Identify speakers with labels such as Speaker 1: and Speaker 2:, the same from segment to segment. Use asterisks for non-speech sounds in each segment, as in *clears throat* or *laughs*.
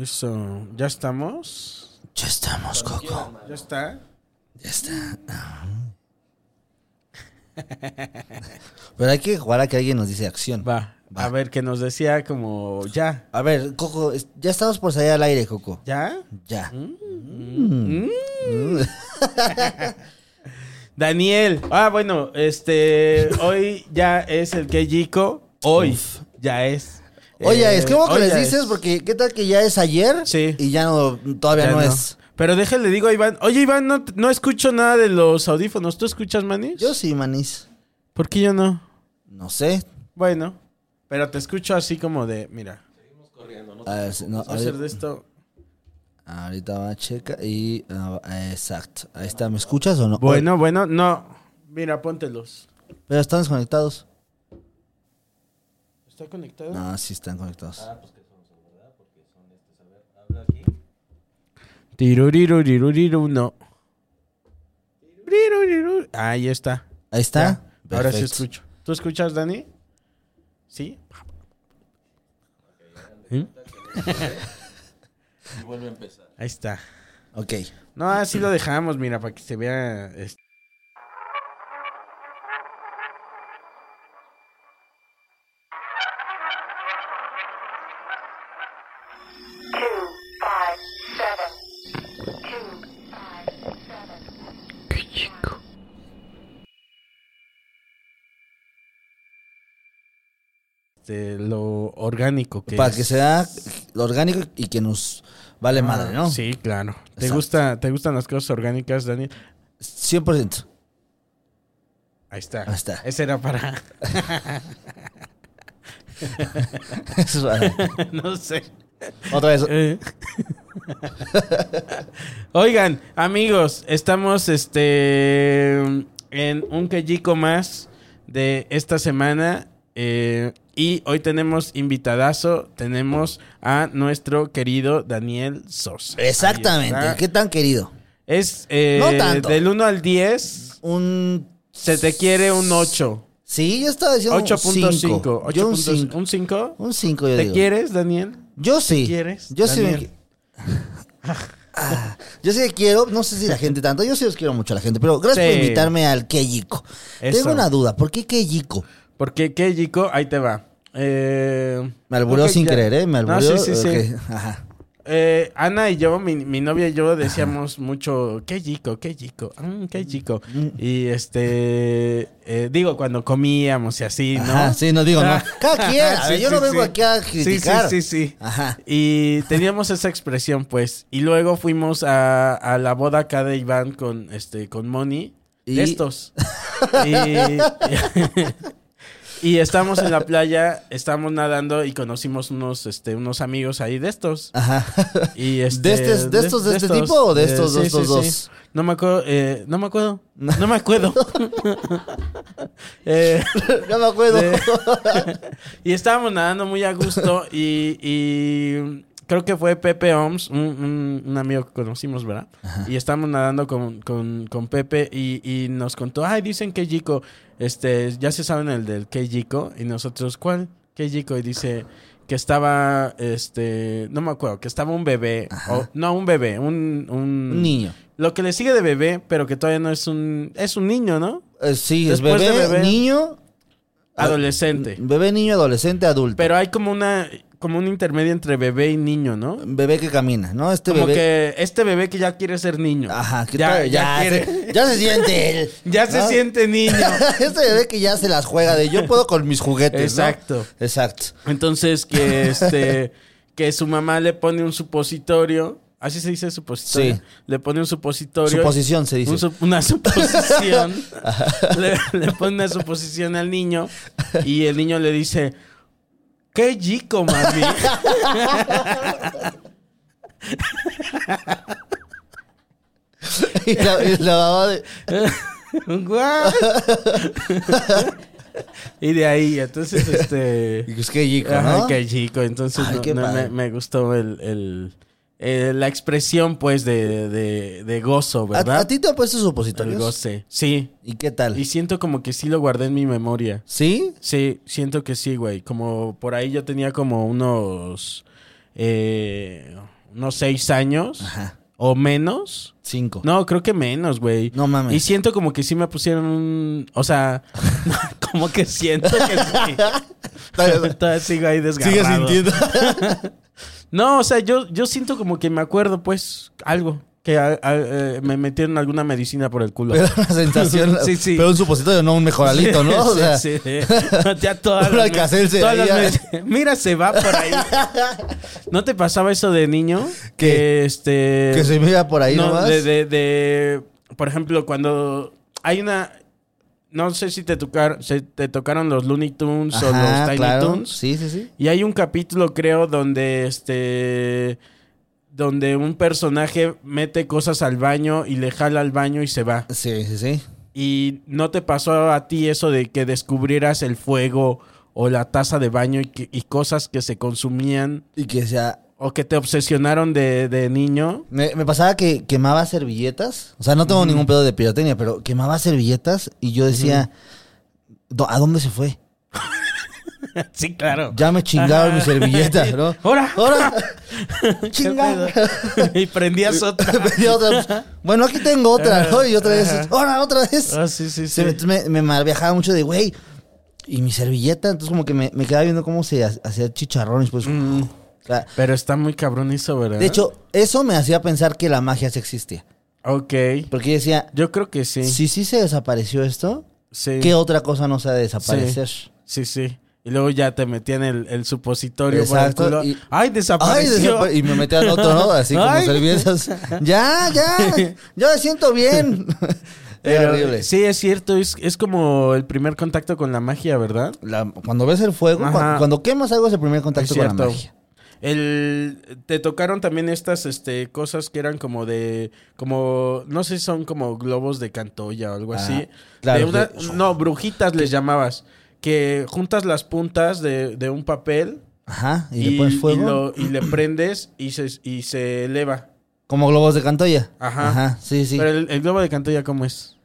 Speaker 1: Eso, ¿ya estamos?
Speaker 2: Ya estamos, Coco.
Speaker 1: ¿Ya está?
Speaker 2: Ya está. Ah. Pero hay que jugar a que alguien nos dice acción.
Speaker 1: Va, a ver, que nos decía como ya,
Speaker 2: A ver, Coco, es- ya estamos por salir al aire, Coco.
Speaker 1: ya.
Speaker 2: Ya.
Speaker 1: ¿Mm? Daniel, ah, bueno, este, hoy ya es el que Jico, hoy ya es.
Speaker 2: Oye,
Speaker 1: Eh,
Speaker 2: es que como que
Speaker 1: hoy
Speaker 2: les
Speaker 1: ya
Speaker 2: dices,
Speaker 1: es.
Speaker 2: porque ¿qué tal que ya es ayer?
Speaker 1: Sí.
Speaker 2: Y ya no, todavía
Speaker 1: Ya
Speaker 2: no,
Speaker 1: no.
Speaker 2: es.
Speaker 1: Pero déjale, digo a Iván, oye Iván, no, no escucho nada de los audífonos, ¿tú escuchas, Manis?
Speaker 2: Yo sí, manís.
Speaker 1: ¿Por qué yo no?
Speaker 2: No sé.
Speaker 1: Bueno, pero te escucho así como de, mira,
Speaker 2: A ver, si- no,
Speaker 1: voy a hacer de
Speaker 2: ahorita,
Speaker 1: esto.
Speaker 2: ahorita va a checa y. ah, exacto. Ahí está. ¿Me escuchas o no?
Speaker 1: Bueno, bueno, no, mira, póntelos.
Speaker 2: Oye, Pero están desconectados.
Speaker 1: ¿Está conectado?
Speaker 2: No, sí están conectados.
Speaker 1: Ah, pues, Tiruriruriru, no. Riruriru. Ahí está.
Speaker 2: Ahí está.
Speaker 1: Ya, Ahora sí
Speaker 2: Perfecto.
Speaker 1: escucho. ¿Tú escuchas, Dani? ¿Sí? ¿Mm? Ahí está.
Speaker 2: Ok.
Speaker 1: No, así lo dejamos, mira, para que se vea. este.
Speaker 3: two five seven two five seven
Speaker 1: este, lo orgánico que
Speaker 2: Para
Speaker 1: es. Ah,
Speaker 2: que sea orgánico y que nos vale madre, ¿no?
Speaker 1: Sí, claro. ¿Te,
Speaker 2: Exacto.
Speaker 1: gusta, ¿Te gustan las cosas orgánicas, Dani?
Speaker 2: 100%.
Speaker 1: Ahí está.
Speaker 2: Ahí está.
Speaker 1: Ese era para.
Speaker 2: *laughs*
Speaker 1: *laughs*
Speaker 2: Eso es para-
Speaker 1: no sé. *laughs*
Speaker 2: Otra vez.
Speaker 1: Eh. Oigan, amigos, estamos este en un quellico más de esta semana. eh, y hoy tenemos invitadazo, tenemos a nuestro querido Daniel Sosa. Ahí
Speaker 2: Exactamente.
Speaker 1: está.
Speaker 2: ¿Qué tan querido?
Speaker 1: Es eh,
Speaker 2: No tanto.
Speaker 1: del 1 al 10,
Speaker 2: Un.
Speaker 1: se te quiere un 8.
Speaker 2: Sí, yo estaba diciendo un
Speaker 1: 8.5.
Speaker 2: 5. Yo un
Speaker 1: 8.5.
Speaker 2: 5.
Speaker 1: ¿Un 5?
Speaker 2: Un 5, yo
Speaker 1: ¿Te
Speaker 2: digo.
Speaker 1: quieres, Daniel?
Speaker 2: Yo sí.
Speaker 1: quieres,
Speaker 2: Yo sí me
Speaker 1: Daniel?
Speaker 2: qui- *laughs* Ah, Yo sí que quiero, no sé si la gente tanto, yo sí los quiero mucho a la gente, pero gracias
Speaker 1: Sí.
Speaker 2: por invitarme al Keyico.
Speaker 1: Eso.
Speaker 2: Tengo una duda, ¿por qué Keyico?
Speaker 1: Porque qué, Jico, ahí te va. Eh,
Speaker 2: Me albureó
Speaker 1: ok,
Speaker 2: sin
Speaker 1: ya.
Speaker 2: querer, ¿eh? Me
Speaker 1: No,
Speaker 2: albureó.
Speaker 1: sí, sí, sí.
Speaker 2: ok, Ajá.
Speaker 1: Eh, Ana y yo, mi, mi novia y yo decíamos mucho, qué chico, qué chico, mm, qué chico. Y este, eh, digo, cuando comíamos y así, ¿no?
Speaker 2: Ajá, sí, no
Speaker 1: *laughs*
Speaker 2: digo, no. Cada quien, a ver, yo no vengo aquí
Speaker 1: Sí,
Speaker 2: a
Speaker 1: sí,
Speaker 2: criticar.
Speaker 1: Sí, sí, sí.
Speaker 2: Ajá.
Speaker 1: Y teníamos esa expresión, pues. Y luego fuimos a, a la boda acá de Iván con, este, con Moni.
Speaker 2: Y-
Speaker 1: De estos. y, *laughs* y *laughs* estamos en la playa, estamos nadando y conocimos unos, este, unos amigos ahí de estos.
Speaker 2: Ajá.
Speaker 1: Y este,
Speaker 2: ¿De estes- de estos, de este tipo o de estos,
Speaker 1: Eh,
Speaker 2: de estos dos?
Speaker 1: No me acuerdo, eh, no me acuerdo, no me
Speaker 2: *laughs*
Speaker 1: acuerdo. *laughs* Eh,
Speaker 2: *laughs* No me acuerdo.
Speaker 1: de- y estábamos nadando muy a gusto y, y creo que fue Pepe Oms, un, un- un amigo que conocimos, ¿verdad? Y estábamos nadando con, con- con Pepe y, y nos contó, ay, dicen que Jico, este, ya se saben el del que Jico y nosotros, ¿cuál? Que Jico y dice que estaba, este, no me acuerdo, que estaba un bebé, o- no, un bebé, un, un-
Speaker 2: Un niño.
Speaker 1: Lo que le sigue de bebé, pero que todavía no es un... Es un niño, ¿no?
Speaker 2: Eh, sí, es
Speaker 1: Después de
Speaker 2: bebé,
Speaker 1: bebé.
Speaker 2: niño.
Speaker 1: Adolescente.
Speaker 2: Bebé, niño, adolescente, adulto.
Speaker 1: Pero hay como una como un intermedio entre bebé y niño, ¿no?
Speaker 2: bebé que camina, ¿no? Este
Speaker 1: Como
Speaker 2: bebé.
Speaker 1: que este bebé que ya quiere ser niño.
Speaker 2: Ajá, que
Speaker 1: ya,
Speaker 2: todavía-
Speaker 1: ya,
Speaker 2: ya,
Speaker 1: quiere.
Speaker 2: *laughs* se, ya se siente él.
Speaker 1: *laughs* Ya se
Speaker 2: ¿no?
Speaker 1: siente niño.
Speaker 2: *laughs* este bebé que ya se las juega de yo puedo con mis juguetes. ¿no?
Speaker 1: Exacto.
Speaker 2: Exacto. *laughs*
Speaker 1: Entonces que este que su mamá le pone un supositorio, así se dice supositorio.
Speaker 2: Sí.
Speaker 1: Le pone un supositorio.
Speaker 2: Suposición se dice.
Speaker 1: Un sup- una
Speaker 2: *laughs*
Speaker 1: suposición. le, le pone una suposición al niño y el niño le dice, "Qué chico, mami."
Speaker 2: y la, y la mamá de-
Speaker 1: Guau. *laughs* y de ahí,
Speaker 2: *laughs*
Speaker 1: entonces este
Speaker 2: y Es que chico,
Speaker 1: Ajá,
Speaker 2: ¿no?
Speaker 1: qué chico. Entonces
Speaker 2: Ay,
Speaker 1: no-
Speaker 2: qué
Speaker 1: no,
Speaker 2: padre.
Speaker 1: me, me gustó el, el- eh, la expresión, pues, de, de- de gozo,
Speaker 2: ¿A,
Speaker 1: ¿verdad?
Speaker 2: a ti te han puesto
Speaker 1: el
Speaker 2: supositorios?
Speaker 1: goce. Sí.
Speaker 2: ¿Y qué tal?
Speaker 1: Y siento como que sí lo guardé en mi memoria.
Speaker 2: ¿Sí?
Speaker 1: Sí, siento que sí, güey. Como por ahí yo tenía como unos. eh, unos seis años.
Speaker 2: Ajá.
Speaker 1: O menos.
Speaker 2: Cinco.
Speaker 1: No, creo que menos, güey.
Speaker 2: No mames.
Speaker 1: Y siento como que sí me pusieron un. O
Speaker 2: *laughs*
Speaker 1: sea, como que siento que sí. *laughs* Todavía sigo ahí desgarrado.
Speaker 2: Sigue *laughs* sintiendo.
Speaker 1: No, o sea, yo, yo siento como que me acuerdo, pues, algo. Que a- a- eh, me metieron alguna medicina por el
Speaker 2: *laughs*
Speaker 1: culo.
Speaker 2: Pero una sensación.
Speaker 1: *laughs* Sí, sí.
Speaker 2: Pero un supositorio, no un mejoralito, ¿no?
Speaker 1: *laughs*
Speaker 2: O
Speaker 1: Sí,
Speaker 2: sea,
Speaker 1: sí,
Speaker 2: *laughs*
Speaker 1: sí. Ya todas
Speaker 2: Un ¿eh?
Speaker 1: las-
Speaker 2: Alcacel se
Speaker 1: todas las
Speaker 2: veía.
Speaker 1: med- *laughs* Mira, se va por
Speaker 2: *laughs*
Speaker 1: ahí. ¿No te pasaba eso de niño?
Speaker 2: ¿Qué?
Speaker 1: Que este.
Speaker 2: que se mira por ahí
Speaker 1: no,
Speaker 2: nomás.
Speaker 1: de, de- de- Por ejemplo, cuando hay una. No sé si te, tocar, se te tocaron los Looney Tunes o
Speaker 2: Ajá,
Speaker 1: los Tiny
Speaker 2: claro.
Speaker 1: Tunes.
Speaker 2: Sí, sí, sí.
Speaker 1: Y hay un capítulo, creo, donde este. Donde un personaje mete cosas al baño y le jala al baño y se va.
Speaker 2: Sí, sí, sí.
Speaker 1: ¿Y no te pasó a ti eso de que descubrieras el fuego o la taza de baño y, que- y cosas que se consumían
Speaker 2: Y que sea.
Speaker 1: o que te obsesionaron de, de niño?
Speaker 2: Me, me pasaba que quemaba servilletas. O sea, no tengo ningún pedo de pirotecnia, pero quemaba servilletas y yo decía, "Do- ¿a dónde se fue?
Speaker 1: *laughs* Sí, claro.
Speaker 2: Ya me chingaron mis servilletas, ¿no?
Speaker 1: *laughs* ¡Hora!
Speaker 2: ¡Ahora!
Speaker 1: ¿Qué
Speaker 2: ¡Chingada!
Speaker 1: pedo? *laughs* y
Speaker 2: *laughs*
Speaker 1: prendías otra.
Speaker 2: Pedí otra. Bueno, aquí tengo otra, ¿no? Y otra vez, ¡ahora, otra vez!
Speaker 1: Ah, sí, sí, sí.
Speaker 2: Se me, me, me mal viajaba mucho de, güey, y mi servilleta. Entonces, como que me, me quedaba viendo cómo se ha- hacía chicharrones, pues.
Speaker 1: Mm.
Speaker 2: O sea,
Speaker 1: Pero está muy cabrón eso, ¿verdad?
Speaker 2: de hecho, eso me hacía pensar que la magia sí existía.
Speaker 1: Ok.
Speaker 2: Porque yo decía,
Speaker 1: Yo creo que sí.
Speaker 2: si sí se desapareció esto,
Speaker 1: sí.
Speaker 2: ¿qué otra cosa no se ha de desaparecer?
Speaker 1: Sí, sí. Y luego ya te metían el, el supositorio
Speaker 2: Exacto,
Speaker 1: por el culo.
Speaker 2: y-
Speaker 1: ¡Ay,
Speaker 2: Ay,
Speaker 1: desapareció!
Speaker 2: desapa- y me metí al otro, ¿no? Así como
Speaker 1: Ay.
Speaker 2: servilletas.
Speaker 1: *laughs*
Speaker 2: Ya, ya, yo me siento bien. Era
Speaker 1: Pero,
Speaker 2: horrible.
Speaker 1: Sí, es cierto. Es, es como el primer contacto con la magia, ¿verdad?
Speaker 2: La- cuando ves el fuego, cu-
Speaker 1: Ajá.
Speaker 2: cuando, quemas algo es el primer contacto
Speaker 1: Es
Speaker 2: con la
Speaker 1: cierto.
Speaker 2: magia.
Speaker 1: El, te tocaron también estas este, cosas que eran como de. como No sé si son como globos de cantoya o algo
Speaker 2: Ah,
Speaker 1: así.
Speaker 2: claro,
Speaker 1: De una-
Speaker 2: que-
Speaker 1: no, brujitas les llamabas. Que juntas las puntas de, de un papel
Speaker 2: Ajá, y,
Speaker 1: y,
Speaker 2: le pones fuego.
Speaker 1: y lo- y le prendes y se, y se eleva.
Speaker 2: Como globos de cantoya.
Speaker 1: Ajá.
Speaker 2: Ajá, sí, sí.
Speaker 1: Pero el, el globo de Cantoya, ¿cómo es?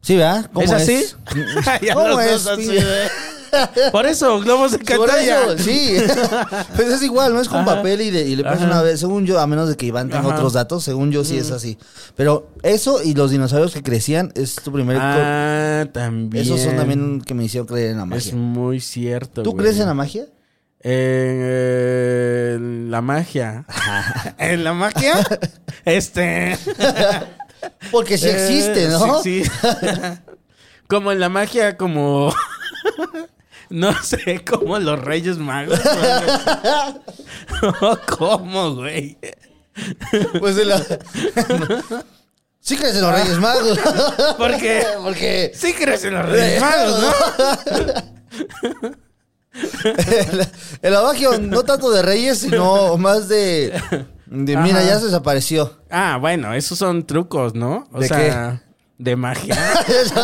Speaker 2: Sí, ¿verdad? ¿Cómo
Speaker 1: ¿Es así?
Speaker 2: *laughs*
Speaker 1: *laughs* Ya
Speaker 2: ¿Cómo
Speaker 1: los
Speaker 2: es?
Speaker 1: dos así,
Speaker 2: pibe? *laughs*
Speaker 1: Por eso, globos de
Speaker 2: Por
Speaker 1: Cantoya.
Speaker 2: eso, sí. *laughs* pues es igual, ¿no? Es con papel y, de- y le pones
Speaker 1: Ajá.
Speaker 2: una vez. Según yo, a menos de que Iván tenga
Speaker 1: Ajá. Mm.
Speaker 2: otros datos, según yo sí es así. Pero eso y los dinosaurios que crecían es tu primer... Eh, co-
Speaker 1: Ah, también.
Speaker 2: Esos son también que me hicieron creer en la
Speaker 1: Es
Speaker 2: magia.
Speaker 1: muy cierto.
Speaker 2: ¿Tú
Speaker 1: güey.
Speaker 2: crees en la magia?
Speaker 1: Eh, En la
Speaker 2: *laughs*
Speaker 1: magia. ¿En la magia? Este.
Speaker 2: Porque sí existe,
Speaker 1: Eh,
Speaker 2: ¿no?
Speaker 1: Sí, *laughs* sí. como en la magia, como. *laughs* No sé, como los Reyes Magos.
Speaker 2: *laughs*
Speaker 1: *laughs* o ¿Cómo, güey?
Speaker 2: *laughs*
Speaker 1: *laughs*
Speaker 2: Pues de la... sí crees en los Reyes Magos. *laughs*
Speaker 1: ¿Por qué?
Speaker 2: Porque...
Speaker 1: Sí crees en los Reyes Magos, ¿no?
Speaker 2: el, *laughs* el adagio no tanto de reyes, sino más de... de, mira,
Speaker 1: Ajá.
Speaker 2: ya se desapareció. *laughs*
Speaker 1: Ah, bueno, esos son trucos, ¿no? O
Speaker 2: ¿De
Speaker 1: sea, de magia.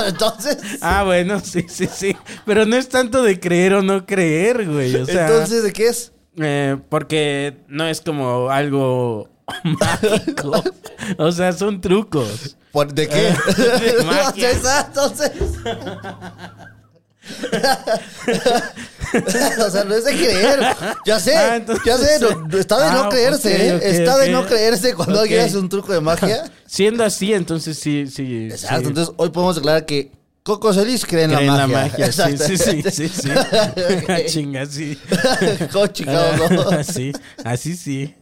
Speaker 2: entonces,
Speaker 1: Ah, bueno, sí, sí, sí. Pero no es tanto de creer o no creer, güey. O sea,
Speaker 2: entonces, ¿de qué es?
Speaker 1: eh, porque no es como algo *laughs* mágico. O sea, son trucos.
Speaker 2: ¿Por- ¿De *laughs* qué?
Speaker 1: *laughs* de magia.
Speaker 2: Entonces, ah, entonces. *laughs* o sea, no es de creer. Ya sé,
Speaker 1: Ah, entonces-
Speaker 2: ya sé, no- no- está de
Speaker 1: Ah,
Speaker 2: no creerse,
Speaker 1: ok,
Speaker 2: ¿eh?
Speaker 1: ok,
Speaker 2: está de
Speaker 1: ok.
Speaker 2: no creerse cuando alguien
Speaker 1: Ok. *laughs*
Speaker 2: hace un truco de magia.
Speaker 1: Siendo así, entonces sí, sí.
Speaker 2: Exacto,
Speaker 1: sí.
Speaker 2: entonces hoy podemos declarar que Coco Celis cree en la
Speaker 1: Creen
Speaker 2: magia.
Speaker 1: Sí, sí,
Speaker 2: *laughs*
Speaker 1: sí,
Speaker 2: Exactamente.
Speaker 1: sí, sí. *laughs*
Speaker 2: Ok.
Speaker 1: Chinga, sí.
Speaker 2: Con
Speaker 1: *laughs*
Speaker 2: Chicago Bulls.
Speaker 1: así, así sí.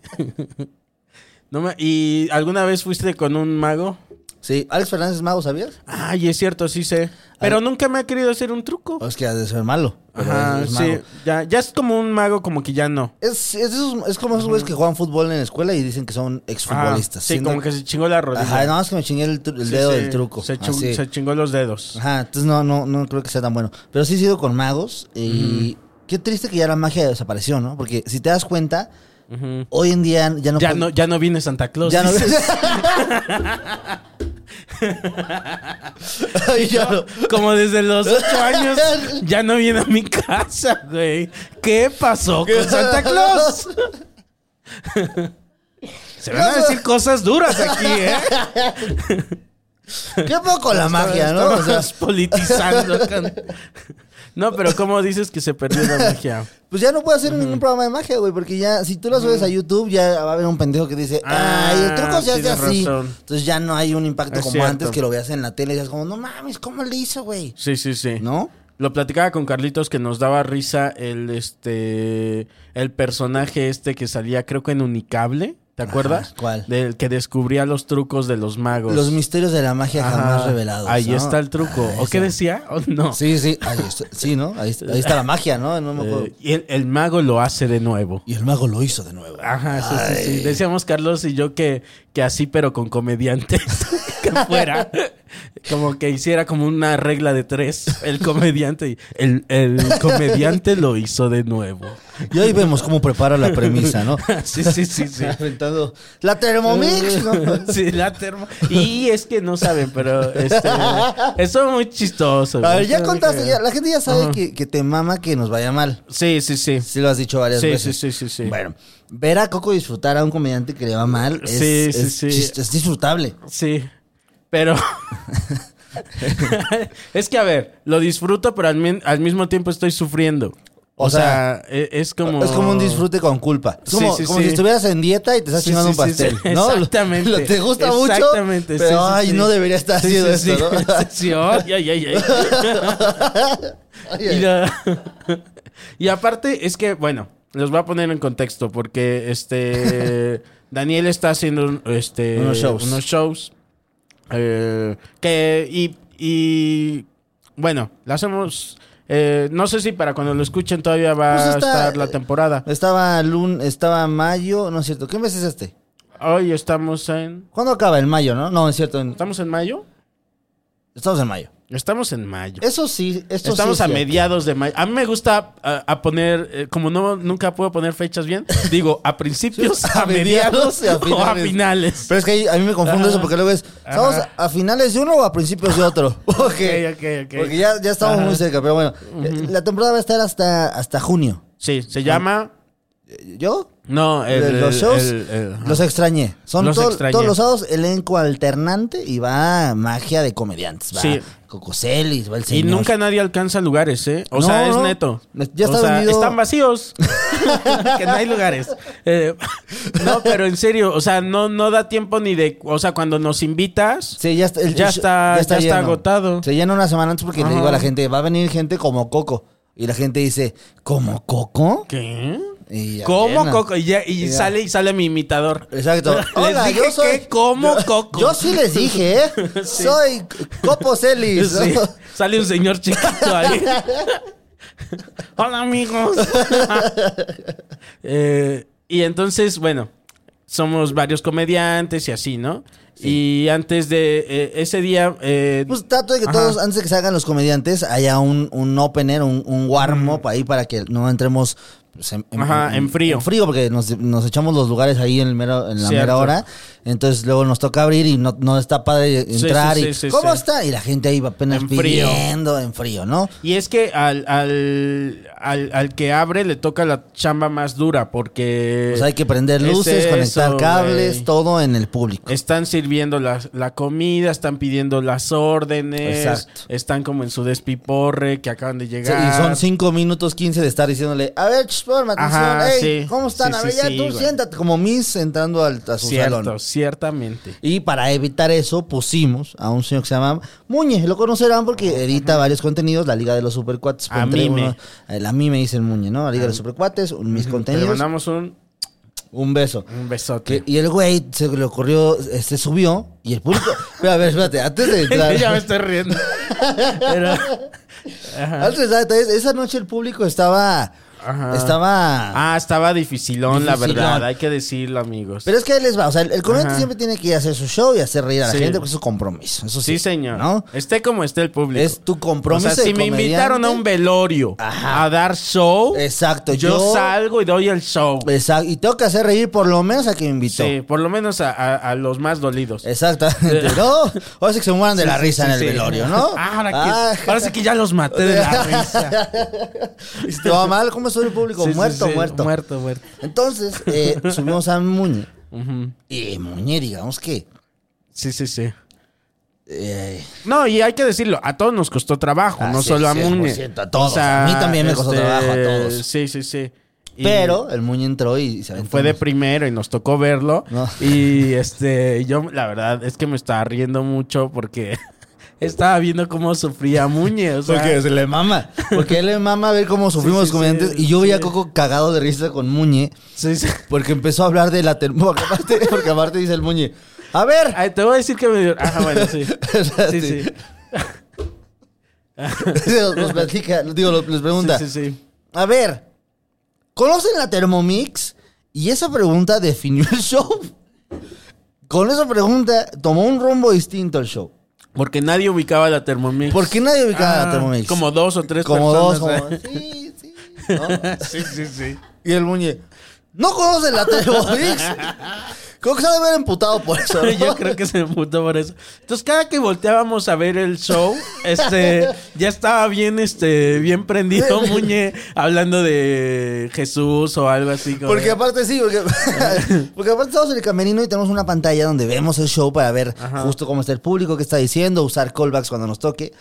Speaker 1: *laughs* No ma- ¿Y alguna vez fuiste con un mago?
Speaker 2: Sí, Alex Fernández es mago, ¿sabías?
Speaker 1: Ay, es cierto, sí sé. Pero nunca me ha querido hacer un truco.
Speaker 2: O es que ha de ser malo. pero
Speaker 1: Ajá,
Speaker 2: es, es
Speaker 1: sí.
Speaker 2: mago.
Speaker 1: Ya, ya es como un mago, como que ya no.
Speaker 2: Es, es de esos- es como esos güeyes que juegan fútbol en la escuela y dicen que son exfutbolistas.
Speaker 1: Ah, sí,
Speaker 2: Siendo-
Speaker 1: como que se chingó la rodilla.
Speaker 2: Ajá, no, es que me chingué el, tru- el
Speaker 1: Sí,
Speaker 2: dedo
Speaker 1: sí,
Speaker 2: del truco.
Speaker 1: Se, chu-
Speaker 2: así.
Speaker 1: se chingó los dedos.
Speaker 2: Ajá, entonces no, no, no creo que sea tan bueno. Pero sí he sido con magos y qué triste que ya la magia desapareció, ¿no? Porque si te das cuenta, hoy en día ya no...
Speaker 1: Ya
Speaker 2: puede-
Speaker 1: no, ya no viene Santa Claus.
Speaker 2: Ya no... *laughs*
Speaker 1: dices.
Speaker 2: Ay, ya no.
Speaker 1: *laughs* Como desde los
Speaker 2: *laughs*
Speaker 1: ocho años ya no viene a mi casa, güey. ¿Qué pasó con Santa Claus? Se van a decir cosas duras aquí, ¿eh?
Speaker 2: ¿Qué poco la magia, no? O sea,
Speaker 1: Estamos *laughs* politizando. con- No, pero ¿cómo dices que se perdió la magia?
Speaker 2: pues ya no puedo hacer ningún programa de magia, güey, porque ya, si tú la subes a YouTube, ya va a haber un pendejo que dice,
Speaker 1: Ah,
Speaker 2: ay, el truco se hace
Speaker 1: tienes
Speaker 2: así.
Speaker 1: razón.
Speaker 2: Entonces ya no hay un
Speaker 1: Es
Speaker 2: impacto como
Speaker 1: cierto.
Speaker 2: antes que lo veas en la tele y es como, no mames, ¿cómo le hizo, güey?
Speaker 1: Sí, sí, sí.
Speaker 2: ¿No?
Speaker 1: Lo platicaba con Carlitos que nos daba risa el este el personaje este que salía creo que en Unicable, ¿te acuerdas?
Speaker 2: ¿cuál?
Speaker 1: Del que descubría los trucos de los magos.
Speaker 2: Los misterios de la magia
Speaker 1: Pues Ajá,
Speaker 2: jamás revelados.
Speaker 1: Ahí
Speaker 2: ¿no?
Speaker 1: está el truco.
Speaker 2: Ahí
Speaker 1: ¿O qué
Speaker 2: está.
Speaker 1: decía? ¿O no?
Speaker 2: Sí, sí, ahí está, sí, ¿no? Ahí está, ahí está la magia, ¿no? No me acuerdo.
Speaker 1: Eh, y el, el mago lo hace de nuevo.
Speaker 2: Y el mago lo hizo de nuevo.
Speaker 1: Ajá, sí, sí, sí.
Speaker 2: Ay.
Speaker 1: Decíamos Carlos y yo que, que así, pero con comediantes. *laughs* que fuera. Como que hiciera como una regla de tres. El comediante. y- El, el comediante lo hizo de nuevo.
Speaker 2: Y ahí vemos cómo prepara la premisa, ¿no?
Speaker 1: Sí, sí, *laughs* sí,
Speaker 2: *laughs*
Speaker 1: sí.
Speaker 2: Aventando la Thermomix.
Speaker 1: *laughs*
Speaker 2: ¿no?
Speaker 1: Sí, la termo. Y es que no saben, pero
Speaker 2: *laughs*
Speaker 1: este, eso es muy chistoso.
Speaker 2: A
Speaker 1: güey.
Speaker 2: ver, ya
Speaker 1: Eso
Speaker 2: contaste,
Speaker 1: que-
Speaker 2: ya- la gente ya sabe que, que te mama que nos vaya mal.
Speaker 1: Sí, sí, sí.
Speaker 2: Sí lo has dicho varias
Speaker 1: Sí, sí,
Speaker 2: veces.
Speaker 1: sí, sí, sí.
Speaker 2: Bueno, ver a Coco disfrutar a un comediante que le va mal es,
Speaker 1: Sí, sí,
Speaker 2: es
Speaker 1: sí.
Speaker 2: chis- es disfrutable.
Speaker 1: Sí, pero... *laughs* es que, a ver, lo disfruto, pero al, mi- al mismo tiempo estoy sufriendo. O,
Speaker 2: O
Speaker 1: sea, e- es como...
Speaker 2: Es como un disfrute con culpa. Es
Speaker 1: Sí,
Speaker 2: como,
Speaker 1: sí,
Speaker 2: como
Speaker 1: sí.
Speaker 2: si estuvieras en dieta y te estás
Speaker 1: Sí,
Speaker 2: chingando
Speaker 1: sí,
Speaker 2: un
Speaker 1: sí,
Speaker 2: pastel.
Speaker 1: sí. *laughs*
Speaker 2: ¿no?
Speaker 1: Exactamente.
Speaker 2: Lo- te gusta mucho.
Speaker 1: Exactamente, sí,
Speaker 2: Pero,
Speaker 1: sí,
Speaker 2: ay,
Speaker 1: sí.
Speaker 2: no debería estar
Speaker 1: Sí,
Speaker 2: haciendo
Speaker 1: sí,
Speaker 2: esto,
Speaker 1: *laughs* sí.
Speaker 2: ¿no? *laughs*
Speaker 1: Sí, ay, ay, ay, ay.
Speaker 2: Ay,
Speaker 1: *laughs*
Speaker 2: ay.
Speaker 1: Y, la- y aparte, es que, bueno, los voy a poner en contexto porque
Speaker 2: *laughs*
Speaker 1: este Daniel está haciendo este,
Speaker 2: Unos shows.
Speaker 1: unos shows, eh, que, y, y, bueno, lo hacemos. eh, no sé si para cuando lo escuchen todavía va
Speaker 2: Pues
Speaker 1: a
Speaker 2: está-
Speaker 1: estar la temporada.
Speaker 2: Estaba lun, estaba mayo, no es cierto. ¿Qué mes es este?
Speaker 1: Hoy estamos en.
Speaker 2: ¿Cuándo acaba? En mayo, ¿no? No, es cierto. en-
Speaker 1: ¿Estamos en mayo?
Speaker 2: estamos en mayo.
Speaker 1: Estamos en mayo.
Speaker 2: Eso sí, esto
Speaker 1: Estamos
Speaker 2: sí
Speaker 1: a
Speaker 2: es cierto.
Speaker 1: mediados de mayo. A mí me gusta a, a poner, eh, como no nunca puedo poner fechas bien, digo a principios, a,
Speaker 2: *laughs* A
Speaker 1: mediados,
Speaker 2: mediados y
Speaker 1: *laughs*
Speaker 2: a
Speaker 1: o a
Speaker 2: finales.
Speaker 1: finales.
Speaker 2: Pero es que ahí- a mí me confundo
Speaker 1: Ajá.
Speaker 2: eso porque luego es, ¿estamos
Speaker 1: Ajá.
Speaker 2: a finales de uno o a principios de otro? Porque,
Speaker 1: *laughs* Ok, ok, ok.
Speaker 2: porque ya, ya estamos
Speaker 1: Ajá.
Speaker 2: muy cerca, pero bueno. eh, La temporada va a estar hasta, hasta junio.
Speaker 1: Sí, se llama.
Speaker 2: Eh, ¿Yo?
Speaker 1: No, el-
Speaker 2: De los
Speaker 1: el-
Speaker 2: shows
Speaker 1: el- el- ajá.
Speaker 2: los extrañé. Son
Speaker 1: Los
Speaker 2: todo-
Speaker 1: extrañé.
Speaker 2: todos los sábados elenco alternante y va magia de comediantes. Va
Speaker 1: Sí.
Speaker 2: Coco Celis, va el
Speaker 1: y
Speaker 2: señor.
Speaker 1: nunca nadie alcanza lugares, ¿eh? O
Speaker 2: No,
Speaker 1: sea, es
Speaker 2: no.
Speaker 1: neto.
Speaker 2: Ya está
Speaker 1: o sea,
Speaker 2: vendido.
Speaker 1: están
Speaker 2: *laughs*
Speaker 1: vacíos. *laughs* que no hay lugares. Eh, *laughs* no, pero en serio, o sea, no, no da tiempo ni de. O sea, cuando nos invitas.
Speaker 2: Sí, ya está, el-
Speaker 1: Ya
Speaker 2: el-
Speaker 1: está- ya está
Speaker 2: lleno.
Speaker 1: agotado.
Speaker 2: Se llena una semana antes porque
Speaker 1: Ajá.
Speaker 2: le digo a la gente, va a venir gente como Coco. Y la gente dice, ¿como Coco?
Speaker 1: ¿Qué?
Speaker 2: Y ya
Speaker 1: ¿Cómo
Speaker 2: llena.
Speaker 1: Coco? Y, ya- y
Speaker 2: Ya.
Speaker 1: sale y sale mi imitador. *laughs*
Speaker 2: Exacto.
Speaker 1: Les
Speaker 2: Hola,
Speaker 1: dije
Speaker 2: yo soy-
Speaker 1: que como Coco. *laughs*
Speaker 2: Yo sí les dije, ¿eh? Soy Copo Celis.
Speaker 1: Sí. Sale un señor chiquito
Speaker 2: *laughs*
Speaker 1: ahí. Hola, amigos. *laughs* Eh, y entonces, bueno, somos varios comediantes y así, ¿no? Y antes de eh, ese día. eh,
Speaker 2: Pues trato de que
Speaker 1: Ajá.
Speaker 2: todos, antes de que salgan los comediantes, haya un, un opener, un, un warm-up ahí para que no entremos pues, en,
Speaker 1: Mm. Ajá, en frío.
Speaker 2: frío, porque nos, nos echamos los lugares ahí en, el mero- en la
Speaker 1: Cierto.
Speaker 2: mera hora. Entonces luego nos toca abrir y no, no está padre entrar.
Speaker 1: sí,
Speaker 2: y,
Speaker 1: sí, sí,
Speaker 2: ¿Cómo
Speaker 1: sí.
Speaker 2: está? Y la gente ahí va apenas
Speaker 1: En frío.
Speaker 2: pidiendo en frío, ¿no?
Speaker 1: Y es que al, al, al, al que abre le toca la chamba más dura porque.
Speaker 2: Pues hay que prender
Speaker 1: Eh, es
Speaker 2: luces, conectar
Speaker 1: eso,
Speaker 2: cables,
Speaker 1: güey.
Speaker 2: todo en el público.
Speaker 1: Están sirviendo las- la, comida, están pidiendo las órdenes,
Speaker 2: Exacto.
Speaker 1: están como en su despiporre que acaban de
Speaker 2: Sí,
Speaker 1: llegar.
Speaker 2: y son 5 minutos 15 de estar diciéndole, a ver, ch, explórame atención.
Speaker 1: Ajá,
Speaker 2: Ey,
Speaker 1: sí.
Speaker 2: ¿Cómo están?
Speaker 1: Sí,
Speaker 2: a
Speaker 1: sí,
Speaker 2: ver, ya
Speaker 1: sí,
Speaker 2: tú
Speaker 1: güey.
Speaker 2: siéntate. Como Miss entrando al, a su
Speaker 1: Cierto,
Speaker 2: salón.
Speaker 1: ciertamente.
Speaker 2: Y para evitar eso, pusimos a un señor que se llama Muñe. Lo conocerán porque edita varios contenidos, la Liga de los Supercuates.
Speaker 1: A
Speaker 2: pondré
Speaker 1: Mime.
Speaker 2: uno- eh, la Mime dice el Muñe, ¿no? La Liga de los Supercuates, un- mis
Speaker 1: Te
Speaker 2: contenidos.
Speaker 1: mandamos un,
Speaker 2: Un beso.
Speaker 1: un
Speaker 2: Que-
Speaker 1: besote.
Speaker 2: y el güey se le ocurrió, eh, se subió y el
Speaker 1: *laughs*
Speaker 2: público. Pero a ver, espérate, antes de entrar.
Speaker 1: ya me estoy riendo. Pero,
Speaker 2: antes de entrar, entonces, esa noche el público estaba.
Speaker 1: Ajá.
Speaker 2: Estaba.
Speaker 1: ah, estaba dificilón, la
Speaker 2: Dificilón.
Speaker 1: verdad. Hay que decirlo, amigos.
Speaker 2: Pero es que ahí les va, o sea, el, el comediante
Speaker 1: Ajá.
Speaker 2: siempre tiene que ir a hacer su show y hacer reír a la
Speaker 1: Sí.
Speaker 2: gente porque es su compromiso. Eso sí,
Speaker 1: sí, señor.
Speaker 2: ¿no?
Speaker 1: Esté como esté el público.
Speaker 2: Es tu compromiso
Speaker 1: O sea,
Speaker 2: de
Speaker 1: si me
Speaker 2: comediante.
Speaker 1: invitaron a un velorio
Speaker 2: Ajá.
Speaker 1: a dar show,
Speaker 2: Exacto,
Speaker 1: yo,
Speaker 2: yo-
Speaker 1: salgo y doy el show.
Speaker 2: Exacto. Y tengo que hacer reír por lo menos a quien me invitó.
Speaker 1: Sí, por lo menos a, a- a los más dolidos.
Speaker 2: Exactamente,
Speaker 1: *laughs*
Speaker 2: ¿no? O sea que se mueran de la risa en el
Speaker 1: Sí.
Speaker 2: velorio, ¿no?
Speaker 1: *laughs* Ah, ahora que,
Speaker 2: Ah,
Speaker 1: parece que ya los maté de la
Speaker 2: *laughs*
Speaker 1: risa.
Speaker 2: y se va mal, ¿cómo estuvo el público?
Speaker 1: Sí, sí,
Speaker 2: muerto,
Speaker 1: sí,
Speaker 2: muerto.
Speaker 1: Muerto, muerto.
Speaker 2: Entonces,
Speaker 1: *laughs*
Speaker 2: eh, subimos a Muñe. Y Muñe, digamos que.
Speaker 1: Sí, sí, sí.
Speaker 2: eh,
Speaker 1: No, y hay que decirlo, a todos nos costó trabajo,
Speaker 2: Ah,
Speaker 1: no
Speaker 2: sí,
Speaker 1: solo a
Speaker 2: 100%,
Speaker 1: Muñe.
Speaker 2: a todos. A mí también me costó trabajo, a todos.
Speaker 1: este, Sí, sí, sí. Y
Speaker 2: pero el Muñe entró y se aventó
Speaker 1: fue de
Speaker 2: unos-
Speaker 1: primero y nos tocó verlo.
Speaker 2: No.
Speaker 1: Y este, yo la verdad es que me estaba riendo mucho porque *laughs* estaba viendo cómo sufría Muñe. O sea,
Speaker 2: Porque se le mama. Porque él le mama ver cómo sufrimos
Speaker 1: sí,
Speaker 2: los comediantes.
Speaker 1: sí,
Speaker 2: y yo veía a
Speaker 1: sí.
Speaker 2: Coco cagado de risa con Muñe.
Speaker 1: sí, sí.
Speaker 2: Porque empezó a hablar de la termo. *laughs* Porque aparte, porque aparte dice el Muñe. A ver. *laughs*
Speaker 1: Ay, te voy a decir que me dio. Ajá, bueno, sí. Sí, sí.
Speaker 2: Nos platica, digo, los- les pregunta.
Speaker 1: Sí, sí, sí.
Speaker 2: A ver, ¿conocen la Thermomix? Y esa pregunta definió el show. Con esa pregunta tomó un rumbo distinto el show.
Speaker 1: Porque nadie ubicaba la Thermomix.
Speaker 2: ¿Por qué nadie ubicaba la
Speaker 1: Ah,
Speaker 2: Thermomix?
Speaker 1: Como dos o tres
Speaker 2: Como dos,
Speaker 1: personas.
Speaker 2: como...
Speaker 1: ¿eh?
Speaker 2: Sí, sí. ¿no?
Speaker 1: *laughs* Sí, sí, sí.
Speaker 2: Y el muñe, ¿no conocen
Speaker 1: *laughs*
Speaker 2: la Thermomix? Creo que se ha de haber emputado por eso. ¿no?
Speaker 1: Yo creo que se emputó por eso. Entonces, cada que volteábamos a ver el show,
Speaker 2: *laughs*
Speaker 1: este, ya estaba bien, este, bien
Speaker 2: *laughs*
Speaker 1: prendido Muñe hablando de Jesús o algo así. como-
Speaker 2: Porque aparte sí, porque, *laughs* porque aparte estamos en el camerino y tenemos una pantalla donde vemos el show para ver justo cómo está el público, qué está diciendo, usar callbacks cuando nos toque.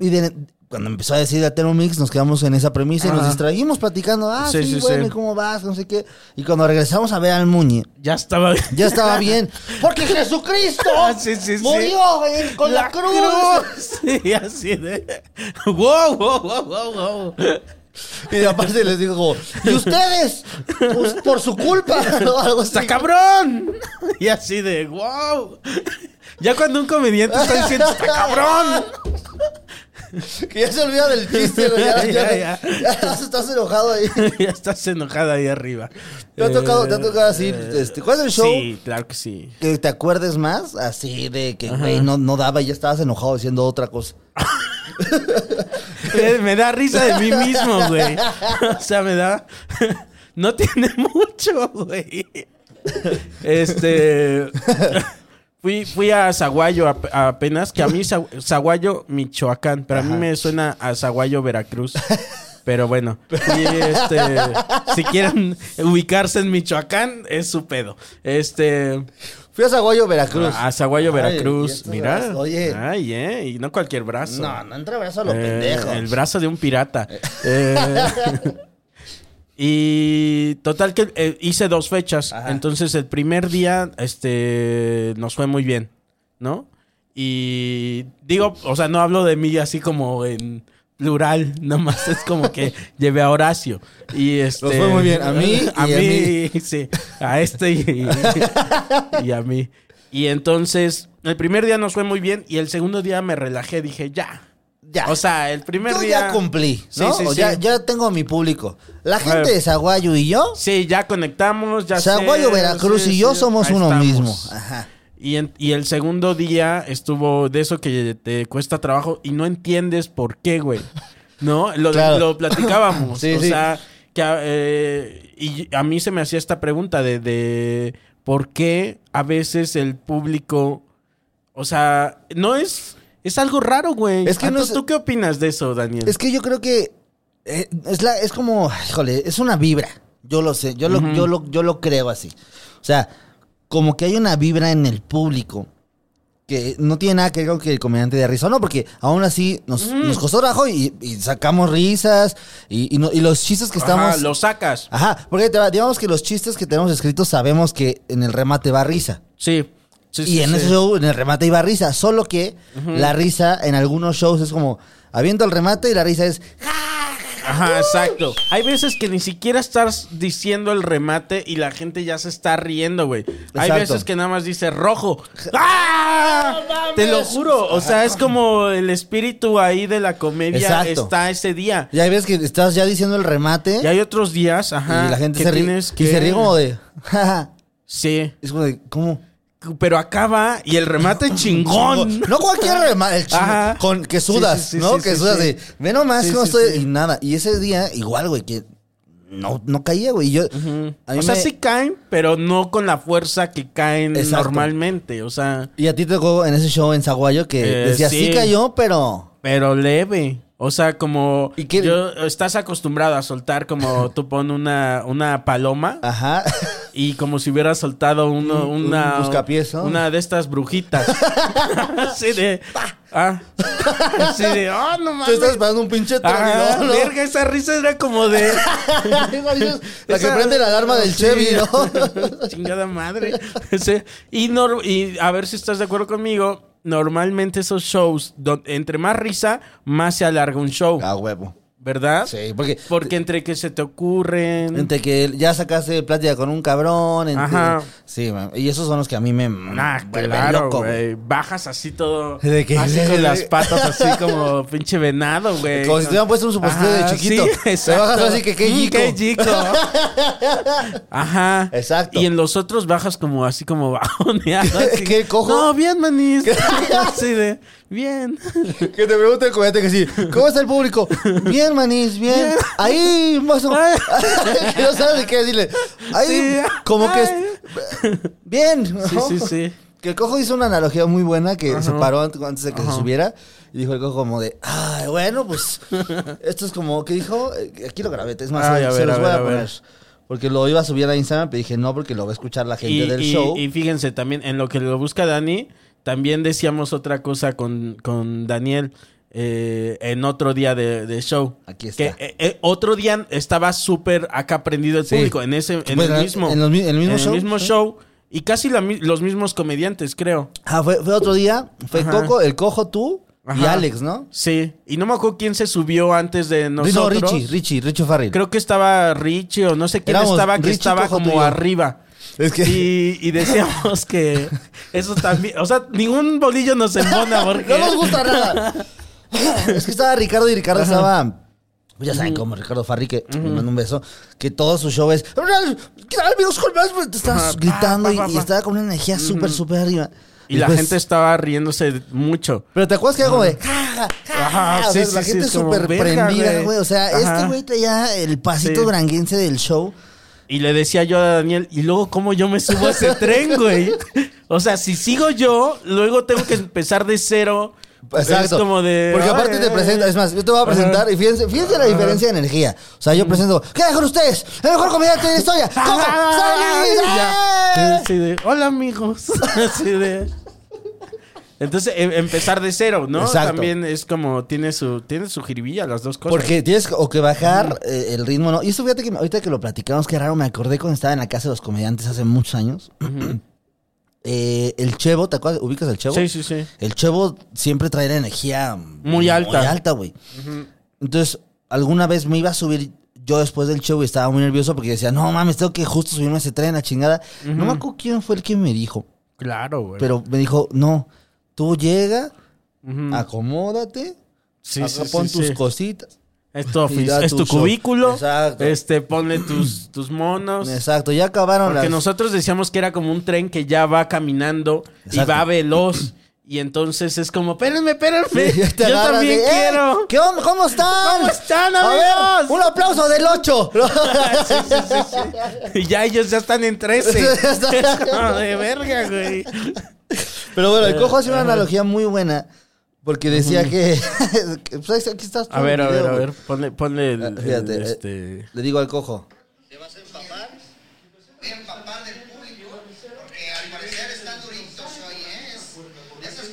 Speaker 2: Y de- cuando empezó a decir la Thermomix, nos quedamos en esa premisa y nos distraímos platicando, ah,
Speaker 1: Sí,
Speaker 2: sí,
Speaker 1: sí,
Speaker 2: bueno,
Speaker 1: sí.
Speaker 2: ¿y cómo vas? No sé qué. Y cuando regresamos a ver al Muñe,
Speaker 1: ya estaba. *laughs*
Speaker 2: ya estaba bien. Porque Jesucristo
Speaker 1: Ah, sí, sí, sí.
Speaker 2: murió eh, con la, cruz.
Speaker 1: cruz. *laughs* Sí, así de. Wow, wow, wow, wow, wow.
Speaker 2: Y aparte les digo como, ¿y ustedes? Pues, por su culpa. ¿no? Algo así.
Speaker 1: ¡Está cabrón! *laughs* Y así de wow. Ya cuando un comediante está diciendo ¡Está cabrón! *laughs*
Speaker 2: Que ya se olvida del chiste, güey. Ya, ya,
Speaker 1: Ya, ya.
Speaker 2: ya *laughs* estás enojado ahí.
Speaker 1: ya estás enojada ahí arriba. Eh,
Speaker 2: Te ha tocado, te ha tocado así. Este, ¿Cuál es el show
Speaker 1: Sí, claro que sí.
Speaker 2: que te acuerdes más? Así de que, güey, no, no daba y ya estabas enojado diciendo otra cosa.
Speaker 1: Eh, Me da risa de mí mismo, güey. O sea, me da. *laughs* No tiene mucho, güey. Este. Fui, fui a Zaguayo ap- apenas, que a mí Za- Zaguayo, Michoacán, pero a mí me suena a Zaguayo, Veracruz. Pero bueno, y, este, si quieren ubicarse en Michoacán, es su pedo. Este,
Speaker 2: Fui a Zaguayo, Veracruz.
Speaker 1: a Zaguayo,
Speaker 2: Ay, y
Speaker 1: Veracruz,
Speaker 2: estos
Speaker 1: mira.
Speaker 2: brazos, oye.
Speaker 1: Ay, eh, y no cualquier brazo.
Speaker 2: no, no entra brazo a los
Speaker 1: Eh,
Speaker 2: pendejos.
Speaker 1: El brazo de un pirata. Eh, *laughs* y total que eh, hice dos fechas. Entonces el primer día este, nos fue muy bien, ¿no? Y digo, o sea, no hablo de mí así como en plural, *laughs* nomás es como que llevé a Horacio. Y este,
Speaker 2: Nos fue muy bien, a mí
Speaker 1: *laughs* a
Speaker 2: y a
Speaker 1: mí, sí, a este y, *laughs* y a mí. Y entonces, el primer día nos fue muy bien y el segundo día me relajé, dije, ya,
Speaker 2: ya.
Speaker 1: o sea, el primer
Speaker 2: yo
Speaker 1: día.
Speaker 2: ya cumplí,
Speaker 1: Sí,
Speaker 2: ¿no?
Speaker 1: sí,
Speaker 2: O
Speaker 1: sí.
Speaker 2: Ya, ya tengo a mi público. La gente
Speaker 1: ver.
Speaker 2: de Zaguayo y yo,
Speaker 1: Sí, ya conectamos, ya sé,
Speaker 2: Zaguayo, Veracruz
Speaker 1: sí,
Speaker 2: y yo
Speaker 1: sí,
Speaker 2: somos
Speaker 1: ahí
Speaker 2: uno
Speaker 1: estamos.
Speaker 2: mismo. Ajá.
Speaker 1: Y, en- y el segundo día estuvo de eso que te cuesta trabajo y no entiendes por qué, güey. ¿No? Lo,
Speaker 2: Claro.
Speaker 1: lo platicábamos.
Speaker 2: *laughs* Sí,
Speaker 1: o
Speaker 2: sí.
Speaker 1: sea, que a- eh, y a mí se me hacía esta pregunta de, de por qué a veces el público. O sea, no es. Es algo raro, güey.
Speaker 2: Es que
Speaker 1: Ah,
Speaker 2: no
Speaker 1: ¿tú-
Speaker 2: es-
Speaker 1: ¿Tú qué opinas de eso, Daniel?
Speaker 2: Es que yo creo que eh, es, la, es como, híjole, es una vibra. Yo lo sé, yo lo, yo, lo, yo lo creo así. O sea, como que hay una vibra en el público que no tiene nada que ver con que el comediante de risa o no, porque aún así nos, nos costó trabajo y, y sacamos risas y, y no- y los chistes que estamos...
Speaker 1: Ajá, lo sacas.
Speaker 2: Ajá, porque te va- digamos que los chistes que tenemos escritos sabemos que en el remate va risa.
Speaker 1: Sí. Sí,
Speaker 2: Y
Speaker 1: sí,
Speaker 2: en
Speaker 1: sí.
Speaker 2: ese show, en el remate iba risa. Solo que la risa en algunos shows es como aviento el remate y la risa es.
Speaker 1: Ajá, exacto. Hay veces que ni siquiera estás diciendo el remate y la gente ya se está riendo, güey. Hay
Speaker 2: Exacto.
Speaker 1: veces que nada más dice rojo. ¡Ah! Te lo juro. O sea, es como el espíritu ahí de la comedia
Speaker 2: Exacto.
Speaker 1: está ese día.
Speaker 2: Ya ves que estás ya diciendo el remate
Speaker 1: Y hay otros días, ajá.
Speaker 2: y la gente
Speaker 1: que
Speaker 2: se ríe.
Speaker 1: tienes
Speaker 2: Y
Speaker 1: que-
Speaker 2: se ríe como de. *laughs* "Jaja".
Speaker 1: Sí.
Speaker 2: Es como de, ¿cómo?
Speaker 1: Pero acaba y el
Speaker 2: *laughs*
Speaker 1: remate chingón. *laughs*
Speaker 2: No cualquier remate, el chingo,
Speaker 1: Ajá.
Speaker 2: Con que sudas,
Speaker 1: Sí, sí, sí,
Speaker 2: ¿no?
Speaker 1: sí,
Speaker 2: que
Speaker 1: sí,
Speaker 2: sudas
Speaker 1: sí.
Speaker 2: de. Ve nomás
Speaker 1: Sí,
Speaker 2: cómo
Speaker 1: sí,
Speaker 2: estoy.
Speaker 1: sí.
Speaker 2: Y nada. Y ese día, igual, güey, que no, no caía, güey. Y Yo. a mí
Speaker 1: O sea,
Speaker 2: me-
Speaker 1: sí caen, pero no con la fuerza que caen
Speaker 2: Exacto.
Speaker 1: normalmente. O sea,
Speaker 2: Y a ti te tocó en ese show en Zaguayo que
Speaker 1: Eh,
Speaker 2: decía, sí
Speaker 1: sí.
Speaker 2: cayó, pero.
Speaker 1: pero leve. O sea, como
Speaker 2: ¿Y qué-
Speaker 1: yo estás acostumbrado a soltar
Speaker 2: *laughs*
Speaker 1: como tú pon una, una paloma *laughs*
Speaker 2: Ajá.
Speaker 1: y como si hubieras soltado uno,
Speaker 2: Un- un
Speaker 1: una
Speaker 2: buscapiés, ¿no?
Speaker 1: una de estas
Speaker 2: *laughs*
Speaker 1: brujitas. *laughs* así de ah.
Speaker 2: *laughs*
Speaker 1: Así de, oh, no
Speaker 2: Tú estás
Speaker 1: mames.
Speaker 2: esperando un pinche
Speaker 1: Ajá,
Speaker 2: tornillo, ¿no?
Speaker 1: verga, esa risa era como de
Speaker 2: *laughs*
Speaker 1: *laughs*
Speaker 2: la que
Speaker 1: Esa-
Speaker 2: prende la alarma del
Speaker 1: Sí.
Speaker 2: Chevy,
Speaker 1: *laughs*
Speaker 2: ¿no?
Speaker 1: Chingada madre. Sí. Y, nor- y a ver si estás de acuerdo conmigo. Normalmente esos shows, don- entre más risa, más se alarga un show,
Speaker 2: *laughs* A huevo.
Speaker 1: ¿verdad?
Speaker 2: Sí, porque,
Speaker 1: Porque entre que se te ocurren.
Speaker 2: entre que ya sacaste plática con un cabrón, entre-
Speaker 1: Ajá.
Speaker 2: Sí, man. y esos son los que a mí me
Speaker 1: Ah,
Speaker 2: me vuelven
Speaker 1: claro,
Speaker 2: loco,
Speaker 1: güey. Bajas así todo.
Speaker 2: ¿De qué?
Speaker 1: Así con las patas,
Speaker 2: *laughs*
Speaker 1: así como pinche venado, güey.
Speaker 2: Como si te hubieran puesto un supositorio de
Speaker 1: Ajá, *laughs*
Speaker 2: chiquito.
Speaker 1: sí,
Speaker 2: Te
Speaker 1: exacto.
Speaker 2: bajas así que, qué
Speaker 1: Mm,
Speaker 2: yico.
Speaker 1: qué
Speaker 2: *laughs*
Speaker 1: yico. Ajá.
Speaker 2: Exacto.
Speaker 1: Y en los otros bajas como así como
Speaker 2: *laughs*
Speaker 1: bajoneado. así.
Speaker 2: ¿Qué, cojo?
Speaker 1: No, bien, manis. *laughs* así de, bien.
Speaker 2: Que te pregunte el comediante que sí, ¿cómo está el público? Bien,
Speaker 1: *laughs*
Speaker 2: manís, bien. Ahí, más o
Speaker 1: Ay.
Speaker 2: *laughs* que no sabes de qué decirle. Ahí,
Speaker 1: Sí.
Speaker 2: como que... es- Bien.
Speaker 1: Sí,
Speaker 2: ¿no?
Speaker 1: sí, sí.
Speaker 2: *laughs* Que el cojo hizo una analogía muy buena que se
Speaker 1: Ajá.
Speaker 2: paró ant- antes de que se subiera y dijo el cojo como de, ay, bueno,
Speaker 1: *laughs*
Speaker 2: pues esto es como, ¿qué dijo? Eh, Aquí lo grabé, es más,
Speaker 1: Ay,
Speaker 2: se,
Speaker 1: a
Speaker 2: se
Speaker 1: ver,
Speaker 2: los
Speaker 1: a
Speaker 2: voy
Speaker 1: ver,
Speaker 2: a,
Speaker 1: a ver.
Speaker 2: poner. Porque lo iba a subir a Instagram, pero dije no, porque lo va a escuchar la gente
Speaker 1: y,
Speaker 2: del
Speaker 1: y-
Speaker 2: show.
Speaker 1: y fíjense también, en lo que lo busca Dani, también decíamos otra cosa con, con Daniel eh, en otro día de, de show.
Speaker 2: Aquí está.
Speaker 1: Que eh, eh, otro día estaba súper acá prendido el
Speaker 2: Sí.
Speaker 1: público, en ese, en
Speaker 2: Bueno,
Speaker 1: el mismo.
Speaker 2: en los mi- en el mismo
Speaker 1: en
Speaker 2: show, sí.
Speaker 1: show, Y casi la mi- los mismos comediantes, creo.
Speaker 2: Ah, fue, fue otro día, fue
Speaker 1: Ajá.
Speaker 2: Coco, el cojo tú y
Speaker 1: Ajá.
Speaker 2: Alex, ¿no?
Speaker 1: Sí. Y no me acuerdo quién se subió antes de
Speaker 2: No,
Speaker 1: nosotros.
Speaker 2: Richie, Richie, Richie Farrell.
Speaker 1: Creo que estaba Richie o no sé quién
Speaker 2: Éramos
Speaker 1: estaba, que
Speaker 2: Richie,
Speaker 1: estaba
Speaker 2: Cojo,
Speaker 1: como
Speaker 2: tú y yo.
Speaker 1: arriba.
Speaker 2: Es que-
Speaker 1: y, y decíamos que eso también. O sea, ningún bolillo nos embona porque.
Speaker 2: No nos gusta nada. *laughs* es que estaba Ricardo y Ricardo estaba. pues Ya saben cómo Ricardo Farri, que me manda un beso, que todo su show es. amigos con más", pues, Te
Speaker 1: Ajá,
Speaker 2: estás
Speaker 1: pa,
Speaker 2: gritando
Speaker 1: pa,
Speaker 2: y,
Speaker 1: pa,
Speaker 2: y
Speaker 1: pa.
Speaker 2: estaba con una energía súper, súper arriba.
Speaker 1: Y pues la
Speaker 2: Después-
Speaker 1: gente estaba riéndose mucho.
Speaker 2: Pero te acuerdas que era como de. "Ja, ja, ja,
Speaker 1: Ajá,
Speaker 2: ja", o
Speaker 1: sí,
Speaker 2: sea,
Speaker 1: sí,
Speaker 2: la
Speaker 1: sí,
Speaker 2: gente
Speaker 1: es como,
Speaker 2: súper
Speaker 1: "Verga,
Speaker 2: prendida,
Speaker 1: güey".
Speaker 2: güey. O sea,
Speaker 1: Ajá.
Speaker 2: este güey traía el pasito
Speaker 1: Sí.
Speaker 2: branguense del show.
Speaker 1: Y le decía yo a Daniel, y luego, ¿cómo yo me subo a ese tren, güey? O sea, si sigo yo, luego tengo que empezar de cero.
Speaker 2: Exacto.
Speaker 1: Es como de.
Speaker 2: Porque aparte
Speaker 1: "Ay,
Speaker 2: te presenta, es más, yo te voy a presentar y fíjense, fíjense la diferencia de energía. O sea, yo presento, ¿qué con ustedes? El mejor comediante de la historia.
Speaker 1: ¡Ah!
Speaker 2: ¡Coco! ¡Solís!
Speaker 1: Ya.
Speaker 2: ¡Eh!
Speaker 1: Así de, hola amigos. *laughs* Así de. Entonces, em- empezar de cero, ¿no?
Speaker 2: Exacto.
Speaker 1: También es como, tiene su, tiene su jiribilla las dos cosas.
Speaker 2: Porque tienes o que bajar eh, el ritmo, ¿no? Y eso fíjate que me- ahorita que lo platicamos, que raro, me acordé cuando estaba en la casa de los comediantes hace muchos años. Eh, el Chevo, ¿te acuerdas? ¿Ubicas el Chevo?
Speaker 1: Sí, sí, sí.
Speaker 2: El Chevo siempre trae la energía
Speaker 1: Muy alta.
Speaker 2: Muy alta, güey. Entonces, alguna vez me iba a subir yo después del show y estaba muy nervioso porque decía, no mames, tengo que justo subirme a ese tren, la chingada. No me acuerdo quién fue el que me dijo,
Speaker 1: Claro, güey.
Speaker 2: pero me dijo, no, tú llega, acomódate,
Speaker 1: Sí,
Speaker 2: a-
Speaker 1: sí, sí,
Speaker 2: pon
Speaker 1: sí.
Speaker 2: tus cositas.
Speaker 1: Es tu,
Speaker 2: y
Speaker 1: ofici-
Speaker 2: da
Speaker 1: es
Speaker 2: tu
Speaker 1: tu
Speaker 2: show.
Speaker 1: cubículo.
Speaker 2: Exacto.
Speaker 1: Este, ponle
Speaker 2: *clears throat*
Speaker 1: tus, tus monos.
Speaker 2: Exacto, ya acabaron
Speaker 1: Porque
Speaker 2: las...
Speaker 1: nosotros decíamos que era como un tren que ya va caminando y
Speaker 2: Exacto.
Speaker 1: va veloz. *clears throat* Y entonces es como, espérenme, espérenme.
Speaker 2: *laughs* *laughs* Ya
Speaker 1: *laughs*
Speaker 2: te
Speaker 1: Yo
Speaker 2: agarran
Speaker 1: también
Speaker 2: de, "Eh,
Speaker 1: quiero.
Speaker 2: ¿qué onda? ¿Cómo están?
Speaker 1: ¿Cómo están,
Speaker 2: A ver,
Speaker 1: amigos?
Speaker 2: un aplauso del 8.
Speaker 1: *laughs* Sí, sí, sí, sí. *laughs* Y ya ellos ya están en *laughs*
Speaker 2: *laughs*
Speaker 1: 13. Es como de verga, güey.
Speaker 2: Pero bueno, el
Speaker 1: Eh,
Speaker 2: cojo hace una analogía muy buena. Porque decía que. *laughs* que, pues, aquí estás todo
Speaker 1: A ver,
Speaker 2: el
Speaker 1: a ver,
Speaker 2: video,
Speaker 1: a
Speaker 2: güey.
Speaker 1: ver. Ponle, ponle el,
Speaker 2: Ah, fíjate,
Speaker 1: el,
Speaker 2: eh, *laughs*
Speaker 1: este...
Speaker 2: Le digo al cojo.
Speaker 4: te vas a empapar, voy a empapar del público, porque al parecer están duritos hoy, ¿eh? Es, de esos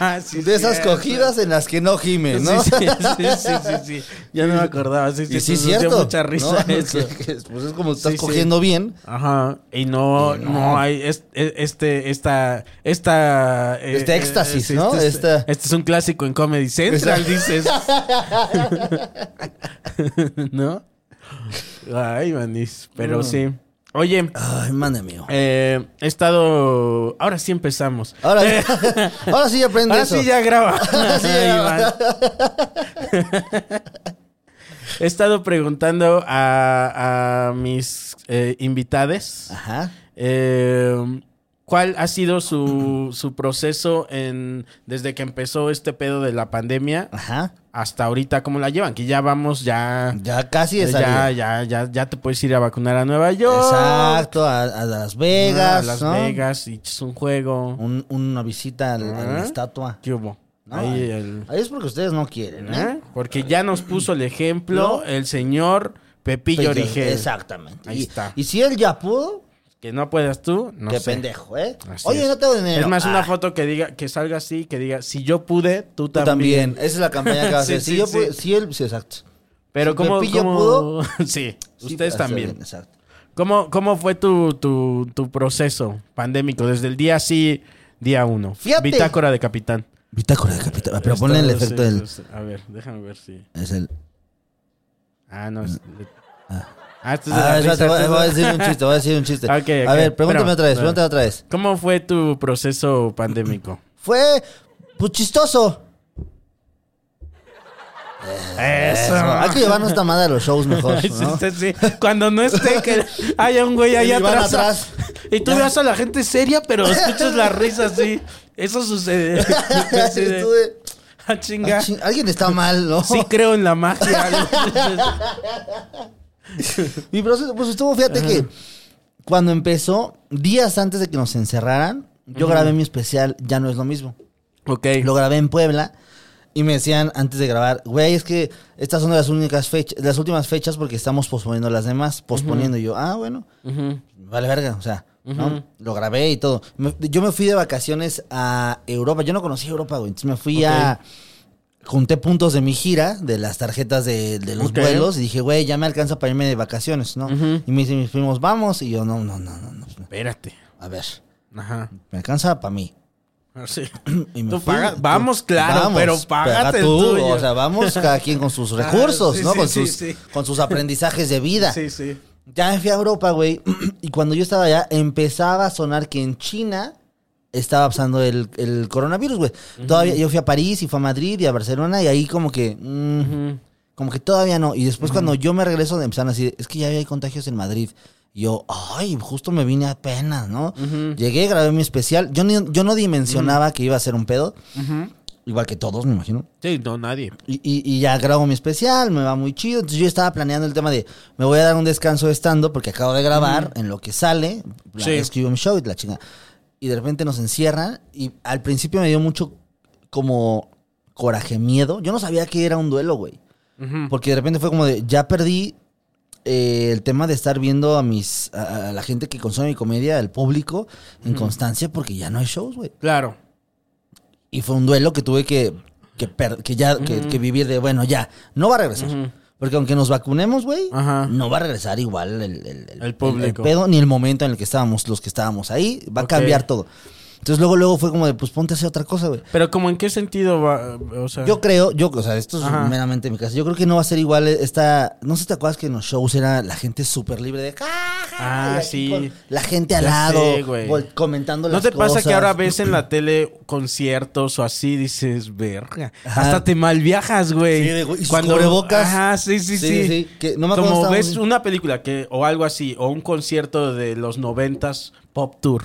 Speaker 1: Ah, Sí,
Speaker 2: De esas
Speaker 1: cierto.
Speaker 2: cogidas en las que no gimes, ¿no?
Speaker 1: Sí,
Speaker 2: *laughs*
Speaker 1: sí, sí, sí, sí, sí. Ya no me acordaba. Sí, sí,
Speaker 2: Y sí, es
Speaker 1: nos dio
Speaker 2: cierto.
Speaker 1: mucha risa
Speaker 2: ¿no?
Speaker 1: eso.
Speaker 2: *laughs* Que- que- Pues es como estás
Speaker 1: Sí, sí.
Speaker 2: cogiendo bien.
Speaker 1: Ajá. Y no,
Speaker 2: Eh,
Speaker 1: no. hay es- es- este, esta, esta. eh,
Speaker 2: Este éxtasis,
Speaker 1: este-
Speaker 2: ¿no?
Speaker 1: Este,
Speaker 2: Esta-
Speaker 1: este es un clásico en Comedy Central,
Speaker 2: Exacto. *laughs*
Speaker 1: dices. ¿No? Ay, manis.
Speaker 2: Mm.
Speaker 1: Pero sí. Oye,
Speaker 2: Ay, manda mío.
Speaker 1: eh, he estado. Ahora sí empezamos. *laughs*
Speaker 2: Ahora, *laughs* ahora sí aprende
Speaker 1: Ahora
Speaker 2: Ah, eso.
Speaker 1: sí ya graba.
Speaker 2: *laughs* sí
Speaker 1: *laughs* Ay,
Speaker 2: ya
Speaker 1: Iván. *laughs* He estado preguntando a, a mis eh, invitades
Speaker 2: Ajá.
Speaker 1: eh, cuál ha sido su, su proceso en, desde que empezó este pedo de la pandemia
Speaker 2: Ajá.
Speaker 1: hasta ahorita, cómo la llevan, que ya vamos, ya...
Speaker 2: Ya casi
Speaker 1: eh,
Speaker 2: es
Speaker 1: Ya, ya, ya, ya te puedes ir a vacunar a Nueva York.
Speaker 2: Exacto, a, a Las
Speaker 1: Ah, A
Speaker 2: Vegas.
Speaker 1: Las
Speaker 2: ¿no?
Speaker 1: Vegas, Ah. y es un juego.
Speaker 2: Un- una visita al- a la
Speaker 1: Ajá.
Speaker 2: estatua.
Speaker 1: ¿Qué hubo?
Speaker 2: No,
Speaker 1: Ahí
Speaker 2: ahí,
Speaker 1: el-
Speaker 2: ahí es porque ustedes no quieren, ¿eh?
Speaker 1: ¿Eh? Porque ya nos puso el ejemplo
Speaker 2: ¿No?
Speaker 1: el señor Pepillo
Speaker 2: Pero-
Speaker 1: Origel.
Speaker 2: Exactamente.
Speaker 1: Ahí
Speaker 2: y,
Speaker 1: está.
Speaker 2: y si él ya pudo,
Speaker 1: Que no puedas tú, no
Speaker 2: qué
Speaker 1: sé.
Speaker 2: pendejo, ¿eh?
Speaker 1: Así
Speaker 2: Oye,
Speaker 1: es.
Speaker 2: no tengo dinero.
Speaker 1: Es más,
Speaker 2: Ah,
Speaker 1: una foto que diga, que salga así, que diga, si yo pude, tú,
Speaker 2: tú también.
Speaker 1: también.
Speaker 2: Esa es la campaña que va
Speaker 1: *laughs*
Speaker 2: a
Speaker 1: Sí,
Speaker 2: hacer.
Speaker 1: sí,
Speaker 2: si yo
Speaker 1: sí.
Speaker 2: pude- si él, sí, exacto.
Speaker 1: Pero
Speaker 2: Si
Speaker 1: como
Speaker 2: Pepillo pudo,
Speaker 1: *laughs* sí,
Speaker 2: Sí,
Speaker 1: ustedes
Speaker 2: está
Speaker 1: también.
Speaker 2: bien, exacto.
Speaker 1: ¿Cómo, cómo fue tu, tu, tu proceso pandémico desde el día sí, día uno?
Speaker 2: Fíjate.
Speaker 1: Bitácora de capitán.
Speaker 2: Bitácora de capital. Pero ponle el
Speaker 1: Está-
Speaker 2: efecto
Speaker 1: sí,
Speaker 2: del.
Speaker 1: sí, A ver, déjame ver si.
Speaker 2: Es el.
Speaker 1: Ah, no. es- Ah, esto es de la
Speaker 2: Mm. Ah,
Speaker 1: risa,
Speaker 2: espérate,
Speaker 1: esto
Speaker 2: voy,
Speaker 1: es de-
Speaker 2: voy a decir un chiste, voy a decir un chiste.
Speaker 1: Ok, ok,
Speaker 2: A ver, pregúntame
Speaker 1: espérame,
Speaker 2: otra vez,
Speaker 1: espérame.
Speaker 2: pregúntame otra vez.
Speaker 1: *laughs* ¿Cómo fue tu proceso pandémico?
Speaker 2: Fue pues chistoso.
Speaker 1: Eso.
Speaker 2: Hay que llevarnos esta madre a los shows mejor,
Speaker 1: *laughs* Sí,
Speaker 2: *laughs* ¿no?
Speaker 1: sí, sí. Cuando no esté, que haya un güey ahí
Speaker 2: Y van
Speaker 1: atrás.
Speaker 2: atrás.
Speaker 1: *laughs* Y tú veas a la gente seria, pero escuchas la risa así. Eso
Speaker 2: *laughs*
Speaker 1: sucede. *laughs* Así de,
Speaker 2: Estuve-
Speaker 1: "Ah,
Speaker 2: Ah,
Speaker 1: chinga.
Speaker 2: ching- Alguien está mal, ¿no?
Speaker 1: Sí creo en la magia.
Speaker 2: *laughs* Mi proceso, pues estuvo, fíjate que cuando empezó, días antes de que nos encerraran, yo grabé mi especial, ya no es lo mismo.
Speaker 1: ok.
Speaker 2: Lo grabé en Puebla y me decían antes de grabar, güey, es que estas son las únicas fechas, las últimas fechas porque estamos posponiendo las demás, posponiendo Y yo. Ah, bueno,
Speaker 1: Ujú.
Speaker 2: vale verga, o sea, ¿no? lo grabé y todo. Me- yo me fui de vacaciones a Europa, yo no conocía Europa, güey, entonces me fui a... Junté puntos de mi gira, de las tarjetas de, de los
Speaker 1: Ok.
Speaker 2: vuelos, y dije, güey, ya me alcanza para irme de vacaciones, ¿no? Y me dicen mis primos, vamos, y yo, no, no, no, no, no,
Speaker 1: Espérate.
Speaker 2: a ver,
Speaker 1: Ajá. Ah,
Speaker 2: me alcanza para mí.
Speaker 1: Sí.
Speaker 2: Y me
Speaker 1: Tú
Speaker 2: fui.
Speaker 1: paga- vamos, claro, pero págate el
Speaker 2: tú.
Speaker 1: tuyo. Ah,
Speaker 2: O sea, vamos cada quien
Speaker 1: *laughs*
Speaker 2: con sus recursos,
Speaker 1: sí,
Speaker 2: ¿no?
Speaker 1: sí,
Speaker 2: con,
Speaker 1: sí,
Speaker 2: sus,
Speaker 1: sí.
Speaker 2: con sus aprendizajes de vida.
Speaker 1: Sí, sí.
Speaker 2: Ya me fui a Europa, güey. *clears throat* Y cuando yo estaba allá, empezaba a sonar que en China estaba pasando el, el coronavirus, güey. Todavía yo fui a París y fui a Madrid y a Barcelona y ahí como que... mm, Como que todavía no. Y después cuando yo me regreso, empezaron a decir, es que ya había contagios en Madrid. Y yo, ay, justo me vine apenas, ¿no? Llegué, grabé mi especial. Yo, ni- yo no dimensionaba que iba a ser un pedo. Igual que todos, me imagino.
Speaker 1: Sí, no, nadie.
Speaker 2: Y, y- y ya grabo mi especial, me va muy chido. Entonces yo estaba planeando el tema de, me voy a dar un descanso estando porque acabo de grabar, en lo que sale, la,
Speaker 1: Sí.
Speaker 2: escribo un show y la chinga. Y de repente nos encierran y al principio me dio mucho como coraje, miedo. Yo no sabía que era un duelo, güey. Porque de repente fue como de, ya perdí eh, el tema de estar viendo a mis a, a la gente que consume mi comedia, al público, en constancia porque ya no hay shows, güey.
Speaker 1: Claro.
Speaker 2: Y fue un duelo que tuve que, que, per- que ya, que, que vivir de, bueno, ya, no va a regresar. Porque aunque nos vacunemos, güey,
Speaker 1: Ajá.
Speaker 2: no va a regresar igual el, el- el-
Speaker 1: El público.
Speaker 2: pedo, ni el momento en el que estábamos, los que estábamos ahí. Va
Speaker 1: Ok.
Speaker 2: a cambiar todo. Entonces luego, luego fue como de, pues ponte a hacer otra cosa, güey.
Speaker 1: Pero como en qué sentido va, o sea...
Speaker 2: Yo creo, yo, o sea, esto es
Speaker 1: Ajá.
Speaker 2: meramente mi caso. Yo creo que no va a ser igual esta. No sé si te acuerdas que en los shows era la gente súper libre de. "Ja, ja",
Speaker 1: Ah,
Speaker 2: y aquí
Speaker 1: sí.
Speaker 2: con La gente al
Speaker 1: Ya
Speaker 2: lado,
Speaker 1: sé, güey.
Speaker 2: vol- comentando
Speaker 1: ¿No
Speaker 2: las
Speaker 1: te
Speaker 2: cosas.
Speaker 1: pasa que ahora ves en
Speaker 2: *clears throat*
Speaker 1: la tele conciertos o así dices, verga?
Speaker 2: Ajá.
Speaker 1: Hasta te malviajas, güey.
Speaker 2: Sí, de güey, y sus cubrebocas.
Speaker 1: Ajá, sí, sí,
Speaker 2: Sí,
Speaker 1: sí.
Speaker 2: sí, sí, que no me acuerdo
Speaker 1: Como
Speaker 2: estaba
Speaker 1: ves
Speaker 2: un-
Speaker 1: una película que o algo así o un concierto de los noventas pop tour.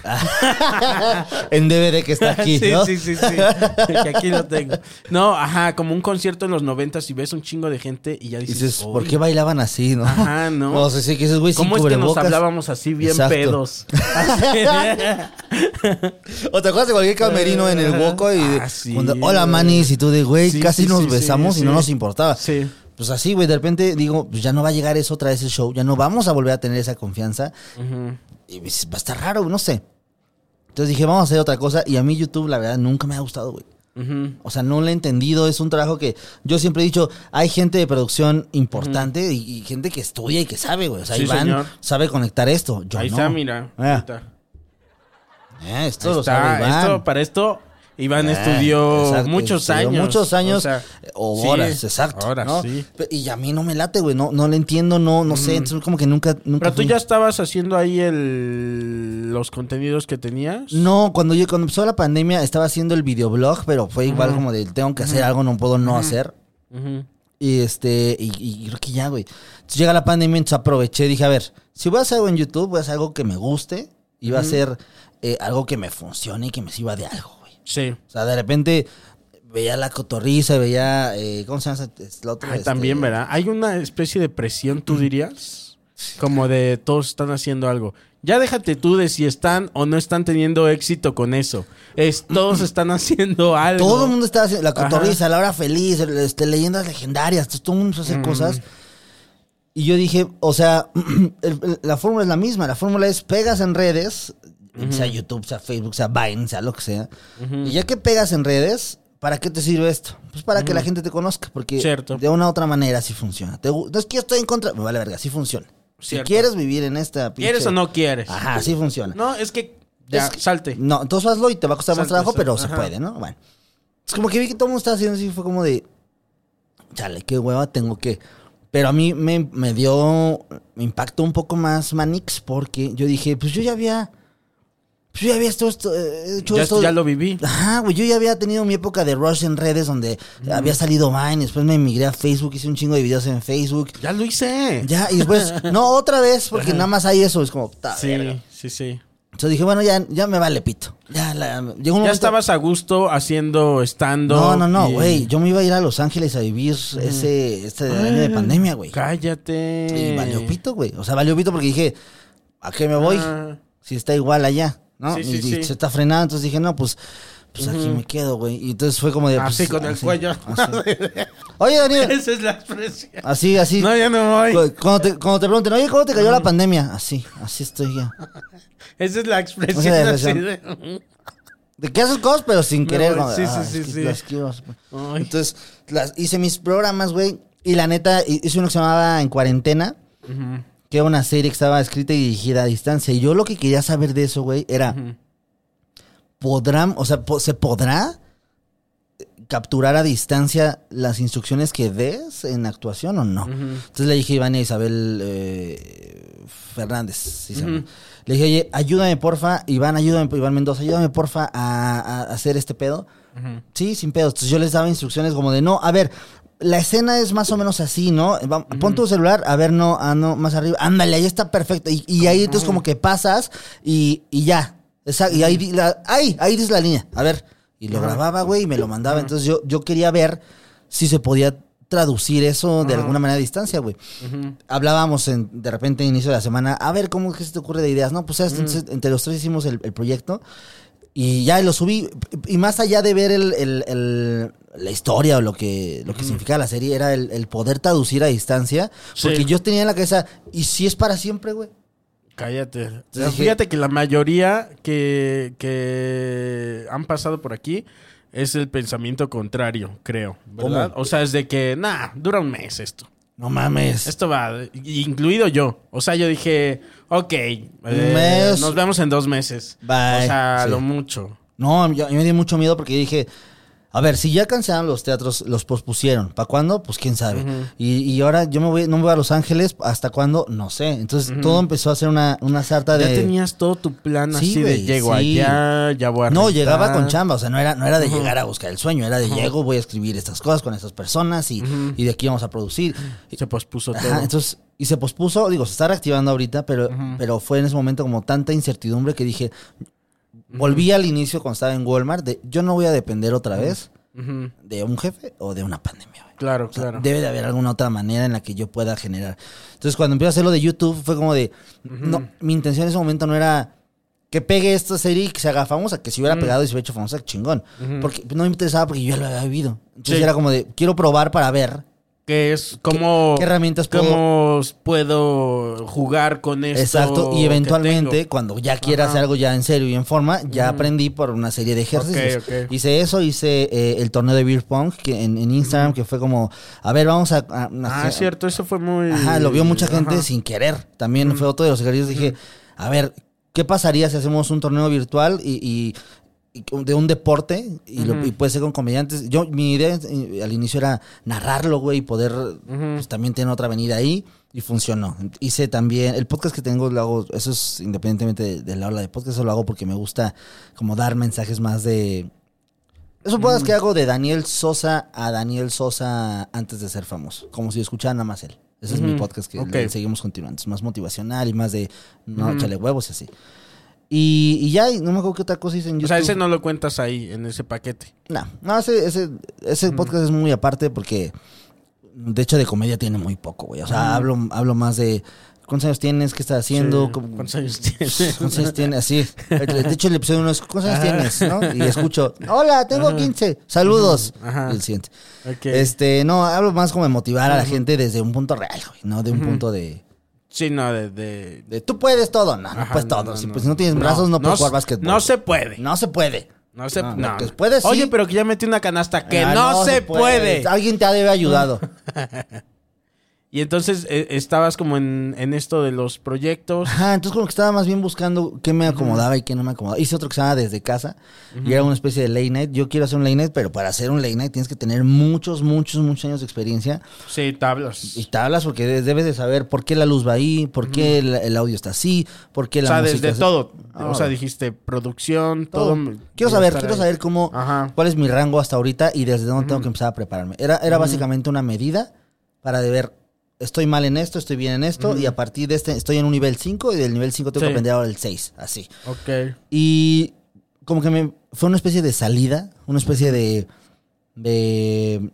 Speaker 2: en DVD *laughs*
Speaker 1: *laughs*
Speaker 2: que está aquí,
Speaker 1: sí,
Speaker 2: ¿no?
Speaker 1: sí, sí, sí. *laughs* que aquí lo tengo. No, ajá, como un concierto en los noventas y ves un chingo de gente y ya
Speaker 2: Y
Speaker 1: dices,
Speaker 2: dices,
Speaker 1: "Oy,
Speaker 2: ¿por qué bailaban así, no?
Speaker 1: Ajá, ¿no?
Speaker 2: *laughs* O sea, sí, que dices, güey, sin
Speaker 1: ¿Cómo es que nos
Speaker 2: cubrebocas.
Speaker 1: hablábamos así bien
Speaker 2: Exacto. *laughs*
Speaker 1: pedos? *laughs*
Speaker 2: O te acuerdas de cualquier camerino en el boco y de-
Speaker 1: Ah, sí.
Speaker 2: cuando, hola manis, y tú de, güey,
Speaker 1: Sí,
Speaker 2: casi
Speaker 1: sí,
Speaker 2: nos
Speaker 1: sí,
Speaker 2: besamos
Speaker 1: sí,
Speaker 2: y no
Speaker 1: sí.
Speaker 2: nos importaba.
Speaker 1: Sí.
Speaker 2: Pues así, güey, de repente digo, pues ya no va a llegar eso otra vez el show, ya no vamos a volver a tener esa confianza. Y pues, va a estar raro, no sé. Entonces dije, vamos a hacer otra cosa. Y a mí YouTube, la verdad, nunca me ha gustado, güey. O sea, no lo he entendido. Es un trabajo que yo siempre he dicho, hay gente de producción importante y, y gente que estudia y que sabe, güey. O sea,
Speaker 1: Sí,
Speaker 2: Iván
Speaker 1: señor.
Speaker 2: sabe conectar esto. Yo
Speaker 1: Ahí
Speaker 2: no.
Speaker 1: está, mira.
Speaker 2: Ah.
Speaker 1: Ahí está.
Speaker 2: Eh, esto
Speaker 1: Ahí
Speaker 2: lo
Speaker 1: está.
Speaker 2: sabe Iván.
Speaker 1: Esto, para esto, Iván
Speaker 2: Ah,
Speaker 1: estudió
Speaker 2: exacto,
Speaker 1: muchos
Speaker 2: estudió
Speaker 1: años.
Speaker 2: Muchos años. O,
Speaker 1: sea, sí,
Speaker 2: horas, exacto.
Speaker 1: Horas,
Speaker 2: ¿no?
Speaker 1: sí. Mm.
Speaker 2: Pe- Y a mí no me late, güey. No, no le entiendo, no, no sé. Entonces, como que nunca. nunca
Speaker 1: Pero tú
Speaker 2: fui.
Speaker 1: ya estabas haciendo ahí el, los contenidos que tenías.
Speaker 2: No, cuando yo cuando empezó la pandemia estaba haciendo el videoblog, pero fue igual como de tengo que hacer algo, no puedo no hacer.
Speaker 1: Ujú.
Speaker 2: Y este, y, y creo que ya, güey. Entonces llega la pandemia, entonces aproveché, dije, a ver, si voy a hacer algo en YouTube, voy a hacer algo que me guste y va a ser eh, algo que me funcione y que me sirva de algo, güey.
Speaker 1: Sí.
Speaker 2: O sea, de repente veía la cotorriza, veía, eh, ¿cómo se llama? esa- La otra,
Speaker 1: Ay,
Speaker 2: este,
Speaker 1: Ah, También, ¿verdad? Hay una especie de presión,
Speaker 2: Mm.
Speaker 1: tú dirías, como de todos están haciendo algo. Ya déjate tú de si están o no están teniendo éxito con eso. Es, todos
Speaker 2: *clears throat*
Speaker 1: están haciendo algo.
Speaker 2: Todo el mundo estaba haciendo la
Speaker 1: Ajá.
Speaker 2: cotorriza, la hora feliz, el- este, leyendas legendarias, entonces, todo el mundo
Speaker 1: Mm.
Speaker 2: hace cosas. Y yo dije, o sea, *clears throat* el- el- la fórmula es la misma, la fórmula es pegas en redes, sea YouTube, sea Facebook, sea Vine, sea lo que sea. Y ya que pegas en redes, ¿para qué te sirve esto? Pues para que la gente te conozca, porque
Speaker 1: Cierto.
Speaker 2: de una u otra manera sí funciona. Te gu- no es que yo estoy en contra, me vale verga, sí funciona.
Speaker 1: Cierto.
Speaker 2: Si quieres vivir en esta pinche-
Speaker 1: ¿Quieres o no quieres?
Speaker 2: Ajá, sí funciona.
Speaker 1: No, es que ya,
Speaker 2: Es que-
Speaker 1: salte.
Speaker 2: No, entonces hazlo y te va a costar más
Speaker 1: Exacto,
Speaker 2: trabajo, pero
Speaker 1: exacto.
Speaker 2: se
Speaker 1: Ajá.
Speaker 2: puede, ¿no? Bueno. Es como que vi que todo el mundo estaba haciendo así, fue como de. Chale, qué hueva tengo que. Pero a mí me, me dio. Me impactó un poco más Manix porque yo dije, pues yo ya había. Pues yo ya había esto, esto, eh, hecho
Speaker 1: Ya,
Speaker 2: esto.
Speaker 1: ya lo
Speaker 2: *laughs*
Speaker 1: viví.
Speaker 2: Ajá, güey, yo ya había tenido mi época de Rush en redes donde había salido Vine, después me emigré a Facebook, hice un chingo de videos en Facebook.
Speaker 1: Ya lo hice.
Speaker 2: Ya, y después, *laughs* no, otra vez, porque nada más hay eso, es como, ta, verga.
Speaker 1: sí, sí, sí.
Speaker 2: Entonces dije, bueno, ya, ya me vale pito. Ya, la- llegó un
Speaker 1: Ya
Speaker 2: momento-
Speaker 1: estabas a gusto haciendo estando.
Speaker 2: No, no, no,
Speaker 1: y-
Speaker 2: güey. Yo me iba a ir a Los Ángeles a vivir ese este
Speaker 1: Ah,
Speaker 2: año de pandemia, güey.
Speaker 1: Cállate.
Speaker 2: Y valió pito, güey. O sea, valió pito porque dije, ¿a qué me voy?
Speaker 1: Ah.
Speaker 2: Si está igual allá, ¿no?
Speaker 1: Sí,
Speaker 2: y,
Speaker 1: sí,
Speaker 2: y
Speaker 1: sí.
Speaker 2: se está frenado. Entonces dije, no, pues, pues aquí me quedo, güey. Y entonces fue como de. pues,
Speaker 1: Así con el
Speaker 2: así,
Speaker 1: cuello.
Speaker 2: así. Oye,
Speaker 1: *laughs*
Speaker 2: Daniel.
Speaker 1: Esa es la expresión.
Speaker 2: Así, así.
Speaker 1: No, ya no voy.
Speaker 2: Cu- Cuando te, cuando te pregunten, oye, ¿cómo te cayó la pandemia? Así, así estoy ya.
Speaker 1: Esa es la expresión.
Speaker 2: Esa es la
Speaker 1: así
Speaker 2: expresión.
Speaker 1: de-
Speaker 2: De que haces cosas, pero sin
Speaker 1: Me
Speaker 2: querer.
Speaker 1: voy.
Speaker 2: como,
Speaker 1: Sí,
Speaker 2: ah,
Speaker 1: sí,
Speaker 2: es
Speaker 1: sí,
Speaker 2: que
Speaker 1: sí.
Speaker 2: lo esquivo.
Speaker 1: Ay.
Speaker 2: Entonces, las, hice mis programas, güey. Y la neta, hi- hice uno que se llamaba En Cuarentena, que era una serie que estaba escrita y dirigida a distancia. Y yo lo que quería saber de eso, güey, era, ¿podrán, o sea, po- se podrá eh, capturar a distancia las instrucciones que des en actuación o no? Entonces le dije a Ivania Isabel eh, Fernández, sí se llama. le dije, oye, ayúdame porfa, Iván, ayúdame, Iván Mendoza, ayúdame porfa a, a hacer este pedo. Sí, sin pedos. Entonces yo les daba instrucciones como de, no, a ver, la escena es más o menos así, ¿no? Va- Pon tu celular, a ver, no, ah, no, más arriba. Ándale, ahí está perfecto. Y, y ahí entonces como que pasas y, y ya. Esa- y ahí, di la, ahí, ahí dices la línea. A ver. Y lo grababa, güey, y me lo mandaba. Entonces yo, yo quería ver si se podía traducir eso de alguna manera a distancia, güey. Hablábamos en, de repente, inicio de la semana, a ver, ¿cómo es que se te ocurre de ideas? No, pues ¿sabes? Entonces, entre los tres hicimos el, el proyecto y ya lo subí. Y más allá de ver el, el- el- la historia o lo que, lo que significaba la serie, era el, el poder traducir a distancia,
Speaker 1: Sí.
Speaker 2: porque yo tenía en la cabeza, ¿y si es para siempre, güey?
Speaker 1: Cállate. O sea,
Speaker 2: Dije-
Speaker 1: Fíjate que la mayoría que, que han pasado por aquí es el pensamiento contrario, creo. ¿Verdad?
Speaker 2: ¿Cómo?
Speaker 1: O sea, es de que, nah, dura un mes esto.
Speaker 2: No mames.
Speaker 1: Esto va, incluido yo. O sea, yo dije, ok, eh,
Speaker 2: Mes.
Speaker 1: nos vemos en dos meses.
Speaker 2: Bye.
Speaker 1: O sea,
Speaker 2: Sí.
Speaker 1: lo mucho.
Speaker 2: No, yo, yo me di mucho miedo porque dije, a ver, si ya cancelaron los teatros, los pospusieron. ¿Para cuándo? Pues quién sabe. y, y ahora yo me voy, no me voy a Los Ángeles, ¿hasta cuándo? No sé. Entonces todo empezó a ser una, una sarta de...
Speaker 1: Ya tenías todo tu plan
Speaker 2: Sí,
Speaker 1: así de
Speaker 2: güey,
Speaker 1: llego
Speaker 2: sí.
Speaker 1: allá, ya voy a
Speaker 2: No,
Speaker 1: rentar".
Speaker 2: llegaba con chamba, o sea, no era, no era de llegar a buscar el sueño, era de llego, voy a escribir estas cosas con estas personas y, y de aquí vamos a producir.
Speaker 1: Se pospuso todo.
Speaker 2: Ajá, entonces, y se pospuso, digo, se está reactivando ahorita, pero, pero fue en ese momento como tanta incertidumbre que dije, volví al inicio cuando estaba en Walmart, de yo no voy a depender otra vez
Speaker 1: Ujú.
Speaker 2: de un jefe o de una pandemia. güey.
Speaker 1: Claro,
Speaker 2: O sea,
Speaker 1: claro.
Speaker 2: Debe de haber alguna otra manera en la que yo pueda generar. Entonces, cuando empecé a hacer lo de YouTube, fue como de. no, mi intención en ese momento no era que pegue esta serie y que se haga famosa, que si hubiera pegado y se hubiera hecho famosa, chingón. Porque no me interesaba porque yo ya lo había vivido. Entonces,
Speaker 1: Sí.
Speaker 2: era como de, quiero probar para ver.
Speaker 1: que es cómo,
Speaker 2: qué herramientas puedo-
Speaker 1: cómo s- puedo jugar con esto.
Speaker 2: Exacto,
Speaker 1: que
Speaker 2: y eventualmente
Speaker 1: tengo.
Speaker 2: cuando ya quiera hacer algo ya en serio y en forma, ya aprendí por una serie de ejercicios.
Speaker 1: Ok, ok.
Speaker 2: Hice eso, hice eh, el torneo de beer pong que en, en Instagram, que fue como, a ver, vamos a... a-
Speaker 1: Ah,
Speaker 2: a-
Speaker 1: es cierto, eso fue muy.
Speaker 2: Ajá, lo vio mucha gente
Speaker 1: Ajá.
Speaker 2: sin querer. También fue otro de los ejercicios. Dije, a ver, ¿qué pasaría si hacemos un torneo virtual y, y- y de un deporte y, lo- y puede ser con comediantes? Yo, mi idea eh, al inicio era narrarlo, güey, y poder pues, también tener otra avenida ahí. Y funcionó. Hice también, el podcast que tengo lo hago, eso es independientemente de, de la ola de podcast, eso lo hago porque me gusta como dar mensajes más de... Eso podcast
Speaker 1: Mm.
Speaker 2: que hago de Daniel Sosa a Daniel Sosa antes de ser famoso. Como si escuchara nada más él. Ese es mi podcast que
Speaker 1: Ok.
Speaker 2: le- seguimos continuando. Es más motivacional y más de no échale huevos y así. Y, y ya, y no me acuerdo qué otra cosa hice en
Speaker 1: O
Speaker 2: YouTube.
Speaker 1: sea, ese no lo cuentas ahí, en ese paquete.
Speaker 2: No, no, ese, ese, ese podcast es muy aparte porque de hecho de comedia tiene muy poco, güey. O sea, hablo, hablo más de cuántos años tienes, qué estás haciendo,
Speaker 1: Sí.
Speaker 2: cómo-
Speaker 1: ¿Cuántos años tienes?
Speaker 2: *laughs* ¿Cuántos años tienes? Así. De hecho, el episodio uno es, ¿cuántos años tienes?
Speaker 1: *laughs*
Speaker 2: ¿No? Y escucho, hola, tengo 15, saludos.
Speaker 1: Ajá.
Speaker 2: Y el siguiente.
Speaker 1: Ok.
Speaker 2: Este, no, hablo más como de motivar a la gente desde un punto real, güey, no de un punto de,
Speaker 1: Sí, no, de. de-
Speaker 2: de, tú puedes todo. No, no
Speaker 1: Ajá,
Speaker 2: puedes
Speaker 1: no,
Speaker 2: todo.
Speaker 1: no,
Speaker 2: si,
Speaker 1: no.
Speaker 2: pues, si no tienes brazos, no,
Speaker 1: se-
Speaker 2: puedes jugar básquetbol.
Speaker 1: No se puede. No,
Speaker 2: No se puede.
Speaker 1: se
Speaker 2: No,
Speaker 1: no.
Speaker 2: pues puede, sí.
Speaker 1: Oye, pero que ya metí una canasta. Que
Speaker 2: Ah,
Speaker 1: no, se puede.
Speaker 2: Alguien te ha de haber ayudado.
Speaker 1: Y entonces eh, estabas como en, en esto de los proyectos.
Speaker 2: *laughs* Ajá, entonces como que estaba más bien buscando qué me acomodaba y qué no me acomodaba. Hice otro que se llama Desde Casa y era una especie de late night. Yo quiero hacer un late night, pero para hacer un late night tienes que tener muchos, muchos, muchos años de experiencia
Speaker 1: Sí, tablas.
Speaker 2: y tablas porque de- debes de saber por qué la luz va ahí, por qué el, el audio está así, por qué
Speaker 1: o
Speaker 2: la
Speaker 1: sea,
Speaker 2: música
Speaker 1: desde
Speaker 2: es-
Speaker 1: todo.
Speaker 2: Ah,
Speaker 1: o sea, dijiste producción, todo.
Speaker 2: todo. Quiero saber, quiero saber cómo,
Speaker 1: Ajá.
Speaker 2: cuál es mi rango hasta ahorita y desde dónde tengo que empezar a prepararme. Era, era básicamente una medida para de ver, estoy mal en esto, estoy bien en esto, y a partir de este estoy en un nivel 5 y del nivel 5 tengo
Speaker 1: Sí.
Speaker 2: que aprender ahora el 6, así.
Speaker 1: Ok.
Speaker 2: Y como que me fue una especie de salida, una especie de, de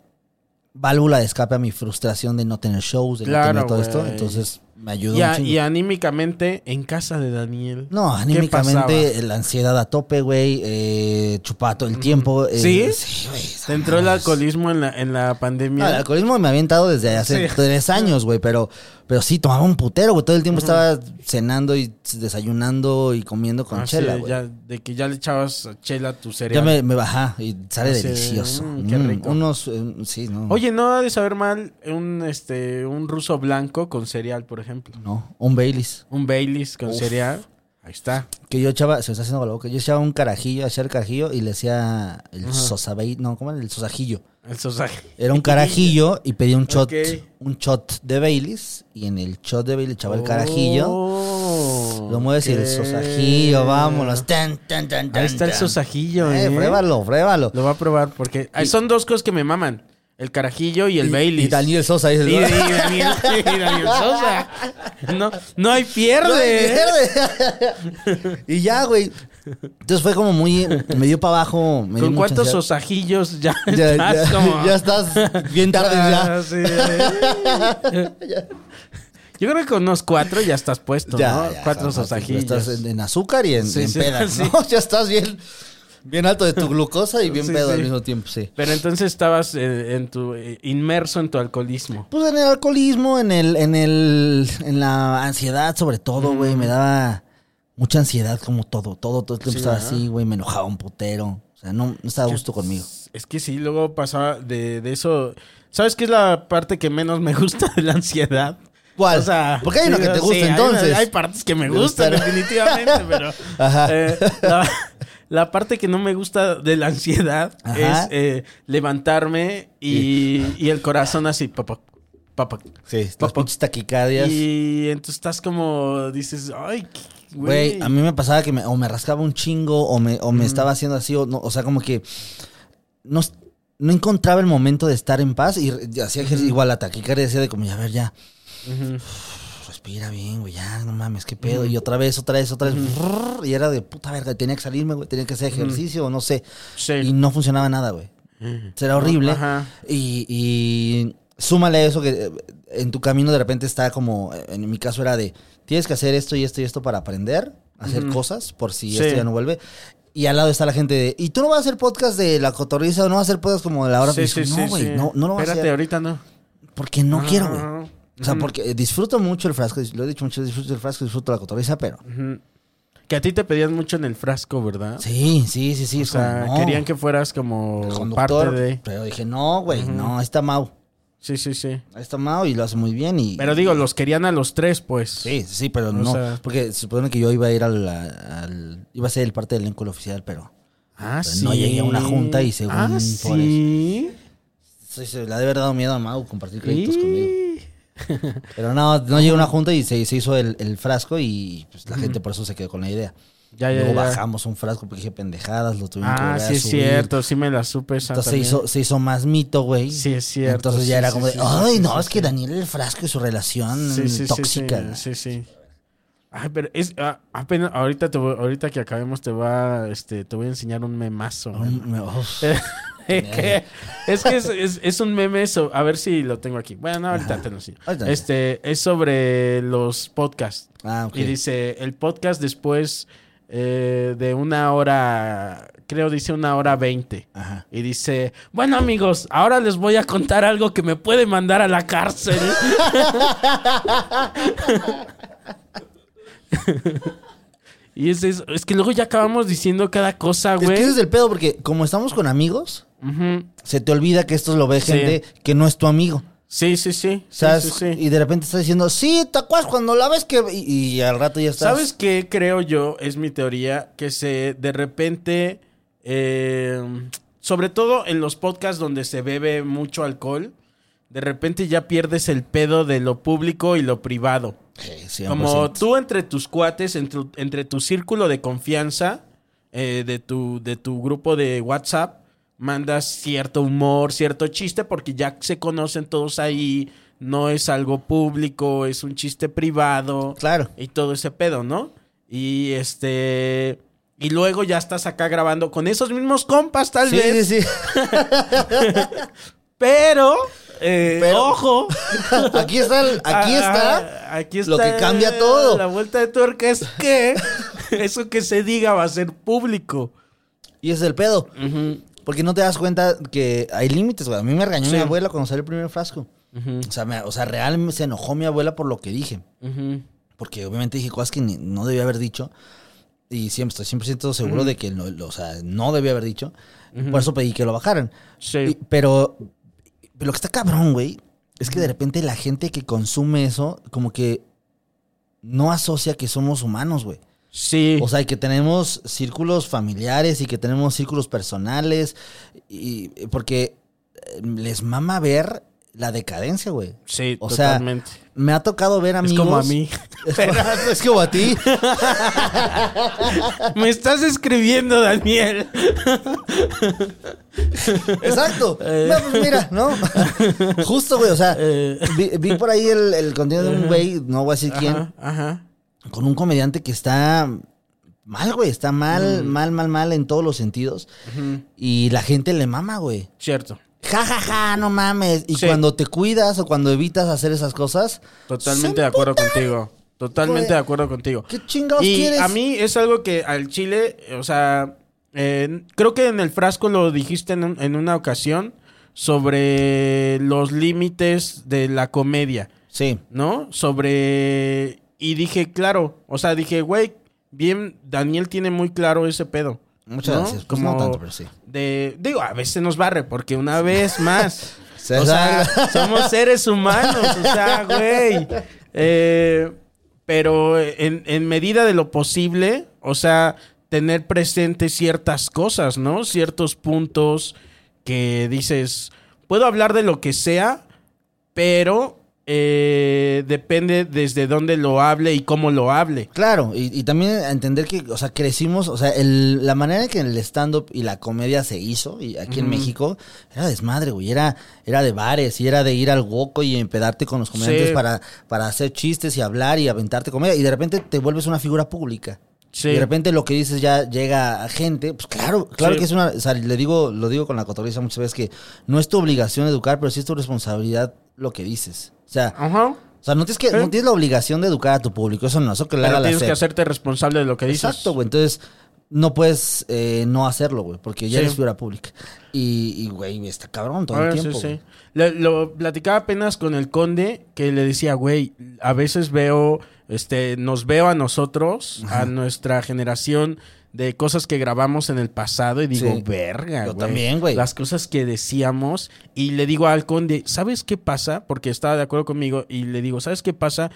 Speaker 2: válvula de escape a mi frustración de no tener shows, de
Speaker 1: Claro,
Speaker 2: no tener todo
Speaker 1: güey.
Speaker 2: esto. Entonces me ayudó
Speaker 1: Y, a-
Speaker 2: un chingo.
Speaker 1: y anímicamente, en casa de Daniel.
Speaker 2: No,
Speaker 1: ¿qué
Speaker 2: anímicamente
Speaker 1: pasaba?
Speaker 2: la ansiedad a tope, güey, eh, chupaba todo el tiempo. eh,
Speaker 1: ¿Sí?
Speaker 2: güey.
Speaker 1: Te entró
Speaker 2: Ah,
Speaker 1: el alcoholismo en la, en la pandemia.
Speaker 2: No, el alcoholismo me ha aventado desde hace
Speaker 1: Ah. Sí.
Speaker 2: tres años, güey, pero, pero sí, tomaba un putero, güey. Todo el tiempo estaba cenando y desayunando y comiendo con
Speaker 1: Ah, sí,
Speaker 2: chela, güey.
Speaker 1: ya- de que ya le echabas chela a tu cereal.
Speaker 2: Ya me, me baja y sale
Speaker 1: Así de,
Speaker 2: delicioso.
Speaker 1: mm, qué
Speaker 2: Mm,
Speaker 1: rico.
Speaker 2: unos, eh, sí, no.
Speaker 1: Oye, no ha de saber mal un este un ruso blanco con cereal, por ejemplo.
Speaker 2: No, un Baileys.
Speaker 1: Un Baileys con cereal. Ahí está.
Speaker 2: Que yo echaba, se me está haciendo la boca, yo echaba un carajillo, hacía el carajillo y le hacía el sosabey, no, ¿cómo era? El sosajillo.
Speaker 1: El sosaje.
Speaker 2: Era un carajillo y pedía un shot,
Speaker 1: Ok.
Speaker 2: un shot de Baileys y en el shot de Baileys echaba el carajillo.
Speaker 1: Oh,
Speaker 2: Lo mueves y el
Speaker 1: ok.
Speaker 2: sosajillo, vámonos. Tan, tan, tan, tan,
Speaker 1: Ahí está el
Speaker 2: tan.
Speaker 1: sosajillo, eh.
Speaker 2: Eh, pruébalo, pruébalo.
Speaker 1: Lo voy a probar porque ah, son dos cosas que me maman. El carajillo y el Baileys.
Speaker 2: Y Daniel Sosa dice,
Speaker 1: Y- y *laughs* Daniel, y Daniel Sosa. No, no hay pierde.
Speaker 2: No hay pierde. *laughs* y ya, güey. Entonces fue como muy. Me dio para abajo. me dio
Speaker 1: ¿Con
Speaker 2: mucha
Speaker 1: cuántos
Speaker 2: ansiedad.
Speaker 1: sosajillos ya,
Speaker 2: *laughs* Ya,
Speaker 1: estás
Speaker 2: ya,
Speaker 1: como-
Speaker 2: ya estás bien tarde
Speaker 1: *laughs*
Speaker 2: ya.
Speaker 1: Ah, sí. Ah,
Speaker 2: *laughs*
Speaker 1: Yo creo que con unos cuatro ya estás puesto,
Speaker 2: Ya,
Speaker 1: ¿no?
Speaker 2: ya,
Speaker 1: cuatro
Speaker 2: estás-
Speaker 1: sosajillos.
Speaker 2: Estás en, en azúcar y en,
Speaker 1: Sí,
Speaker 2: y en
Speaker 1: sí, *laughs*
Speaker 2: pedas,
Speaker 1: sí.
Speaker 2: ¿no? *laughs* Ya estás bien, bien alto
Speaker 1: *laughs*
Speaker 2: de tu glucosa y bien
Speaker 1: Sí,
Speaker 2: pedo
Speaker 1: sí.
Speaker 2: al mismo tiempo, sí.
Speaker 1: Pero entonces estabas eh, en tu eh, inmerso en tu alcoholismo.
Speaker 2: Pues en el alcoholismo, en el, en el, en la ansiedad sobre todo,
Speaker 1: Mm.
Speaker 2: güey, me daba mucha ansiedad como todo, todo, todo el tiempo estaba así, güey, me enojaba un putero, o sea, no, no estaba a gusto conmigo.
Speaker 1: Es que sí, luego pasaba de, de eso. ¿Sabes qué es la parte que menos me gusta de la ansiedad?
Speaker 2: ¿Cuál?
Speaker 1: O sea,
Speaker 2: Porque hay una que te gusta,
Speaker 1: hay una- Hay,
Speaker 2: entonces.
Speaker 1: partes que me
Speaker 2: Me
Speaker 1: gustan,
Speaker 2: gusta, ¿no?
Speaker 1: definitivamente,
Speaker 2: *laughs*
Speaker 1: pero.
Speaker 2: Ajá.
Speaker 1: eh, la, la parte que no me gusta de la ansiedad
Speaker 2: Ajá.
Speaker 1: es eh, levantarme y, y el corazón así, papá, papá.
Speaker 2: Sí, las pinches taquicardias.
Speaker 1: Y entonces estás como, dices, ay, qué-
Speaker 2: Güey,
Speaker 1: güey.
Speaker 2: a mí me pasaba que me, o me rascaba un chingo o me, o me estaba haciendo así, o, no, o sea, como que no, es- no encontraba el momento de estar en paz y re- y hacía ejercicio. igual la taquicardia decía de como, ya, a ver, ya. Uf, Respira bien, güey, ya, no mames, qué pedo. Y otra vez, otra vez, otra vez. brrr, Y era de puta verga, tenía que salirme, güey, tenía que hacer ejercicio o no sé.
Speaker 1: Sí.
Speaker 2: Y no funcionaba nada, güey. Será horrible.
Speaker 1: Mm. Ajá.
Speaker 2: Y, y súmale a eso que eh, en tu camino de repente está como, eh, en mi caso era de, tienes que hacer esto y esto y esto para aprender, hacer cosas por si
Speaker 1: Sí.
Speaker 2: esto ya no vuelve. Y al lado está la gente de, ¿y tú no vas a hacer podcast de la cotorriza o no vas a hacer podcast como de la hora?
Speaker 1: Sí,
Speaker 2: Y
Speaker 1: sí,
Speaker 2: dices,
Speaker 1: sí,
Speaker 2: no, güey,
Speaker 1: sí.
Speaker 2: no, no lo vas a
Speaker 1: Espérate, Ah.
Speaker 2: hacer.
Speaker 1: ahorita no.
Speaker 2: Porque no quiero, güey.
Speaker 1: Ajá.
Speaker 2: O sea, porque disfruto mucho el frasco, lo he dicho mucho, disfruto el frasco, disfruto la cotorriza, pero...
Speaker 1: Que a ti te pedían mucho en el frasco, ¿verdad?
Speaker 2: Sí, sí, sí, sí.
Speaker 1: O sea, querían que fueras como
Speaker 2: conductor,
Speaker 1: parte de...
Speaker 2: Pero dije, no, güey, no, ahí está Mau.
Speaker 1: Sí, sí, sí.
Speaker 2: Ahí está Mau y lo hace muy bien y...
Speaker 1: Pero digo, los querían a los tres, pues.
Speaker 2: Sí, sí, pero no.
Speaker 1: sea-
Speaker 2: Porque se supone que yo iba a ir al, al- Iba a ser el parte del elenco oficial, pero...
Speaker 1: Ah,
Speaker 2: Pero
Speaker 1: sí.
Speaker 2: no llegué a una junta y según
Speaker 1: Ah,
Speaker 2: por
Speaker 1: sí.
Speaker 2: Sí, se le ha de haber dado miedo a Mau compartir créditos conmigo. Pero no, no llegó a una junta y se, se hizo el, el frasco y pues, la gente por eso se quedó con la idea.
Speaker 1: Ya, ya,
Speaker 2: Luego
Speaker 1: ya.
Speaker 2: bajamos un frasco porque dije pendejadas, lo tuvimos que
Speaker 1: Ah,
Speaker 2: volver a
Speaker 1: sí es
Speaker 2: subir.
Speaker 1: cierto, sí me la supe esa
Speaker 2: Entonces se
Speaker 1: también.
Speaker 2: hizo, se hizo más mito, güey.
Speaker 1: Sí, es cierto,
Speaker 2: Entonces ya
Speaker 1: sí,
Speaker 2: era
Speaker 1: sí,
Speaker 2: como de,
Speaker 1: sí,
Speaker 2: ay,
Speaker 1: sí,
Speaker 2: no,
Speaker 1: sí,
Speaker 2: es que
Speaker 1: sí.
Speaker 2: Daniel el frasco y su relación
Speaker 1: Sí, sí, sí,
Speaker 2: tóxica.
Speaker 1: Sí, sí, sí. Ay, pero es ah, apenas ahorita te voy- ahorita que acabemos te va este te voy a enseñar un memazo. man.
Speaker 2: Mm, Me- uf.
Speaker 1: Eh, *laughs* Que- es que es, es- es un meme eso, a ver si lo tengo aquí. Bueno, ahorita te lo enseño.
Speaker 2: Ahorita.
Speaker 1: Este es sobre los podcasts.
Speaker 2: Ah, ok.
Speaker 1: Y dice, el podcast después eh, de una hora, creo dice una hora veinte.
Speaker 2: Ajá.
Speaker 1: Y dice, bueno amigos, ahora les voy a contar algo que me puede mandar a la
Speaker 2: *laughs*
Speaker 1: cárcel. *laughs* y es, es, es que luego ya acabamos diciendo cada cosa,
Speaker 2: Es
Speaker 1: güey.
Speaker 2: que ese es el pedo porque como estamos con amigos,
Speaker 1: Ujú.
Speaker 2: se te olvida que esto lo ve
Speaker 1: Sí.
Speaker 2: gente que no es tu amigo.
Speaker 1: Sí, sí, sí. Sí,
Speaker 2: ¿Sabes?
Speaker 1: sí, sí.
Speaker 2: Y de repente está diciendo, sí, ¿te acuerdas cuando la ves que...? Y, y al rato ya estás...
Speaker 1: ¿Sabes qué creo yo? Es mi teoría, que se de repente, eh, sobre todo en los podcasts donde se bebe mucho alcohol, de repente ya pierdes el pedo de lo público y lo privado.
Speaker 2: Eh, 100%.
Speaker 1: Como tú entre tus cuates, entre, entre tu círculo de confianza eh, de, tu, de tu grupo de WhatsApp, mandas cierto humor, cierto chiste, porque ya se conocen todos ahí, no es algo público, es un chiste privado.
Speaker 2: Claro.
Speaker 1: Y todo ese pedo, ¿no? Y este... Y luego ya estás acá grabando con esos mismos compas, tal
Speaker 2: Sí,
Speaker 1: vez.
Speaker 2: sí, sí. *laughs*
Speaker 1: Pero, eh,
Speaker 2: Pero-
Speaker 1: ojo.
Speaker 2: Aquí está, el- aquí
Speaker 1: Ah,
Speaker 2: está
Speaker 1: aquí
Speaker 2: lo que cambia todo.
Speaker 1: La vuelta de tuerca es que *laughs* eso que se diga va a ser público.
Speaker 2: Y ese es el pedo. Porque no te das cuenta que hay límites, güey. A mí me regañó
Speaker 1: Sí.
Speaker 2: mi abuela cuando salió el primer frasco. o, sea, me- o sea, real me- se enojó mi abuela por lo que dije. Porque obviamente dije cosas que ni- no debía haber dicho. Y siempre estoy 100% seguro de que no, lo- o sea, no debía haber dicho. Por eso pedí que lo bajaran.
Speaker 1: Sí.
Speaker 2: Y- pero, pero lo que está cabrón, güey, es que de repente la gente que consume eso, como que no asocia que somos humanos, güey.
Speaker 1: Sí.
Speaker 2: O sea, y que tenemos círculos familiares y que tenemos círculos personales. Y porque eh, les mama ver la decadencia, güey.
Speaker 1: sí,
Speaker 2: o sea,
Speaker 1: totalmente.
Speaker 2: Me ha tocado ver amigos.
Speaker 1: es como a
Speaker 2: *laughs*
Speaker 1: mí.
Speaker 2: es como a ti.
Speaker 1: Me estás escribiendo, Daniel. *laughs*
Speaker 2: Exacto.
Speaker 1: Eh.
Speaker 2: No, pues mira, ¿no? Justo, güey. O sea, vi, vi por ahí el, el contenido de un güey, no voy a decir quién,
Speaker 1: Ajá, ajá.
Speaker 2: con un comediante que está mal, güey. Está mal,
Speaker 1: Mm.
Speaker 2: mal, mal, mal en todos los sentidos. Y la gente le mama, güey.
Speaker 1: Cierto.
Speaker 2: Ja, ja, ja, no mames. Y
Speaker 1: Sí.
Speaker 2: cuando te cuidas o cuando evitas hacer esas cosas,
Speaker 1: Totalmente de acuerdo contigo. Totalmente
Speaker 2: Hijo de-
Speaker 1: de acuerdo contigo.
Speaker 2: ¿Qué chingados
Speaker 1: y
Speaker 2: quieres?
Speaker 1: A mí es algo que al chile, o sea, eh, creo que en el frasco lo dijiste en, un- en una ocasión sobre los límites de la comedia,
Speaker 2: sí.
Speaker 1: ¿no? Sobre... Y dije, claro, o sea, dije, güey, bien, Daniel tiene muy claro ese pedo.
Speaker 2: Muchas
Speaker 1: ¿no?
Speaker 2: gracias. Pues no tanto, pero sí.
Speaker 1: De, digo, a veces nos barre, porque una vez más.
Speaker 2: *laughs* Se
Speaker 1: o sea, *laughs*
Speaker 2: salga.
Speaker 1: somos seres humanos, o sea, güey. Eh, pero en, en medida de lo posible, o sea, tener presente ciertas cosas, ¿no? Ciertos puntos que dices, puedo hablar de lo que sea, pero eh, depende desde dónde lo hable y cómo lo hable.
Speaker 2: Claro, y, y también a entender que, o sea, crecimos, o sea, el- la manera en que el stand-up y la comedia se hizo y aquí en México era desmadre, güey. Era, era de bares y era de ir al hueco y empedarte con los comediantes
Speaker 1: Sí.
Speaker 2: para, para hacer chistes y hablar y aventarte comedia. Y de repente te vuelves una figura pública.
Speaker 1: Sí.
Speaker 2: Y de repente lo que dices ya llega a gente, pues claro, claro
Speaker 1: Sí.
Speaker 2: que es una, o sea, le digo, lo digo con la cotorriza muchas veces que no es tu obligación educar, pero sí es tu responsabilidad lo que dices. O sea,
Speaker 1: Ajá.
Speaker 2: o sea, no tienes que,
Speaker 1: Sí.
Speaker 2: no tienes la obligación de educar a tu público, eso no, eso que le
Speaker 1: Pero
Speaker 2: haga la
Speaker 1: tienes que
Speaker 2: SEP.
Speaker 1: hacerte responsable de lo que dices.
Speaker 2: Exacto, güey. Entonces, no puedes eh, no hacerlo, güey, porque ya
Speaker 1: Sí.
Speaker 2: eres figura pública. Y, y, güey, está cabrón todo
Speaker 1: Ah,
Speaker 2: el
Speaker 1: sí,
Speaker 2: tiempo.
Speaker 1: sí.
Speaker 2: güey.
Speaker 1: Le- lo platicaba apenas con el conde que le decía, güey, a veces veo, este, nos veo a nosotros, a nuestra generación de cosas que grabamos en el pasado y digo,
Speaker 2: Sí.
Speaker 1: verga,
Speaker 2: Yo
Speaker 1: güey.
Speaker 2: también, güey.
Speaker 1: Las cosas que decíamos y le digo al conde, ¿sabes qué pasa? Porque estaba de acuerdo conmigo y le digo, ¿sabes qué pasa?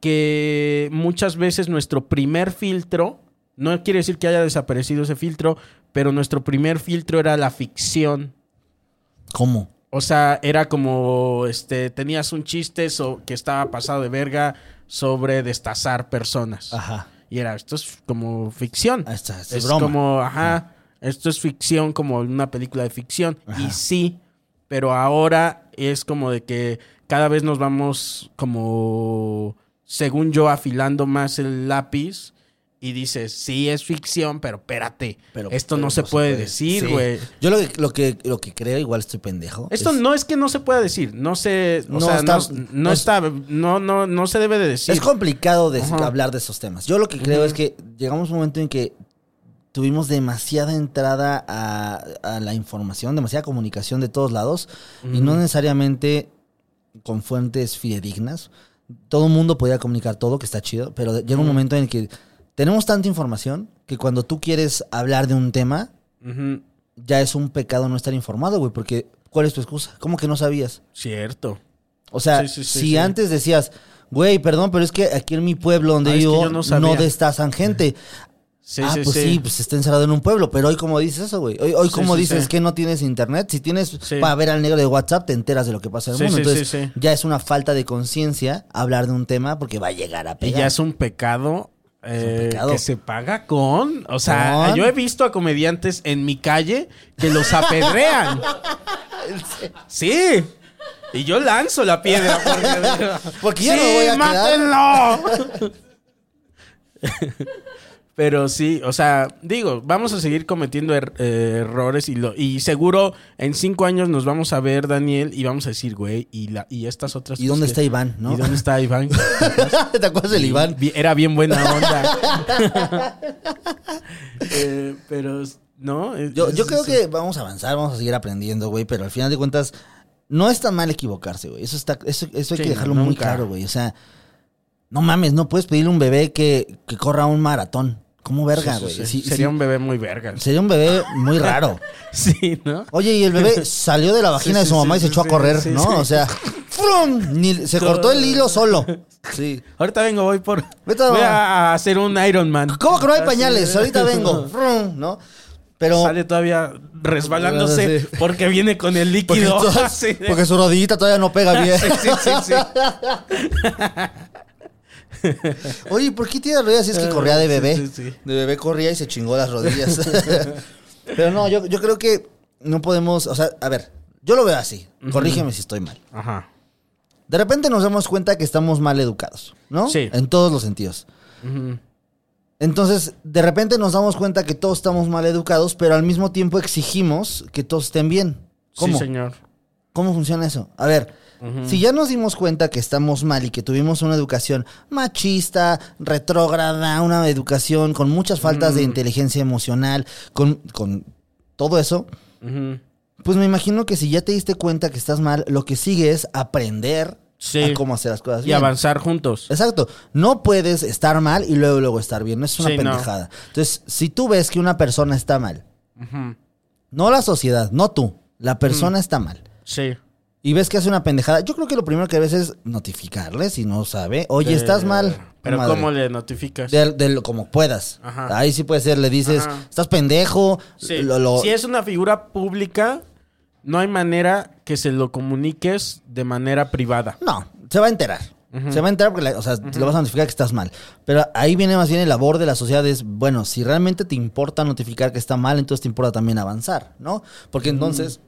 Speaker 1: Que muchas veces nuestro primer filtro, no quiere decir que haya desaparecido ese filtro, pero nuestro primer filtro era la ficción.
Speaker 2: ¿Cómo?
Speaker 1: O sea, era como, este, tenías un chiste so- que estaba pasado de verga sobre destazar personas.
Speaker 2: Ajá.
Speaker 1: Y era, esto es como ficción.
Speaker 2: Ah, está, es
Speaker 1: es
Speaker 2: broma.
Speaker 1: como, ajá, esto es ficción, como una película de ficción. Y sí, pero ahora es como de que cada vez nos vamos como, según yo, afilando más el lápiz. Y dices, sí, es ficción, pero espérate.
Speaker 2: Pero-
Speaker 1: esto
Speaker 2: pero
Speaker 1: no se puede,
Speaker 2: Sí.
Speaker 1: decir, güey.
Speaker 2: Yo lo que, lo, que, lo que creo, igual estoy pendejo.
Speaker 1: Esto
Speaker 2: es-
Speaker 1: no es que no se pueda decir, no se, o
Speaker 2: No
Speaker 1: sea,
Speaker 2: está-
Speaker 1: no, no
Speaker 2: no-
Speaker 1: está, no, no, no se debe de decir.
Speaker 2: Es complicado de-
Speaker 1: Ajá.
Speaker 2: hablar de esos temas. Yo lo que creo es que llegamos a un momento en que tuvimos demasiada entrada a, a la información, demasiada comunicación de todos lados y no necesariamente con fuentes fidedignas. Todo el mundo podía comunicar todo, que está chido, pero de- llega un momento en el que tenemos tanta información que cuando tú quieres hablar de un tema,
Speaker 1: Ujú,
Speaker 2: ya es un pecado no estar informado, güey, porque ¿cuál es tu excusa? ¿Cómo que no sabías?
Speaker 1: Cierto.
Speaker 2: O sea,
Speaker 1: Sí, sí, sí,
Speaker 2: si
Speaker 1: sí.
Speaker 2: antes decías, güey, perdón, pero es que aquí en mi pueblo donde
Speaker 1: Ah, es que
Speaker 2: vivo
Speaker 1: yo no
Speaker 2: no,
Speaker 1: sabía".
Speaker 2: destazan gente.
Speaker 1: Sí,
Speaker 2: ah,
Speaker 1: sí,
Speaker 2: pues sí.
Speaker 1: sí.
Speaker 2: pues está encerrado en un pueblo. Pero hoy, como dices eso, güey? Hoy, hoy
Speaker 1: Sí,
Speaker 2: como
Speaker 1: sí,
Speaker 2: dices
Speaker 1: sí.
Speaker 2: que no tienes internet? Si tienes
Speaker 1: Sí.
Speaker 2: para ver al negro de WhatsApp, te enteras de lo que pasa en el
Speaker 1: Sí,
Speaker 2: mundo.
Speaker 1: sí, sí,
Speaker 2: Entonces,
Speaker 1: sí.
Speaker 2: ya es una falta de conciencia hablar de un tema porque va a llegar a
Speaker 1: Y
Speaker 2: pegar.
Speaker 1: ya es un pecado. eh,
Speaker 2: pecado.
Speaker 1: que se paga con, o sea,
Speaker 2: Con.
Speaker 1: yo he visto a comediantes en mi calle que los
Speaker 2: *laughs*
Speaker 1: apedrean. sí. Y yo lanzo la piedra porque,
Speaker 2: Porque ya no voy a
Speaker 1: mátenlo. *laughs* Pero sí, o sea, digo, vamos a seguir cometiendo er- eh, errores y, lo, y seguro en cinco años nos vamos a ver, Daniel, y vamos a decir, güey, y, la, y estas otras
Speaker 2: ¿Y dónde
Speaker 1: cosas
Speaker 2: está
Speaker 1: que-
Speaker 2: Iván, no?
Speaker 1: ¿Y dónde está
Speaker 2: *laughs*
Speaker 1: Iván?
Speaker 2: *laughs* ¿Te acuerdas del Iván?
Speaker 1: Bi- Era bien buena onda. *laughs* Eh, pero, no. es-
Speaker 2: Yo, yo
Speaker 1: es-
Speaker 2: creo
Speaker 1: es-
Speaker 2: que vamos a avanzar, vamos a seguir aprendiendo, güey, pero al final de cuentas no está mal equivocarse, güey. Eso está eso, eso hay
Speaker 1: Sí,
Speaker 2: que
Speaker 1: no,
Speaker 2: dejarlo muy
Speaker 1: nunca.
Speaker 2: claro, güey. O sea, no mames, no puedes pedirle a un bebé que, que corra un maratón. ¿Cómo verga,
Speaker 1: sí,
Speaker 2: güey?
Speaker 1: sí,
Speaker 2: Sí,
Speaker 1: Sería
Speaker 2: sí,
Speaker 1: un bebé muy verga.
Speaker 2: sería un bebé muy raro.
Speaker 1: *laughs* *laughs* Sí, ¿no?
Speaker 2: Oye, y el bebé salió de la vagina
Speaker 1: Sí,
Speaker 2: de su
Speaker 1: sí,
Speaker 2: mamá y
Speaker 1: sí,
Speaker 2: se
Speaker 1: sí,
Speaker 2: echó a
Speaker 1: sí,
Speaker 2: correr,
Speaker 1: sí,
Speaker 2: ¿no?
Speaker 1: sí. *laughs*
Speaker 2: O sea, ¡frum! Ni- se cortó el hilo solo. Sí.
Speaker 1: Ahorita vengo, voy por.
Speaker 2: Vete a-
Speaker 1: voy a hacer un Iron Man.
Speaker 2: ¿Cómo que no hay
Speaker 1: Así,
Speaker 2: pañales? Ahorita
Speaker 1: *laughs*
Speaker 2: vengo. ¡Frum! ¿No? Pero...
Speaker 1: Sale todavía resbalándose
Speaker 2: Ah, Sí.
Speaker 1: porque viene con el
Speaker 2: Porque,
Speaker 1: líquido. *laughs*
Speaker 2: todas-
Speaker 1: Así de-
Speaker 2: porque su rodillita todavía no pega bien.
Speaker 1: *laughs* Sí, sí, sí, sí.
Speaker 2: *laughs* Oye, ¿por qué tiene rodillas si es que corría de
Speaker 1: Ah, sí,
Speaker 2: bebé?
Speaker 1: sí, sí.
Speaker 2: De bebé corría y se chingó las rodillas. *laughs* Pero no, yo, yo creo que no podemos, o sea, a ver, yo lo veo así. Corrígeme si estoy mal.
Speaker 1: Ajá.
Speaker 2: De repente nos damos cuenta que estamos mal educados, ¿no?
Speaker 1: Sí.
Speaker 2: En todos los sentidos. Entonces, de repente nos damos cuenta que todos estamos mal educados, pero al mismo tiempo exigimos que todos estén bien. ¿Cómo?
Speaker 1: Sí, señor.
Speaker 2: ¿Cómo funciona eso? A ver, si ya nos dimos cuenta que estamos mal y que tuvimos una educación machista, retrógrada, una educación con muchas faltas
Speaker 1: Mm.
Speaker 2: de inteligencia emocional, con, con todo eso,
Speaker 1: Ujú.
Speaker 2: pues me imagino que si ya te diste cuenta que estás mal, lo que sigue es aprender
Speaker 1: Sí.
Speaker 2: a cómo hacer las cosas
Speaker 1: Y
Speaker 2: bien.
Speaker 1: avanzar juntos.
Speaker 2: Exacto. No puedes estar mal y luego luego estar bien. No es una
Speaker 1: Sí, no.
Speaker 2: pendejada. Entonces, si tú ves que una persona está mal, no la sociedad, no tú, la
Speaker 1: Mm.
Speaker 2: persona está mal
Speaker 1: Sí.
Speaker 2: y ves que hace una pendejada, yo creo que lo primero que ves es notificarle si no sabe. Oye, estás
Speaker 1: Eh,
Speaker 2: mal.
Speaker 1: Pero
Speaker 2: madre.
Speaker 1: ¿cómo le notificas?
Speaker 2: De, de lo- como puedas.
Speaker 1: Ajá.
Speaker 2: Ahí sí puede ser, le dices,
Speaker 1: Ajá.
Speaker 2: estás pendejo.
Speaker 1: Sí.
Speaker 2: lo- lo-
Speaker 1: Si es una figura pública, no hay manera que se lo comuniques de manera privada.
Speaker 2: No, se va a enterar. Se va a enterar porque, la- o sea, lo vas a notificar que estás mal. Pero ahí viene más bien el labor de la sociedad es, bueno, si realmente te importa notificar que está mal, entonces te importa también avanzar, ¿no? Porque entonces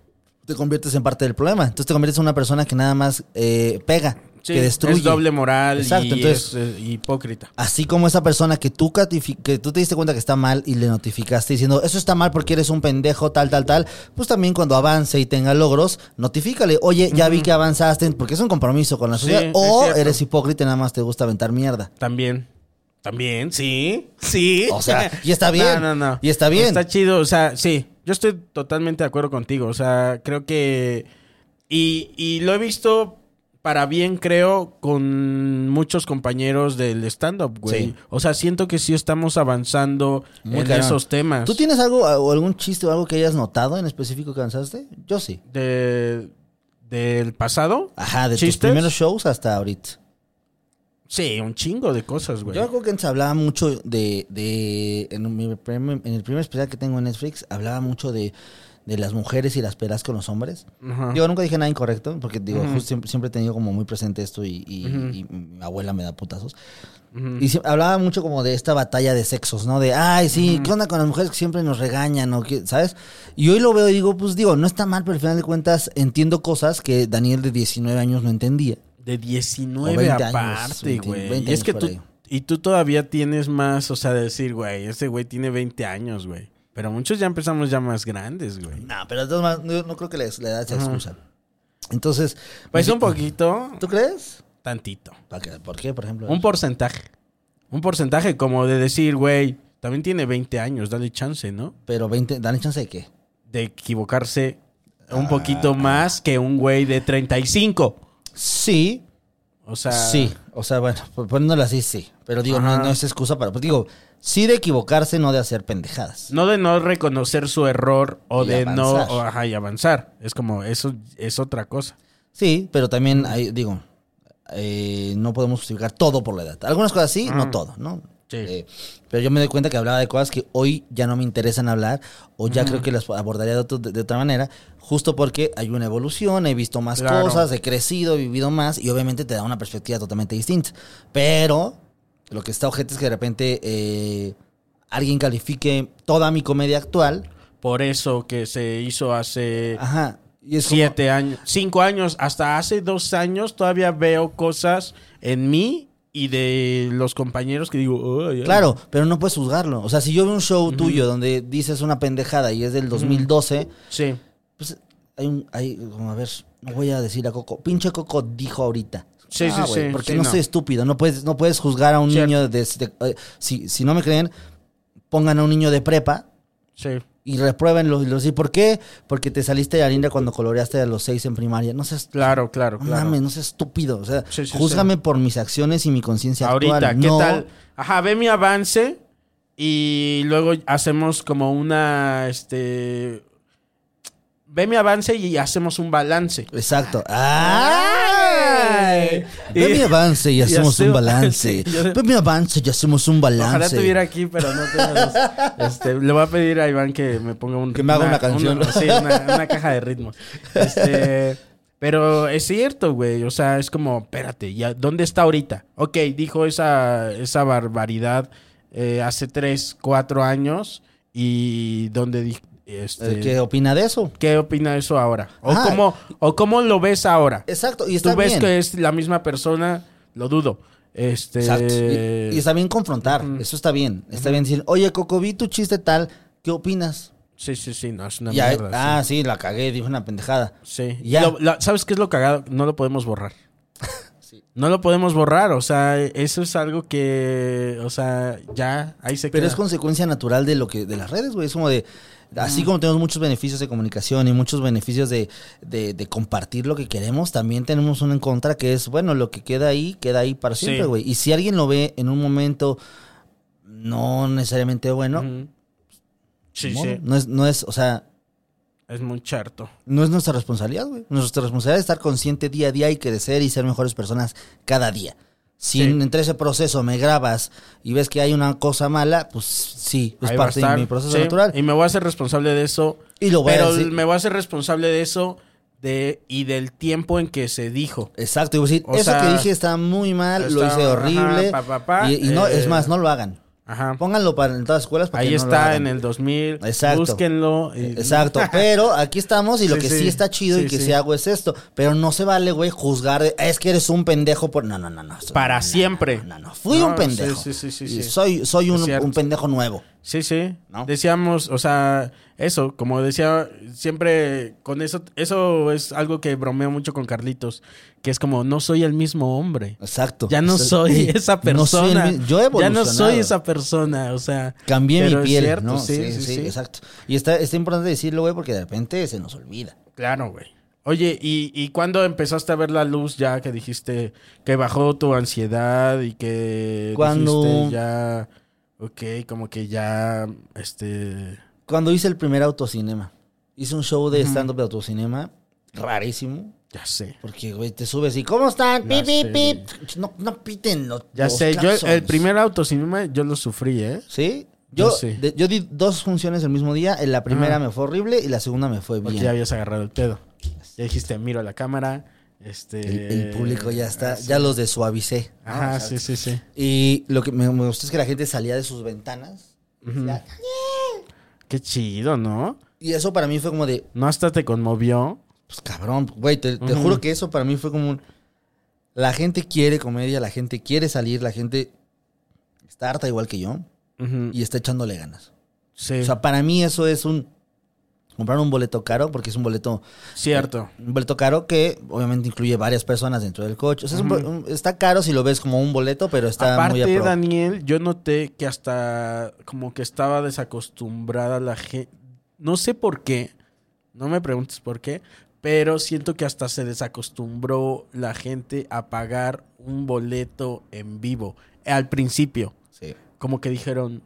Speaker 2: te conviertes en parte del problema. Entonces te conviertes en una persona que nada más eh, pega,
Speaker 1: Sí,
Speaker 2: que destruye.
Speaker 1: Es doble moral
Speaker 2: Exacto,
Speaker 1: y es,
Speaker 2: entonces-
Speaker 1: eh, hipócrita.
Speaker 2: Así como esa persona que tú, catifi- que tú te diste cuenta que está mal y le notificaste diciendo, eso está mal porque eres un pendejo, tal, tal, tal, pues también cuando avance y tenga logros, notifícale, oye, ya vi que avanzaste, porque es un compromiso con la
Speaker 1: Sí,
Speaker 2: sociedad,
Speaker 1: es
Speaker 2: o
Speaker 1: cierto.
Speaker 2: eres hipócrita y nada más te gusta aventar mierda.
Speaker 1: También. También, sí, sí. *laughs*
Speaker 2: O sea, y está bien,
Speaker 1: No, no, no.
Speaker 2: y está bien.
Speaker 1: Está chido, o sea, sí. Yo estoy totalmente de acuerdo contigo. O sea, creo que. Y, y lo he visto para bien, creo, con muchos compañeros del stand-up, güey.
Speaker 2: Sí.
Speaker 1: O sea, siento que sí estamos avanzando
Speaker 2: Muy
Speaker 1: en
Speaker 2: cabrón.
Speaker 1: esos temas.
Speaker 2: ¿Tú tienes algo o algún chiste o algo que hayas notado en específico que lanzaste? Yo sí.
Speaker 1: De- ¿Del pasado?
Speaker 2: Ajá, de tus
Speaker 1: ¿Chistes?
Speaker 2: primeros shows hasta ahorita.
Speaker 1: Sí, un chingo de cosas, güey.
Speaker 2: Yo algo que se hablaba mucho de, de en, mi primer, en el primer especial que tengo en Netflix, hablaba mucho de, de las mujeres y las peras con los hombres.
Speaker 1: Ajá.
Speaker 2: Yo nunca dije nada incorrecto, porque digo, justo siempre, siempre he tenido como muy presente esto y, y- y mi abuela me da putazos. Y sie- hablaba mucho como de esta batalla de sexos, ¿no? De, ay, sí, ¿qué onda con las mujeres que siempre nos regañan? O qué- ¿Sabes? Y hoy lo veo y digo, pues digo, no está mal, pero al final de cuentas entiendo cosas que Daniel de 19 años no entendía.
Speaker 1: De
Speaker 2: O
Speaker 1: 19
Speaker 2: 20 años,
Speaker 1: aparte,
Speaker 2: 20,
Speaker 1: güey.
Speaker 2: 20
Speaker 1: Y es que
Speaker 2: años
Speaker 1: tú.
Speaker 2: por ahí.
Speaker 1: Y tú todavía tienes más, o sea, de decir, güey, este güey tiene 20 años, güey. Pero muchos ya empezamos ya más grandes, güey.
Speaker 2: No, pero de todas maneras, no, no creo que les- la edad sea excusa. Entonces.
Speaker 1: Pues
Speaker 2: mi-
Speaker 1: un poquito,
Speaker 2: ¿Tú crees?
Speaker 1: tantito.
Speaker 2: ¿Para qué? ¿Por qué, por ejemplo?
Speaker 1: Un porcentaje. Un porcentaje como de decir, güey, también tiene 20 años, dale chance, ¿no?
Speaker 2: pero 20, ¿dan chance de qué?
Speaker 1: De equivocarse un
Speaker 2: Ah.
Speaker 1: poquito más que un güey de 35.
Speaker 2: Sí,
Speaker 1: O sea,
Speaker 2: sí. O sea, bueno, p- poniéndolo así, sí. Pero digo, no,
Speaker 1: Ajá.
Speaker 2: no es excusa para. Pues digo, sí de equivocarse, no de hacer pendejadas.
Speaker 1: No de no reconocer su error o
Speaker 2: Y
Speaker 1: de no
Speaker 2: avanzar.
Speaker 1: o, ajá, y avanzar. Es como, eso es otra cosa.
Speaker 2: Sí, pero también, hay, digo, eh, no podemos justificar todo por la edad. Algunas cosas sí, no todo, ¿no?
Speaker 1: Mm. Sí.
Speaker 2: Eh, pero yo me doy cuenta que hablaba de cosas que hoy ya no me interesan hablar o ya
Speaker 1: Mm.
Speaker 2: creo que las abordaría de, otro- de- de otra manera, justo porque hay una evolución, he visto más
Speaker 1: Claro.
Speaker 2: cosas, he crecido, he vivido más y obviamente te da una perspectiva totalmente distinta. Pero lo que está ojete es que de repente eh, alguien califique toda mi comedia actual.
Speaker 1: Por eso que se hizo hace
Speaker 2: Ajá. Y Ah, es como-
Speaker 1: siete años, cinco años, hasta hace dos años todavía veo cosas en mí y de los compañeros que digo, "Ay, ay".
Speaker 2: Claro, pero no puedes juzgarlo. O sea, si yo veo un show tuyo donde dices una pendejada y es del 2012,
Speaker 1: Sí,
Speaker 2: pues hay un, hay, como a ver, no voy a decir a Coco, pinche Coco dijo ahorita.
Speaker 1: Sí, sí,
Speaker 2: Ah, güey,
Speaker 1: sí,
Speaker 2: Porque
Speaker 1: sí,
Speaker 2: no,
Speaker 1: no.
Speaker 2: soy estúpido, no puedes, no puedes juzgar a un
Speaker 1: Cierto.
Speaker 2: niño de, de- eh, si, si no me creen, pongan a un niño de prepa
Speaker 1: sí.
Speaker 2: y repruébenlo y los ¿y por qué? Porque te saliste de la linda cuando coloreaste a los seis en primaria. No seas
Speaker 1: Claro, claro,
Speaker 2: no
Speaker 1: claro.
Speaker 2: mames, no seas estúpido. O sea,
Speaker 1: Sí, sí,
Speaker 2: júzgame por mis acciones y mi conciencia actual.
Speaker 1: Ahorita, ¿qué
Speaker 2: no,
Speaker 1: tal? Ajá, ve mi avance y luego hacemos como una, este... Ve mi avance y hacemos un balance.
Speaker 2: Exacto. ¡Ay!
Speaker 1: Ah, *laughs* Y-
Speaker 2: Ve mi avance y hacemos
Speaker 1: hace-
Speaker 2: un balance.
Speaker 1: Yo-
Speaker 2: Ve mi avance y hacemos un balance.
Speaker 1: Ojalá tuviera aquí, pero no tengo
Speaker 2: *laughs*
Speaker 1: los- este, Le voy a pedir a Iván que me ponga un...
Speaker 2: Que me haga una canción.
Speaker 1: sí, una,
Speaker 2: *laughs*
Speaker 1: una caja de ritmos. Este, pero es cierto, güey. O sea, es como, espérate, ya, ¿dónde está ahorita? Ok, dijo esa, esa barbaridad eh, hace tres, cuatro años y donde di- este,
Speaker 2: Eh, ¿Qué opina de eso?
Speaker 1: ¿Qué opina de eso ahora? O,
Speaker 2: Ajá.
Speaker 1: cómo, ¿O cómo lo ves ahora?
Speaker 2: Exacto, y está
Speaker 1: ¿Tú ves
Speaker 2: bien.
Speaker 1: que es la misma persona? Lo dudo. Este,
Speaker 2: Exacto. Y, y está bien confrontar. Eso está bien. Está bien decir, oye, Coco, vi tu chiste tal. ¿Qué opinas?
Speaker 1: Sí, sí, sí, no, es una
Speaker 2: Y ahí-
Speaker 1: mierda. sí.
Speaker 2: ah, sí. la cagué, dije una pendejada.
Speaker 1: Sí.
Speaker 2: Ya.
Speaker 1: Lo- lo- ¿Sabes qué es lo cagado? No lo podemos
Speaker 2: *laughs*
Speaker 1: borrar. No lo podemos borrar, o sea, eso es algo que, o sea, ya ahí se
Speaker 2: Pero
Speaker 1: queda.
Speaker 2: es consecuencia natural de lo que de las redes, güey. Es como de. Así como tenemos muchos beneficios de comunicación y muchos beneficios de, de- de compartir lo que queremos, también tenemos uno en contra que es, bueno, lo que queda ahí, queda ahí para
Speaker 1: Sí.
Speaker 2: siempre, güey. Y si alguien lo ve en un momento no necesariamente bueno,
Speaker 1: Ujú. Sí,
Speaker 2: modo,
Speaker 1: sí,
Speaker 2: no, es, no es, o sea,
Speaker 1: es muy charto.
Speaker 2: no es nuestra responsabilidad, güey. Nuestra responsabilidad es estar consciente día a día y crecer y ser mejores personas cada día. Si
Speaker 1: Sí.
Speaker 2: en- entre ese proceso me grabas y ves que hay una cosa mala, pues sí, es
Speaker 1: Ahí va a
Speaker 2: parte de
Speaker 1: estar.
Speaker 2: mi proceso
Speaker 1: Sí,
Speaker 2: natural.
Speaker 1: Y me voy a hacer responsable de eso.
Speaker 2: Y lo voy a
Speaker 1: pero
Speaker 2: decir.
Speaker 1: me voy a hacer responsable de eso de y del tiempo en que se dijo.
Speaker 2: Exacto, y voy a decir,
Speaker 1: O
Speaker 2: eso
Speaker 1: sea,
Speaker 2: que dije está muy mal, lo
Speaker 1: está-
Speaker 2: hice horrible.
Speaker 1: ajá, pa, pa, pa,
Speaker 2: y, y no, es
Speaker 1: eh,
Speaker 2: más, no lo hagan.
Speaker 1: Ajá.
Speaker 2: Pónganlo para, en todas las escuelas para
Speaker 1: Ahí
Speaker 2: que no lo
Speaker 1: está en
Speaker 2: hagan.
Speaker 1: el 2000.
Speaker 2: Exacto.
Speaker 1: Búsquenlo. y- *laughs*
Speaker 2: Exacto, pero aquí estamos y lo
Speaker 1: Sí,
Speaker 2: que
Speaker 1: sí,
Speaker 2: sí, está chido
Speaker 1: sí,
Speaker 2: y que
Speaker 1: sí.
Speaker 2: sí. hago es esto. Pero no se vale, güey, juzgar de, es que eres un pendejo por... No, no, no, no.
Speaker 1: Para
Speaker 2: no, no,
Speaker 1: siempre.
Speaker 2: No, no, no, fui
Speaker 1: No,
Speaker 2: un pendejo.
Speaker 1: sí, sí, sí, sí,
Speaker 2: Y
Speaker 1: sí.
Speaker 2: Soy, soy
Speaker 1: Es
Speaker 2: un,
Speaker 1: cierto.
Speaker 2: un pendejo nuevo.
Speaker 1: Sí, sí.
Speaker 2: ¿No?
Speaker 1: Decíamos, o sea, eso, como decía, siempre con eso, eso es algo que bromeo mucho con Carlitos, que es como, no soy el mismo hombre.
Speaker 2: Exacto.
Speaker 1: Ya no
Speaker 2: Estoy- *laughs*
Speaker 1: soy
Speaker 2: Sí,
Speaker 1: esa
Speaker 2: no soy el
Speaker 1: persona.
Speaker 2: mi- yo he
Speaker 1: ya no
Speaker 2: evolucionado.
Speaker 1: soy esa persona, o sea.
Speaker 2: Cambié
Speaker 1: pero
Speaker 2: mi
Speaker 1: es
Speaker 2: piel,
Speaker 1: cierto,
Speaker 2: ¿no?
Speaker 1: Sí, sí, sí.
Speaker 2: exacto. Y está, está importante decirlo, güey, porque de repente se nos olvida.
Speaker 1: Claro, güey. Oye, ¿y, ¿y cuándo empezaste a ver la luz ya que dijiste que bajó tu ansiedad y que
Speaker 2: Cuando-
Speaker 1: dijiste ya, ok, como que ya, este...
Speaker 2: Cuando hice el primer autocinema, hice un show de stand-up de autocinema, rarísimo,
Speaker 1: Ya sé.
Speaker 2: porque, güey, te subes y ¿cómo
Speaker 1: Ya
Speaker 2: están? Pip, pip,
Speaker 1: sé,
Speaker 2: pip. No, no piten los
Speaker 1: Ya
Speaker 2: los
Speaker 1: sé, yo el
Speaker 2: claxons.
Speaker 1: primer autocinema yo lo sufrí, ¿eh?
Speaker 2: ¿Sí?
Speaker 1: Yo
Speaker 2: Yo,
Speaker 1: sí.
Speaker 2: de- yo di dos funciones el mismo día. En la primera me fue horrible y la segunda me fue
Speaker 1: Porque
Speaker 2: bien.
Speaker 1: ya habías agarrado el pedo. Ya dijiste, miro a la cámara, este...
Speaker 2: el, el público ya está, ya los desuavicé. ¿no?
Speaker 1: Ajá,
Speaker 2: O sea,
Speaker 1: sí, sí, sí.
Speaker 2: Y lo que me, me gustó es que la gente salía de sus ventanas. y decía,
Speaker 1: Qué chido, ¿no?
Speaker 2: Y eso para mí fue como de,
Speaker 1: No hasta te conmovió.
Speaker 2: pues cabrón, güey, te, te juro que eso para mí fue como un... La gente quiere comedia, la gente quiere salir, la gente está harta igual que yo
Speaker 1: Ujú,
Speaker 2: y está echándole ganas.
Speaker 1: Sí,
Speaker 2: O sea, para mí eso es un... Comprar un boleto caro, porque es un boleto
Speaker 1: cierto.
Speaker 2: un boleto caro que obviamente incluye varias personas dentro del coche. O sea, es un bo- un- está caro si lo ves como un boleto, pero está muy
Speaker 1: Aparte,
Speaker 2: apro-
Speaker 1: Daniel, yo noté que hasta como que estaba desacostumbrada la gente. No sé por qué, no me preguntes por qué, pero siento que hasta se desacostumbró la gente a pagar un boleto en vivo. eh, Al principio,
Speaker 2: Sí.
Speaker 1: como que dijeron,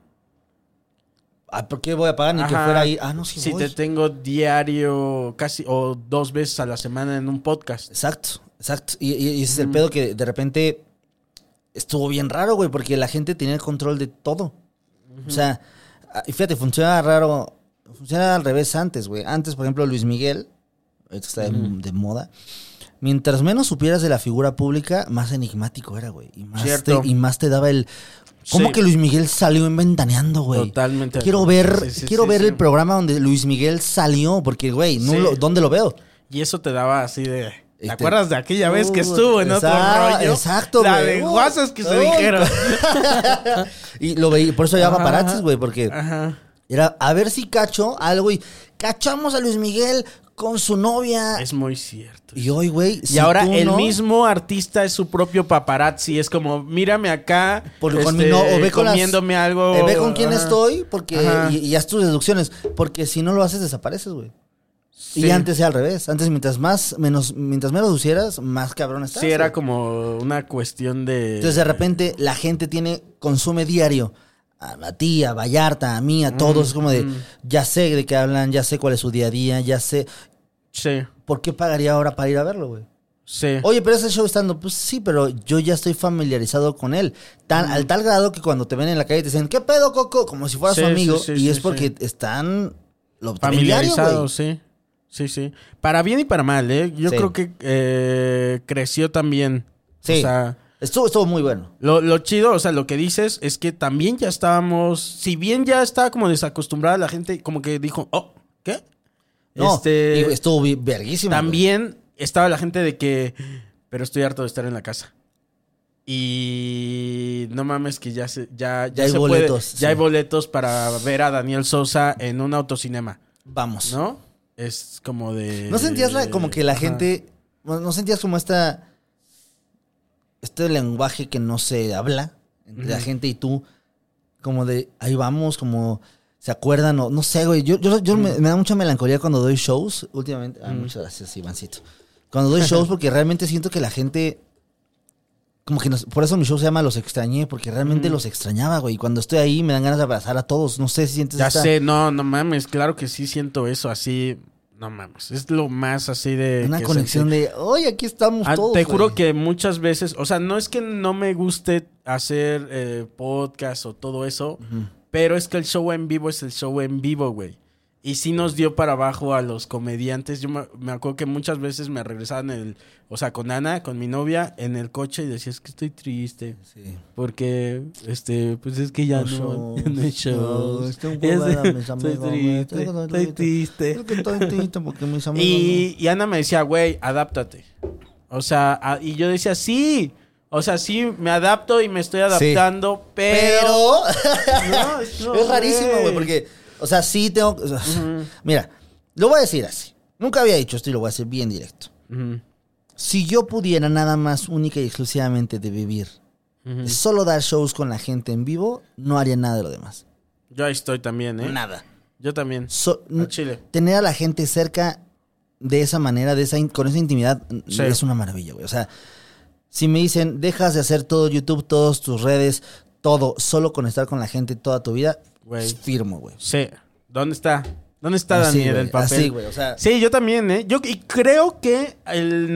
Speaker 2: Ah, ¿Por qué voy a pagar ni que
Speaker 1: Ajá.
Speaker 2: fuera ahí? Ah, no, sí
Speaker 1: si
Speaker 2: voy.
Speaker 1: te tengo diario casi o dos veces a la semana en un podcast.
Speaker 2: Exacto, exacto. Y, y- y ese es
Speaker 1: Mm.
Speaker 2: el pedo que de repente estuvo bien raro, güey, porque la gente tenía el control de todo. O sea, ah, y fíjate, funcionaba raro, funcionaba al revés antes, güey. Antes, por ejemplo, Luis Miguel, ahorita está de, de moda. Mientras menos supieras de la figura pública, más enigmático era, güey. Y, más te-
Speaker 1: Cierto.
Speaker 2: y más te daba el... ¿Cómo
Speaker 1: Sí.
Speaker 2: que Luis Miguel salió en Ventaneando, güey?
Speaker 1: Totalmente.
Speaker 2: Quiero ver,
Speaker 1: Sí, sí,
Speaker 2: quiero
Speaker 1: sí,
Speaker 2: ver
Speaker 1: sí.
Speaker 2: el programa donde Luis Miguel salió, porque, güey, no
Speaker 1: Sí.
Speaker 2: lo- ¿dónde lo veo?
Speaker 1: Y eso te daba así de. ¿Te
Speaker 2: Este-
Speaker 1: acuerdas de aquella vez que
Speaker 2: Uh,
Speaker 1: estuvo en
Speaker 2: exacto,
Speaker 1: otro rollo?
Speaker 2: exacto,
Speaker 1: La
Speaker 2: güey.
Speaker 1: de
Speaker 2: Uh,
Speaker 1: guasas que se
Speaker 2: uy. *laughs*
Speaker 1: dijeron.
Speaker 2: Y lo veía, por eso
Speaker 1: Ajá,
Speaker 2: llamaba paparazzis,
Speaker 1: ajá.
Speaker 2: güey, porque
Speaker 1: Ajá.
Speaker 2: era a ver si cacho algo y cachamos a Luis Miguel con su novia.
Speaker 1: Es muy cierto.
Speaker 2: Y hoy, güey,
Speaker 1: Y
Speaker 2: si
Speaker 1: ahora
Speaker 2: tú
Speaker 1: el
Speaker 2: no-
Speaker 1: mismo artista es su propio paparazzi. Es como, mírame acá.
Speaker 2: Por- con
Speaker 1: este,
Speaker 2: mi no- o ve con las-
Speaker 1: comiéndome algo.
Speaker 2: eh, ve con quién
Speaker 1: Ajá.
Speaker 2: estoy porque
Speaker 1: Ajá.
Speaker 2: y, y haz tus deducciones, porque si no lo haces desapareces, güey.
Speaker 1: Sí.
Speaker 2: Y antes era al revés, antes mientras más menos mientras menos lucieras, más cabrón estás.
Speaker 1: Sí, era
Speaker 2: güey.
Speaker 1: como una cuestión de.
Speaker 2: Entonces de repente la gente tiene, consume diario. A, a ti, a Vallarta, a mí,
Speaker 1: Mm,
Speaker 2: a todos, es como de, ya sé de qué hablan, ya sé cuál es su día a día, ya sé.
Speaker 1: Sí,
Speaker 2: ¿Por qué pagaría ahora para ir a
Speaker 1: *laughs*
Speaker 2: verlo, güey?
Speaker 1: sí.
Speaker 2: Oye, pero ese show estando, pues sí, pero yo ya estoy familiarizado con él.
Speaker 1: Mm.
Speaker 2: Tan, Al tal grado que cuando te ven en la calle te dicen, ¿qué pedo, Coco? Como si fuera
Speaker 1: Sí,
Speaker 2: su
Speaker 1: sí,
Speaker 2: amigo.
Speaker 1: sí,
Speaker 2: y
Speaker 1: sí,
Speaker 2: es
Speaker 1: sí.
Speaker 2: porque están lo traen diario,
Speaker 1: Familiarizado,
Speaker 2: güey.
Speaker 1: sí. Sí, sí. Para bien y para mal, ¿eh? Yo
Speaker 2: Sí.
Speaker 1: creo que eh, creció también.
Speaker 2: Sí.
Speaker 1: O sea.
Speaker 2: Estuvo, estuvo muy bueno.
Speaker 1: Lo, lo chido, o sea, lo que dices es que también ya estábamos, si bien ya estaba como desacostumbrada la gente, como que dijo, oh, ¿qué?
Speaker 2: No,
Speaker 1: este,
Speaker 2: y estuvo vi- verguísima. güey.
Speaker 1: también estaba la gente de que, pero estoy harto de estar en la casa. Y no mames que ya se, ya,
Speaker 2: Ya hay
Speaker 1: se puede-
Speaker 2: boletos,
Speaker 1: ya
Speaker 2: sí.
Speaker 1: hay boletos para ver a Daniel Sosa en un autocinema,
Speaker 2: Vamos. ¿No,
Speaker 1: ¿no? Es como de...
Speaker 2: sentías la, como que la
Speaker 1: Eh, Ajá.
Speaker 2: gente... No, no sentías como esta... Este lenguaje que no se habla entre la gente y tú. Como de, ahí vamos, como... ¿Se acuerdan? O, no sé, güey. Yo, yo, yo me, me da mucha melancolía cuando doy shows últimamente. Ah, muchas gracias, Ivancito. Cuando doy
Speaker 1: *laughs*
Speaker 2: shows porque realmente siento que la gente... Como que nos- por eso mi show se llama Los extrañé, porque realmente los extrañaba, güey. Y cuando estoy ahí me dan ganas de abrazar a todos. No sé si sientes
Speaker 1: Ya
Speaker 2: esta-
Speaker 1: sé, no, no mames, claro que sí siento eso así, no mames, es lo más así de...
Speaker 2: una
Speaker 1: que
Speaker 2: conexión
Speaker 1: sentí.
Speaker 2: de, hoy aquí estamos
Speaker 1: Ah,
Speaker 2: todos.
Speaker 1: te juro
Speaker 2: güey".
Speaker 1: que muchas veces, o sea, no es que no me guste hacer eh, podcast o todo eso, pero es que el show en vivo es el show en vivo, güey. Y sí nos dio para abajo a los comediantes. Yo me, me acuerdo que muchas veces me regresaban el, o sea, con Ana, con mi novia, en el coche y decía, es que estoy triste.
Speaker 2: Sí.
Speaker 1: Porque, este, pues es que ya
Speaker 2: Los
Speaker 1: no, *laughs*
Speaker 2: shows,
Speaker 1: no hay
Speaker 2: no,
Speaker 1: shows.
Speaker 2: estoy un
Speaker 1: *laughs* Ya
Speaker 2: poco
Speaker 1: sé,
Speaker 2: de mis
Speaker 1: estoy
Speaker 2: amigos,
Speaker 1: triste,
Speaker 2: güey, estoy-
Speaker 1: estoy triste.
Speaker 2: Creo que estoy triste porque mis amigos.
Speaker 1: Y, y Ana me decía, güey, adáptate. O sea, a- y yo decía, sí. O sea, sí, me adapto y me estoy adaptando, pero...
Speaker 2: Pero *laughs*
Speaker 1: No, no,
Speaker 2: es rarísimo, güey,
Speaker 1: güey.
Speaker 2: porque, o sea, sí tengo. o sea, Mira, lo voy a decir así. Nunca había dicho esto y lo voy a hacer bien directo. Si yo pudiera nada más única y exclusivamente de vivir, de solo dar shows con la gente en vivo, no haría nada de lo demás.
Speaker 1: Yo ahí estoy también, ¿eh?
Speaker 2: Nada.
Speaker 1: Yo también.
Speaker 2: So-
Speaker 1: Al chile.
Speaker 2: Tener a la gente cerca de esa manera, de esa in- con esa intimidad, n-
Speaker 1: Sí.
Speaker 2: es una maravilla, güey. O sea, si me dicen, dejas de hacer todo YouTube, todas tus redes, todo, solo con estar con la gente toda tu vida,
Speaker 1: Güey.
Speaker 2: firmo, güey.
Speaker 1: Sí. ¿Dónde está? ¿Dónde está
Speaker 2: Así,
Speaker 1: Daniel
Speaker 2: güey,
Speaker 1: el papel?
Speaker 2: así, güey, o sea-
Speaker 1: sí, yo también, ¿eh? Yo y creo que el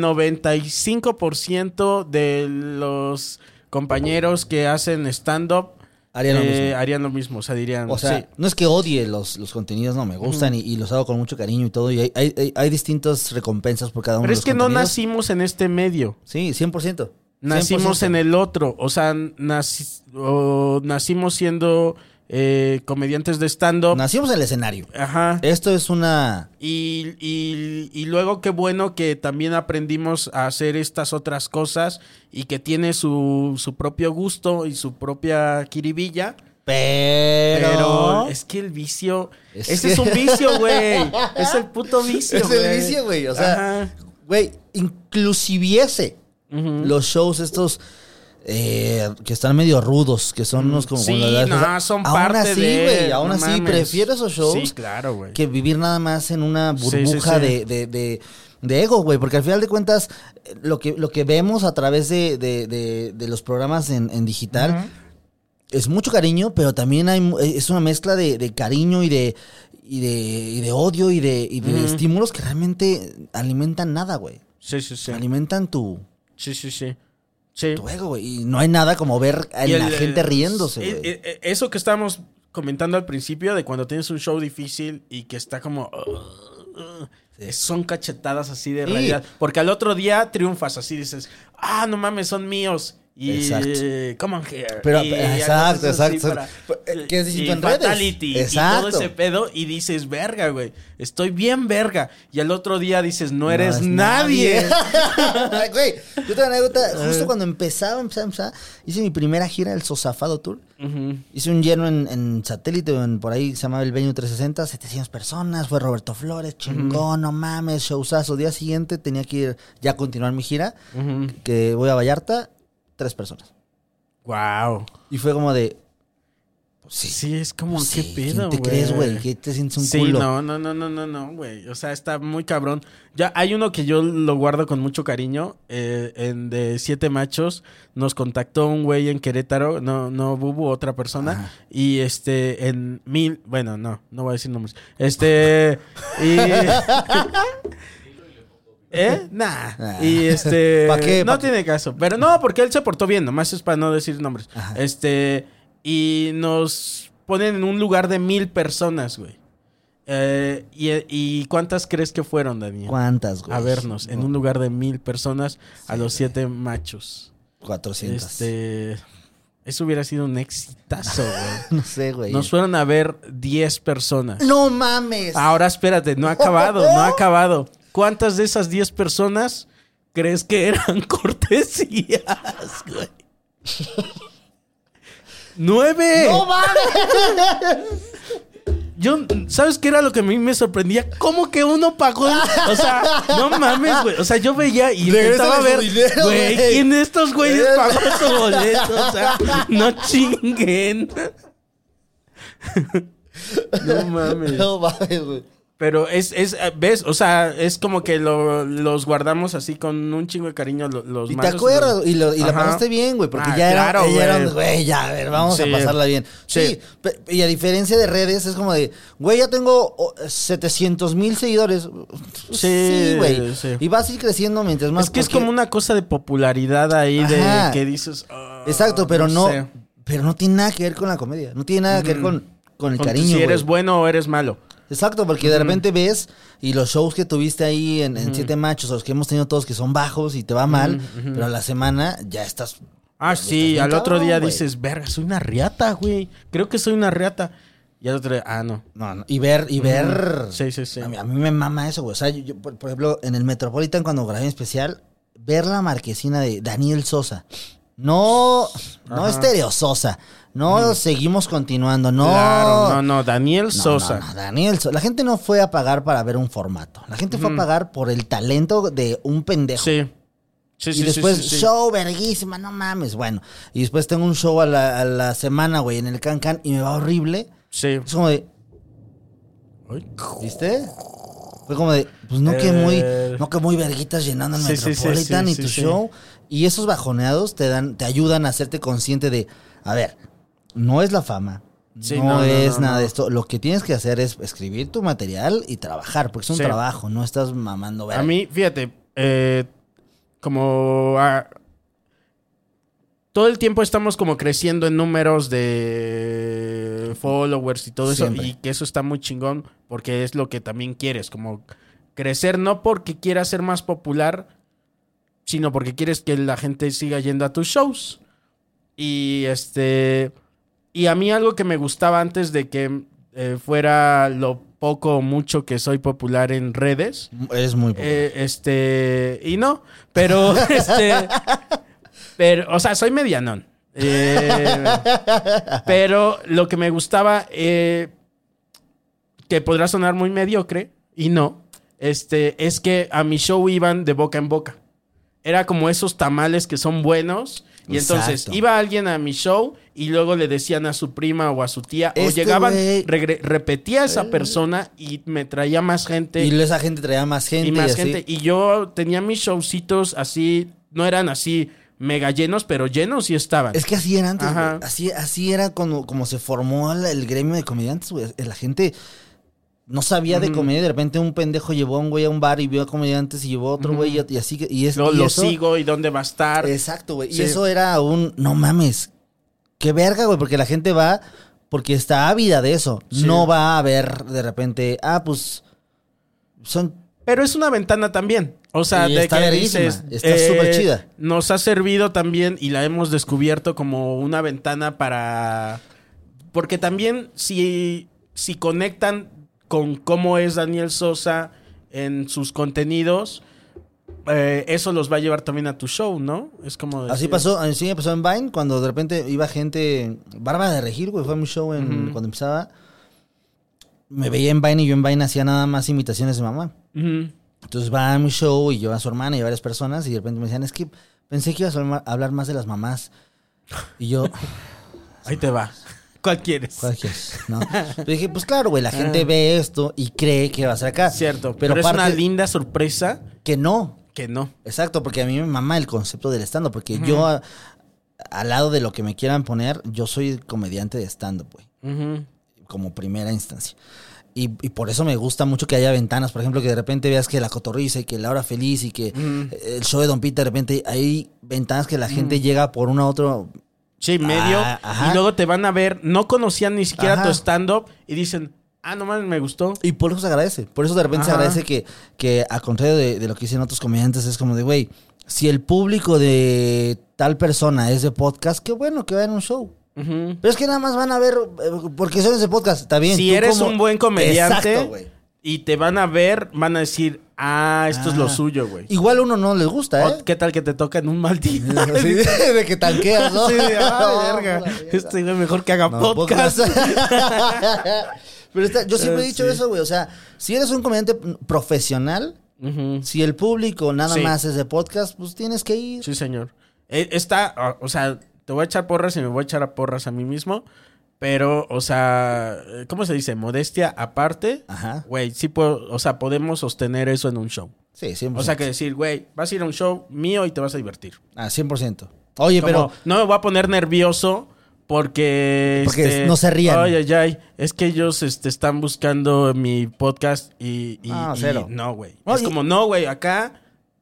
Speaker 1: 95% de los compañeros que hacen stand-up
Speaker 2: Harían lo
Speaker 1: eh,
Speaker 2: mismo.
Speaker 1: harían lo mismo. O sea, dirían.
Speaker 2: O sea,
Speaker 1: Mm, sí.
Speaker 2: no es que odie los, los contenidos, no, me gustan y, y los hago con mucho cariño y todo. Y hay, hay, hay- hay distintas recompensas por cada uno
Speaker 1: Pero
Speaker 2: de
Speaker 1: es
Speaker 2: los
Speaker 1: que no
Speaker 2: contenidos.
Speaker 1: nacimos en este medio.
Speaker 2: Sí, 100%.
Speaker 1: Nacimos en el otro. O sea, naci- o nacimos siendo eh, comediantes de stand-up.
Speaker 2: Nacimos en el escenario.
Speaker 1: Ajá.
Speaker 2: Esto es una...
Speaker 1: Y, y- y luego qué bueno que también aprendimos a hacer estas otras cosas y que tiene su, su propio gusto y su propia kiribilla.
Speaker 2: Pero...
Speaker 1: Pero, es que el vicio...
Speaker 2: Es
Speaker 1: ese
Speaker 2: que- *laughs*
Speaker 1: es un vicio, güey. es el puto vicio,
Speaker 2: Es
Speaker 1: güey.
Speaker 2: el vicio, güey. O sea,
Speaker 1: Ajá.
Speaker 2: güey, inclusiviese los shows estos eh, que están medio rudos, que son unos como...
Speaker 1: Sí,
Speaker 2: como la- o sea,
Speaker 1: no, son
Speaker 2: aún
Speaker 1: parte
Speaker 2: así,
Speaker 1: de...
Speaker 2: güey, aún
Speaker 1: no
Speaker 2: así,
Speaker 1: mames.
Speaker 2: prefiero esos shows
Speaker 1: Sí, claro, güey.
Speaker 2: que vivir nada más en una
Speaker 1: Sí, sí,
Speaker 2: burbuja
Speaker 1: sí.
Speaker 2: De, de, de- de ego, güey. Porque al final de cuentas, eh, lo que, lo que vemos a través de, de- de- de los programas en, en digital... Es mucho cariño, pero también hay, mu- es una mezcla de, de cariño y de, y, de, y de odio y de, y de estímulos que realmente alimentan nada, güey.
Speaker 1: Sí, sí, sí.
Speaker 2: Alimentan tu,
Speaker 1: Sí, sí, sí. Sí.
Speaker 2: tu ego, güey. Y no hay nada como ver a
Speaker 1: Y
Speaker 2: la
Speaker 1: el,
Speaker 2: gente
Speaker 1: eh,
Speaker 2: riéndose,
Speaker 1: eh,
Speaker 2: güey.
Speaker 1: eh, eh, Eso que estábamos comentando al principio de cuando tienes un show difícil y que está como... "Ugh, ugh", Son cachetadas así de
Speaker 2: Sí.
Speaker 1: realidad. Porque al otro día triunfas así, dices, ah, no mames, son míos. Y
Speaker 2: Exacto.
Speaker 1: come on here.
Speaker 2: Pero, eh,
Speaker 1: Y
Speaker 2: exacto,
Speaker 1: haces así
Speaker 2: exacto,
Speaker 1: para-
Speaker 2: exacto. Eh, ¿qué has dicho
Speaker 1: y
Speaker 2: en redes?
Speaker 1: fatality,
Speaker 2: Exacto.
Speaker 1: Y todo ese pedo. Y dices, verga, güey. Estoy bien verga. Y al otro día dices, no eres
Speaker 2: es
Speaker 1: nadie. *laughs*
Speaker 2: Ay, Güey, yo tengo una anécdota. Justo cuando empezaba, empezaba, empezaba, hice mi primera gira del Sosafado Tour. Hice un lleno en, en satélite, en- por ahí se llamaba el Venue 360, 700 personas. Fue Roberto Flores, chingón, no mames, showzazo. Día siguiente tenía que ir ya a continuar mi gira, que voy a Vallarta, tres personas.
Speaker 1: Wow.
Speaker 2: Y fue como de. pues
Speaker 1: Sí.
Speaker 2: sí.
Speaker 1: es como,
Speaker 2: pues sí,
Speaker 1: ¿qué
Speaker 2: ¿quién
Speaker 1: pedo,
Speaker 2: te crees, güey? ¿Qué te sientes un
Speaker 1: sí,
Speaker 2: culo?
Speaker 1: no, no, no, no, no, no, güey. O sea, está muy cabrón. Ya hay uno que yo lo guardo con mucho cariño. eh, en de Siete Machos nos contactó un güey en Querétaro, no, no Bubu, otra persona. Y este, en mil, bueno, no, no voy a decir nombres.
Speaker 2: *laughs*
Speaker 1: Este, y. ¿Eh? Nah.
Speaker 2: Ah.
Speaker 1: Y este.
Speaker 2: ¿Pa qué?
Speaker 1: No
Speaker 2: ¿Pa qué?
Speaker 1: tiene caso. Pero no, porque él se portó bien, nomás es para no decir nombres.
Speaker 2: Ajá.
Speaker 1: Este. Y nos ponen en un lugar de mil personas, güey. Eh, y, y cuántas crees que fueron, Daniel?
Speaker 2: ¿Cuántas, güey?
Speaker 1: A vernos, en un lugar de mil personas a los siete machos.
Speaker 2: 400.
Speaker 1: Este. Eso hubiera sido un exitazo,
Speaker 2: *laughs*
Speaker 1: güey.
Speaker 2: *laughs* No sé, güey.
Speaker 1: Nos fueron a ver 10 personas.
Speaker 2: No mames.
Speaker 1: Ahora espérate, no ha acabado, no
Speaker 2: *laughs*
Speaker 1: ha acabado. ¿Cuántas de esas 10 personas crees que eran *laughs* cortesías, güey? ¡Nueve!
Speaker 2: ¡No mames!
Speaker 1: Yo, ¿sabes qué era lo que a mí me sorprendía? ¿Cómo que uno pagó? el- O sea, no mames, güey. O sea, yo veía y intentaba
Speaker 2: Regrésale
Speaker 1: ver,
Speaker 2: su dinero,
Speaker 1: güey,
Speaker 2: güey.
Speaker 1: ¿quién de estos güeyes pagó su boleto? O sea, no
Speaker 2: *laughs*
Speaker 1: chinguen. No mames.
Speaker 2: No *laughs* mames, güey.
Speaker 1: Pero es, es, eh, ¿ves? O sea, es como que lo- los guardamos así con un chingo de cariño lo- los
Speaker 2: Y te
Speaker 1: malos
Speaker 2: acuerdas,
Speaker 1: los-
Speaker 2: y, lo, y la
Speaker 1: Ajá.
Speaker 2: pasaste bien, güey, porque
Speaker 1: Ah,
Speaker 2: ya era-
Speaker 1: claro,
Speaker 2: ella era, un,
Speaker 1: güey.
Speaker 2: güey, ya, a ver, vamos
Speaker 1: Sí.
Speaker 2: a pasarla bien. Sí,
Speaker 1: Sí.
Speaker 2: pe- y a diferencia de redes, es como de, güey, ya tengo oh, 700 mil seguidores. Sí, güey.
Speaker 1: sí.
Speaker 2: Y vas a ir creciendo mientras más.
Speaker 1: Es que es
Speaker 2: porque-
Speaker 1: como una cosa de popularidad ahí
Speaker 2: Ajá.
Speaker 1: de que dices... "Ah,
Speaker 2: Exacto, pero no,
Speaker 1: sé". Mm.
Speaker 2: pero no tiene nada que ver con la comedia, no tiene nada que ver con, con el
Speaker 1: Con
Speaker 2: cariño,
Speaker 1: Si eres
Speaker 2: güey.
Speaker 1: bueno o eres malo.
Speaker 2: Exacto, porque de repente ves y los shows que tuviste ahí en, en Siete Machos, los que hemos tenido todos que son bajos y te va mal, pero a la semana ya estás.
Speaker 1: Ah,
Speaker 2: Pues estás
Speaker 1: sí,
Speaker 2: bien
Speaker 1: al otro
Speaker 2: cabrón,
Speaker 1: día
Speaker 2: güey.
Speaker 1: dices, verga, soy una riata, güey. Creo que soy una riata. Y al otro día, ah, no.
Speaker 2: No, no, Y ver, y ver.
Speaker 1: Sí, sí, sí.
Speaker 2: A mí, a mí me mama eso, güey. O sea, yo, yo, por, por ejemplo, en el Metropolitan, cuando grabé mi especial, ver la marquesina de Daniel Sosa. No, no estereososa. No seguimos continuando. No.
Speaker 1: Claro, no, no. Daniel
Speaker 2: No,
Speaker 1: Sosa.
Speaker 2: no, no, Daniel Sosa. La gente no fue a pagar para ver un formato. La gente fue a pagar por el talento de un pendejo.
Speaker 1: Sí. Sí, sí, sí,
Speaker 2: y después,
Speaker 1: sí, sí.
Speaker 2: show verguísima, no mames. Bueno, y después tengo un show a la, a la semana, güey, en el Can Can y me va horrible.
Speaker 1: Sí.
Speaker 2: Es como de,
Speaker 1: Ay.
Speaker 2: ¿viste? Fue como de, pues no que muy,
Speaker 1: Eh.
Speaker 2: no que muy verguitas llenando el
Speaker 1: Sí, sí, sí,
Speaker 2: Metropolitan
Speaker 1: sí,
Speaker 2: y
Speaker 1: sí,
Speaker 2: tu
Speaker 1: sí.
Speaker 2: show. Y esos bajoneados te dan, te ayudan a hacerte consciente de, a ver, no es la fama.
Speaker 1: Sí,
Speaker 2: no,
Speaker 1: no, no,
Speaker 2: es
Speaker 1: no,
Speaker 2: nada de
Speaker 1: no.
Speaker 2: esto. Lo que tienes que hacer es escribir tu material y trabajar, porque es un
Speaker 1: Sí.
Speaker 2: trabajo, no estás mamando verga.
Speaker 1: A mí, fíjate, eh, como ah, todo el tiempo estamos como creciendo en números de followers y todo
Speaker 2: Siempre.
Speaker 1: eso, y que eso está muy chingón porque es lo que también quieres, como crecer no porque quieras ser más popular, sino porque quieres que la gente siga yendo a tus shows. Y este. Y a mí algo que me gustaba antes de que eh, fuera lo poco o mucho que soy popular en redes.
Speaker 2: Eres muy poco.
Speaker 1: Eh, este. Y no, pero. *laughs* este, pero, o sea, soy medianón. Eh, pero lo que me gustaba. eh, que podrá sonar muy mediocre, y no. Este, es que a mi show iban de boca en boca. Era como esos tamales que son buenos. Y entonces
Speaker 2: Exacto.
Speaker 1: iba alguien a mi show y luego le decían a su prima o a su tía. o
Speaker 2: Este
Speaker 1: llegaban,
Speaker 2: güey- Eh.
Speaker 1: regre- repetía a esa persona y me traía más gente
Speaker 2: y esa gente traía más gente.
Speaker 1: y más
Speaker 2: así.
Speaker 1: gente. Y yo tenía mis showcitos así, no eran así mega llenos, pero llenos sí estaban.
Speaker 2: Es que así era antes,
Speaker 1: Ajá.
Speaker 2: güey. Así, así era cuando, como se formó el, el gremio de comediantes, güey. La gente no sabía
Speaker 1: Mm.
Speaker 2: de comedia. y De repente un pendejo llevó a un güey a un bar y vio a comediantes y llevó a otro güey y, y así. que- Y es,
Speaker 1: Luego
Speaker 2: y
Speaker 1: lo
Speaker 2: eso-
Speaker 1: sigo y dónde va a estar.
Speaker 2: Exacto, güey. Y
Speaker 1: Sí.
Speaker 2: eso era un, no mames, qué verga, güey. Porque la gente va porque está ávida de eso.
Speaker 1: Sí.
Speaker 2: No va a ver de repente, ah, pues, son...
Speaker 1: Pero es una ventana también. O sea,
Speaker 2: Y
Speaker 1: de
Speaker 2: está
Speaker 1: que
Speaker 2: verguísima,
Speaker 1: dices, eh,
Speaker 2: está súper chida.
Speaker 1: Nos ha servido también y la hemos descubierto como una ventana para. Porque también si, si conectan con cómo es Daniel Sosa en sus contenidos, eh, eso los va a llevar también a tu show, ¿no? Es como.
Speaker 2: Así
Speaker 1: decir-
Speaker 2: pasó, así me pasó en Vine, cuando de repente iba gente, Bárbara de Regir, güey, fue a mi show en, cuando empezaba. Me veía en Vine y yo en Vine hacía nada más imitaciones de mamá.
Speaker 1: Ujú.
Speaker 2: Entonces va a mi show y yo a su hermana y a varias personas y de repente me decían, es que pensé que ibas a hablar- hablar más de las mamás. Y
Speaker 1: *laughs*
Speaker 2: yo,
Speaker 1: Ahí te va. *laughs* ¿Cuál quieres?
Speaker 2: ¿cuál quieres? No. Yo dije, pues claro, güey, la gente ve esto y cree que va a ser acá.
Speaker 1: Ah. Cierto, pero,
Speaker 2: pero,
Speaker 1: es
Speaker 2: aparte
Speaker 1: una linda sorpresa
Speaker 2: que no.
Speaker 1: que no.
Speaker 2: Exacto, porque a mí me mama el concepto del stand-up, porque yo, a- al lado de lo que me quieran poner, yo soy comediante de stand-up, güey,
Speaker 1: Ujú.
Speaker 2: como primera instancia. Y, y por eso me gusta mucho que haya ventanas, por ejemplo, que de repente veas que La Cotorriza y que La Hora Feliz y que eh, el show de Don Pita, de repente hay ventanas que la gente llega por una u otra...
Speaker 1: Sí, medio.
Speaker 2: Ah, ajá.
Speaker 1: y luego te van a ver, no conocían ni siquiera
Speaker 2: Ajá.
Speaker 1: tu stand-up y dicen, ah, no mames, me gustó.
Speaker 2: Y por eso se agradece. Por eso de repente se
Speaker 1: Ajá.
Speaker 2: agradece que, que al contrario de, de lo que dicen otros comediantes, es como de, güey, si el público de tal persona es de podcast, qué bueno que vayan a un show.
Speaker 1: Ujú.
Speaker 2: Pero es que nada más van a ver, eh, porque son ese podcast, está bien.
Speaker 1: Si
Speaker 2: tú
Speaker 1: eres
Speaker 2: como-
Speaker 1: un buen comediante
Speaker 2: Exacto, güey.
Speaker 1: y te van a ver, van a decir, ah, esto es lo
Speaker 2: Ah.
Speaker 1: suyo, güey.
Speaker 2: Igual a uno no les gusta,
Speaker 1: O,
Speaker 2: ¿eh?
Speaker 1: ¿Qué tal que te toca en un mal día?
Speaker 2: *laughs* Sí, de que tanqueas,
Speaker 1: *laughs*
Speaker 2: ¿no?
Speaker 1: Sí, de, "Ah,
Speaker 2: *laughs* No,
Speaker 1: verga,
Speaker 2: la verga.
Speaker 1: Este güey mejor que haga
Speaker 2: No, pues,
Speaker 1: podcast.
Speaker 2: *laughs* Pero está- yo siempre he
Speaker 1: Eh,
Speaker 2: dicho
Speaker 1: sí.
Speaker 2: eso, güey. O sea, si eres un comediante profesional,
Speaker 1: Ujú.
Speaker 2: si el público nada
Speaker 1: Sí.
Speaker 2: más es de podcast, pues tienes que ir.
Speaker 1: Sí, señor. Eh, Está, o- o sea, te voy a echar porras y me voy a echar a porras a mí mismo. Pero, o sea, eh, ¿cómo se dice? Modestia aparte.
Speaker 2: Ajá.
Speaker 1: Güey, sí, puedo, o sea, podemos sostener eso en un show.
Speaker 2: Sí, 100%.
Speaker 1: O sea, que decir, güey, vas a ir a un show mío y te vas a divertir.
Speaker 2: Ah, 100%. Oye,
Speaker 1: Como,
Speaker 2: pero...
Speaker 1: no me voy a poner nervioso porque... este,
Speaker 2: Porque no se rían.
Speaker 1: Ay, ay, ay. Es que ellos este, están buscando mi podcast y... y-
Speaker 2: Ah,
Speaker 1: y
Speaker 2: cero.
Speaker 1: no, güey.
Speaker 2: No,
Speaker 1: es
Speaker 2: y-
Speaker 1: como, no, güey, acá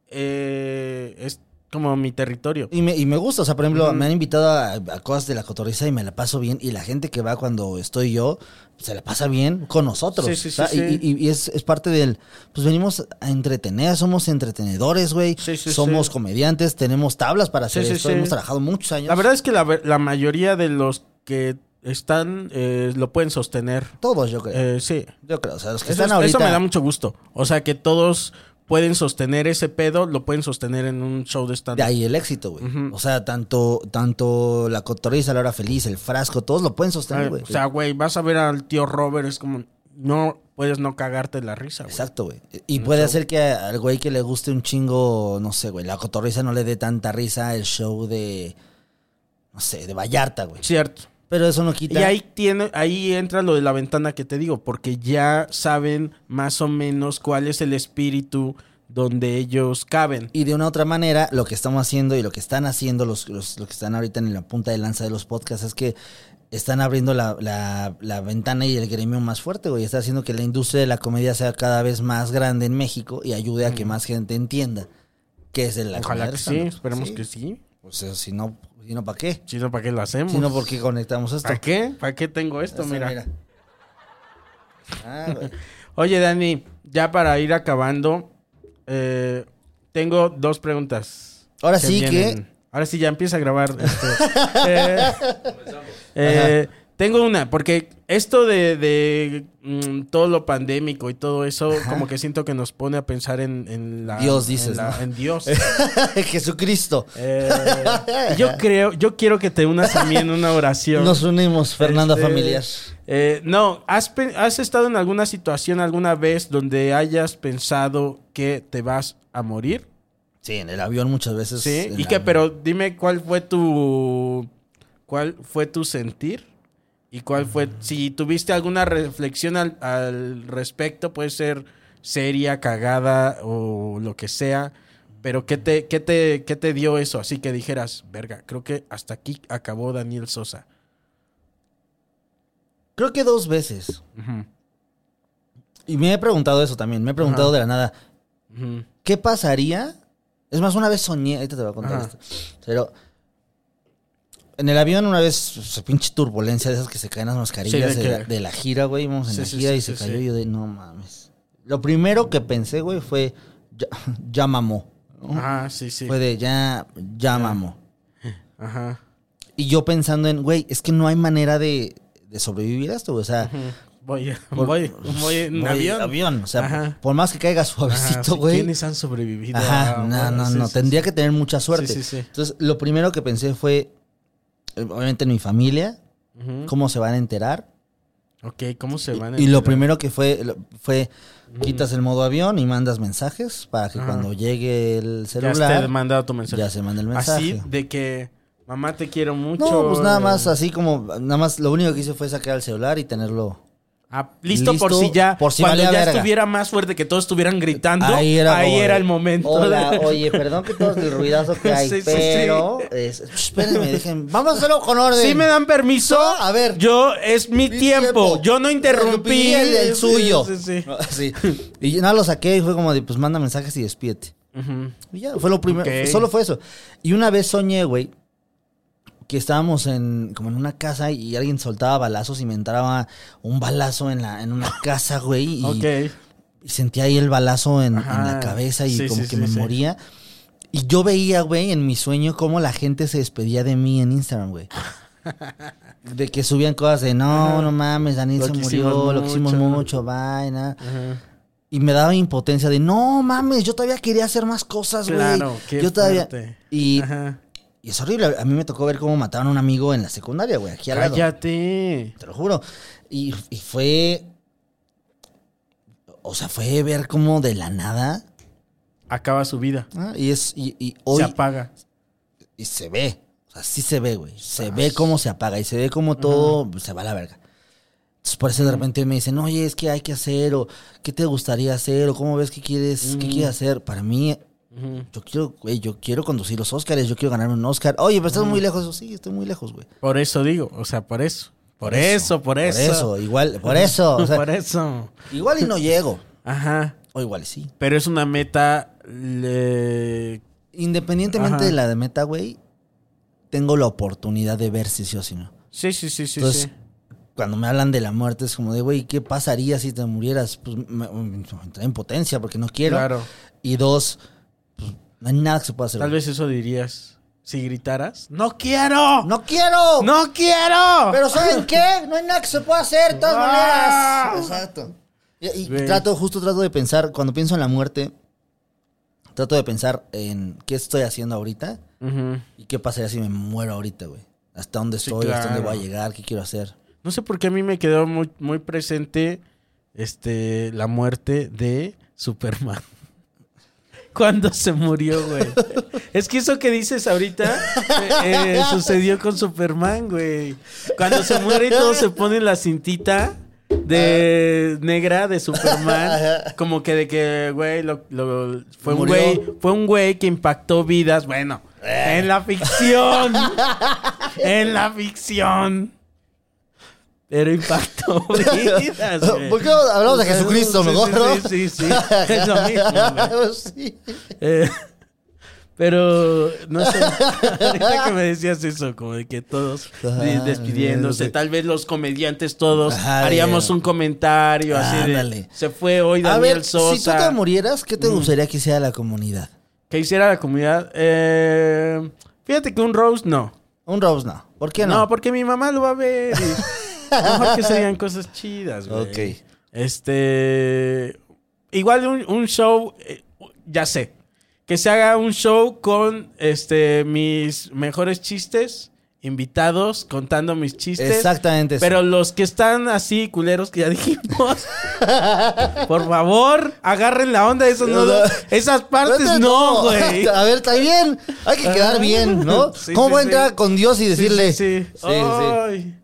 Speaker 1: eh, es como mi territorio.
Speaker 2: Y me, y me gusta, o sea, por ejemplo, me han invitado a, a cosas de la cotorriza y me la paso bien. Y la gente que va cuando estoy yo, se la pasa bien con nosotros.
Speaker 1: Sí, sí, sí,
Speaker 2: o sea, y-
Speaker 1: sí.
Speaker 2: Y, y es, es parte del, pues venimos a entretener, somos entretenedores, güey.
Speaker 1: Sí, sí,
Speaker 2: somos
Speaker 1: sí.
Speaker 2: comediantes, tenemos tablas para hacer
Speaker 1: Sí, sí,
Speaker 2: esto.
Speaker 1: sí.
Speaker 2: Hemos trabajado muchos años.
Speaker 1: La verdad es que la, ver- la mayoría de los que están eh, lo pueden sostener.
Speaker 2: Todos, yo creo.
Speaker 1: Eh, sí.
Speaker 2: yo creo, o sea, los que
Speaker 1: Eso,
Speaker 2: están
Speaker 1: es- eso
Speaker 2: ahorita.
Speaker 1: me da mucho gusto. O sea, que todos pueden sostener ese pedo, lo pueden sostener en un show de stand
Speaker 2: De ahí el éxito, güey. O sea, tanto, tanto la cotorriza, la hora feliz, el frasco, todos lo pueden sostener, güey.
Speaker 1: Ah, Eh, O sea, güey, vas a ver al tío Robert, es como, no puedes no cagarte la risa, güey.
Speaker 2: Exacto, güey. Y puede hacer que a- al güey que le guste un chingo, no sé, güey, la cotorriza no le dé tanta risa el show de, no sé, de Vallarta, güey.
Speaker 1: Cierto.
Speaker 2: Pero eso no
Speaker 1: Y
Speaker 2: quita.
Speaker 1: ahí tiene, ahí entra lo de la ventana que te digo, porque ya saben más o menos cuál es el espíritu donde ellos caben.
Speaker 2: Y de una u otra manera, lo que estamos haciendo y lo que están haciendo los, los, los que están ahorita en la punta de lanza de los podcasts es que están abriendo la, la- la ventana y el gremio más fuerte, güey. Está haciendo que la industria de la comedia sea cada vez más grande en México y ayude a que más gente entienda qué es el la
Speaker 1: Ojalá
Speaker 2: comedia
Speaker 1: que sí,
Speaker 2: stand-up.
Speaker 1: esperemos
Speaker 2: Sí.
Speaker 1: que sí.
Speaker 2: Pues eh, si no, si no ¿para qué?
Speaker 1: Si no, ¿para qué lo hacemos?
Speaker 2: Si no, ¿por qué conectamos esto?
Speaker 1: ¿Para qué? ¿Para qué tengo esto?
Speaker 2: Esto,
Speaker 1: mira.
Speaker 2: Ah, güey.
Speaker 1: Oye, Dani, ya para ir acabando, eh, tengo dos preguntas.
Speaker 2: Ahora sí que-
Speaker 1: Ahora sí, ya empieza a grabar.
Speaker 2: *laughs*
Speaker 1: este. Eh, eh, tengo una, porque esto de, de, mm, todo lo pandémico y todo eso, como que siento que nos pone a pensar en, en la-
Speaker 2: Dios,
Speaker 1: en
Speaker 2: dices,
Speaker 1: la-
Speaker 2: ¿no?
Speaker 1: en
Speaker 2: *laughs*
Speaker 1: Dios.
Speaker 2: *laughs* Jesucristo.
Speaker 1: Eh, yo creo, yo quiero que te unas a mí en una oración.
Speaker 2: Nos unimos, Fernanda
Speaker 1: Este,
Speaker 2: Familiar.
Speaker 1: eh, no, ¿has, pe- has estado en alguna situación alguna vez donde hayas pensado que te vas a morir?
Speaker 2: Sí, en el avión muchas veces.
Speaker 1: Sí.
Speaker 2: Pues, en
Speaker 1: Y
Speaker 2: la-
Speaker 1: que, pero dime cuál fue tu. ¿Cuál fue tu sentir? ¿Y cuál fue.? Si tuviste alguna reflexión al, al respecto, puede ser seria, cagada o lo que sea. Pero ¿qué te, qué, te, ¿qué te dio eso? Así que dijeras, verga, creo que hasta aquí acabó Daniel Sosa.
Speaker 2: Creo que dos veces. Y me he preguntado eso también. Me he preguntado de la nada.
Speaker 1: Ujú.
Speaker 2: ¿Qué pasaría? Es más, una vez soñé. Ahorita te voy a contar
Speaker 1: Ajá.
Speaker 2: esto. Pero. En el avión una vez, o sea, pinche turbulencia de esas que se caen las mascarillas
Speaker 1: Sí, de
Speaker 2: de,
Speaker 1: que-
Speaker 2: la, de la gira, güey. Íbamos en
Speaker 1: Sí,
Speaker 2: la
Speaker 1: sí,
Speaker 2: gira
Speaker 1: sí,
Speaker 2: y se
Speaker 1: sí,
Speaker 2: cayó.
Speaker 1: sí.
Speaker 2: y Yo de, no mames. Lo primero que pensé, güey, fue. Ya, ya mamó. ¿no?
Speaker 1: Ajá, sí, sí.
Speaker 2: Fue de, ya, ya mamó.
Speaker 1: Ajá.
Speaker 2: Y yo pensando en, güey, es que no hay manera de, de sobrevivir a esto, güey. O sea,
Speaker 1: Voy, *laughs*
Speaker 2: Por-
Speaker 1: voy, voy en
Speaker 2: voy-
Speaker 1: avión.
Speaker 2: O sea,
Speaker 1: Ajá.
Speaker 2: por más que caiga
Speaker 1: Ajá, sí,
Speaker 2: suavecito, güey.
Speaker 1: ¿Quiénes han sobrevivido?
Speaker 2: Ajá,
Speaker 1: Ah,
Speaker 2: no,
Speaker 1: bueno,
Speaker 2: no,
Speaker 1: sí,
Speaker 2: no.
Speaker 1: sí,
Speaker 2: Tendría que tener mucha suerte.
Speaker 1: Sí, sí, sí.
Speaker 2: Entonces, lo primero que pensé fue, eh, obviamente, en mi familia,
Speaker 1: sí. Ujú.
Speaker 2: cómo se van a enterar.
Speaker 1: Ok, ¿cómo se
Speaker 2: Y-
Speaker 1: van a
Speaker 2: y, lo
Speaker 1: enterar?
Speaker 2: primero que fue, lo- fue quitas el modo avión y mandas mensajes para que
Speaker 1: Ajá.
Speaker 2: cuando llegue el
Speaker 1: Ya
Speaker 2: celular,
Speaker 1: te he mandado tu mensaje.
Speaker 2: ya se manda el mensaje.
Speaker 1: Así de que, mamá, te quiero mucho.
Speaker 2: No, pues nada
Speaker 1: eh,
Speaker 2: más así como, nada más lo único que hice fue sacar el celular y tenerlo.
Speaker 1: ah, listo, por
Speaker 2: listo,
Speaker 1: si ya.
Speaker 2: por si
Speaker 1: cuando ya
Speaker 2: valía verga.
Speaker 1: estuviera más fuerte que todos estuvieran gritando. Ahí
Speaker 2: Ahí
Speaker 1: era,
Speaker 2: era, como de,
Speaker 1: el momento. *laughs*
Speaker 2: Hola, oye, perdón que todo el ruidazo que hay,
Speaker 1: Sí, sí, sí.
Speaker 2: pero es- espérenme, dejen, vamos a hacerlo con orden.
Speaker 1: Si me dan permiso,
Speaker 2: No, a ver.
Speaker 1: Yo, es mi, tiempo. Yo no interrumpí.
Speaker 2: el, el
Speaker 1: Sí,
Speaker 2: suyo.
Speaker 1: sí,
Speaker 2: *laughs*
Speaker 1: sí.
Speaker 2: No, sí. Y yo nada lo saqué y fue como de, pues manda mensajes y despídete.
Speaker 1: Ujú.
Speaker 2: Y ya, fue lo primero,
Speaker 1: Ok.
Speaker 2: solo fue eso. Y una vez soñé, güey, que estábamos en como en una casa y alguien soltaba balazos y me entraba un balazo en la en una casa, güey, y
Speaker 1: Ok.
Speaker 2: y sentía ahí el balazo en, en
Speaker 1: Ajá.
Speaker 2: la cabeza y
Speaker 1: Sí,
Speaker 2: como
Speaker 1: sí,
Speaker 2: que
Speaker 1: sí,
Speaker 2: me
Speaker 1: sí.
Speaker 2: moría. Y yo veía, güey, en mi sueño cómo la gente se despedía de mí en
Speaker 1: *laughs*
Speaker 2: Instagram, güey. De que subían cosas de, no, no mames, Daniel
Speaker 1: Lo
Speaker 2: se
Speaker 1: quisimos
Speaker 2: murió, lo quisimos
Speaker 1: mucho".
Speaker 2: mucho, vaina.
Speaker 1: Ajá.
Speaker 2: Y me daba impotencia de, no mames, yo todavía quería hacer más cosas, güey.
Speaker 1: Claro, qué
Speaker 2: yo todavía...
Speaker 1: fuerte.
Speaker 2: Y,
Speaker 1: Ajá.
Speaker 2: y es horrible, a mí me tocó ver cómo mataron a un amigo en la secundaria, güey, aquí al lado.
Speaker 1: Cállate.
Speaker 2: Te lo juro. Y, y fue. O sea, fue ver como de la nada.
Speaker 1: Acaba su vida.
Speaker 2: ¿ah? Y es. Y, y hoy.
Speaker 1: Se apaga.
Speaker 2: y se ve. O sea, sí se ve, güey.
Speaker 1: Ah,
Speaker 2: Se ve cómo se apaga y se ve cómo todo se va a la verga. Entonces, por eso de repente me dicen, oye, es que hay que hacer, o qué te gustaría hacer, o cómo ves que quieres, qué quieres hacer. Para mí,
Speaker 1: Ujú.
Speaker 2: yo quiero, güey, yo quiero conducir los Oscars, yo quiero ganarme un Oscar. Oye, pero estás muy lejos. Sí, estoy muy lejos, güey.
Speaker 1: Por eso digo, o sea, por eso. Por eso, por eso.
Speaker 2: Por eso, igual, por eso. o sea,
Speaker 1: por eso.
Speaker 2: igual y no llego.
Speaker 1: Ajá.
Speaker 2: O igual y sí.
Speaker 1: Pero es una meta. le-
Speaker 2: Independientemente
Speaker 1: Ajá.
Speaker 2: de la de meta, güey, tengo la oportunidad de ver si sí o si no.
Speaker 1: Sí, sí, sí, sí.
Speaker 2: Entonces,
Speaker 1: sí.
Speaker 2: cuando me hablan de la muerte, es como de, güey, ¿qué pasaría si te murieras? Pues me, me entra en potencia porque no quiero.
Speaker 1: Claro.
Speaker 2: Y dos, pues, no hay nada que se pueda hacer.
Speaker 1: Tal
Speaker 2: güey.
Speaker 1: vez eso dirías. Si gritaras. ¡No quiero!
Speaker 2: ¡No quiero!
Speaker 1: ¡No quiero!
Speaker 2: Pero ¿saben
Speaker 1: *laughs*
Speaker 2: qué? No hay nada que se pueda hacer de todas
Speaker 1: Ah.
Speaker 2: maneras. Exacto. Y, y
Speaker 1: Güey.
Speaker 2: trato, justo trato de pensar, cuando pienso en la muerte, trato de pensar en qué estoy haciendo ahorita y qué pasaría si me muero ahorita, güey. Hasta dónde
Speaker 1: Sí,
Speaker 2: estoy, hasta dónde voy a
Speaker 1: claro.
Speaker 2: llegar, qué quiero hacer.
Speaker 1: No sé por qué a mí me quedó muy, muy presente este, la muerte de Superman. *laughs* Cuando se murió, güey. Es que eso que dices ahorita eh, eh, sucedió con Superman, güey. Cuando se muere y todos se ponen la cintita de negra de Superman. Como que de que, güey, lo- lo- fue un
Speaker 2: Murió.
Speaker 1: güey, fue un güey que impactó vidas. Bueno, en la ficción. En la ficción. Pero impactó *laughs* vidas, güey.
Speaker 2: ¿Por qué hablamos de Jesucristo
Speaker 1: Sí,
Speaker 2: mejor,
Speaker 1: sí,
Speaker 2: no?
Speaker 1: Sí, sí, sí.
Speaker 2: *laughs*
Speaker 1: Es lo mismo, güey.
Speaker 2: Sí.
Speaker 1: Eh, pero no sé, ahorita que me decías eso, como de que todos
Speaker 2: Ajá,
Speaker 1: de- despidiéndose,
Speaker 2: sí.
Speaker 1: tal vez los comediantes todos
Speaker 2: Ajá,
Speaker 1: haríamos
Speaker 2: de-
Speaker 1: un comentario así de
Speaker 2: Ándale.
Speaker 1: se fue hoy
Speaker 2: A
Speaker 1: Daniel
Speaker 2: ver, si tú
Speaker 1: Sosa. Mm.
Speaker 2: te murieras, ¿qué te gustaría que hiciera la comunidad?
Speaker 1: que hiciera la comunidad. Eh, fíjate que un roast no.
Speaker 2: Un Robs no. ¿Por qué
Speaker 1: No,
Speaker 2: no?
Speaker 1: porque mi mamá lo va a ver. y mejor que serían cosas chidas, güey.
Speaker 2: Ok.
Speaker 1: Este. Igual un, un show. eh, ya sé. Que se haga un show con este mis mejores chistes. Invitados contando mis chistes.
Speaker 2: Exactamente.
Speaker 1: Pero los que están así, culeros que ya dijimos. por favor, agarren la onda. Eso no,
Speaker 2: No, no.
Speaker 1: esas partes
Speaker 2: Vete,
Speaker 1: no, güey.
Speaker 2: *laughs* A ver, está bien. Hay que quedar bien, ¿no?
Speaker 1: Sí,
Speaker 2: ¿Cómo
Speaker 1: sí,
Speaker 2: voy a
Speaker 1: sí.
Speaker 2: entrar con Dios y
Speaker 1: Sí,
Speaker 2: decirle?
Speaker 1: Sí, sí.
Speaker 2: sí, sí.
Speaker 1: Ay.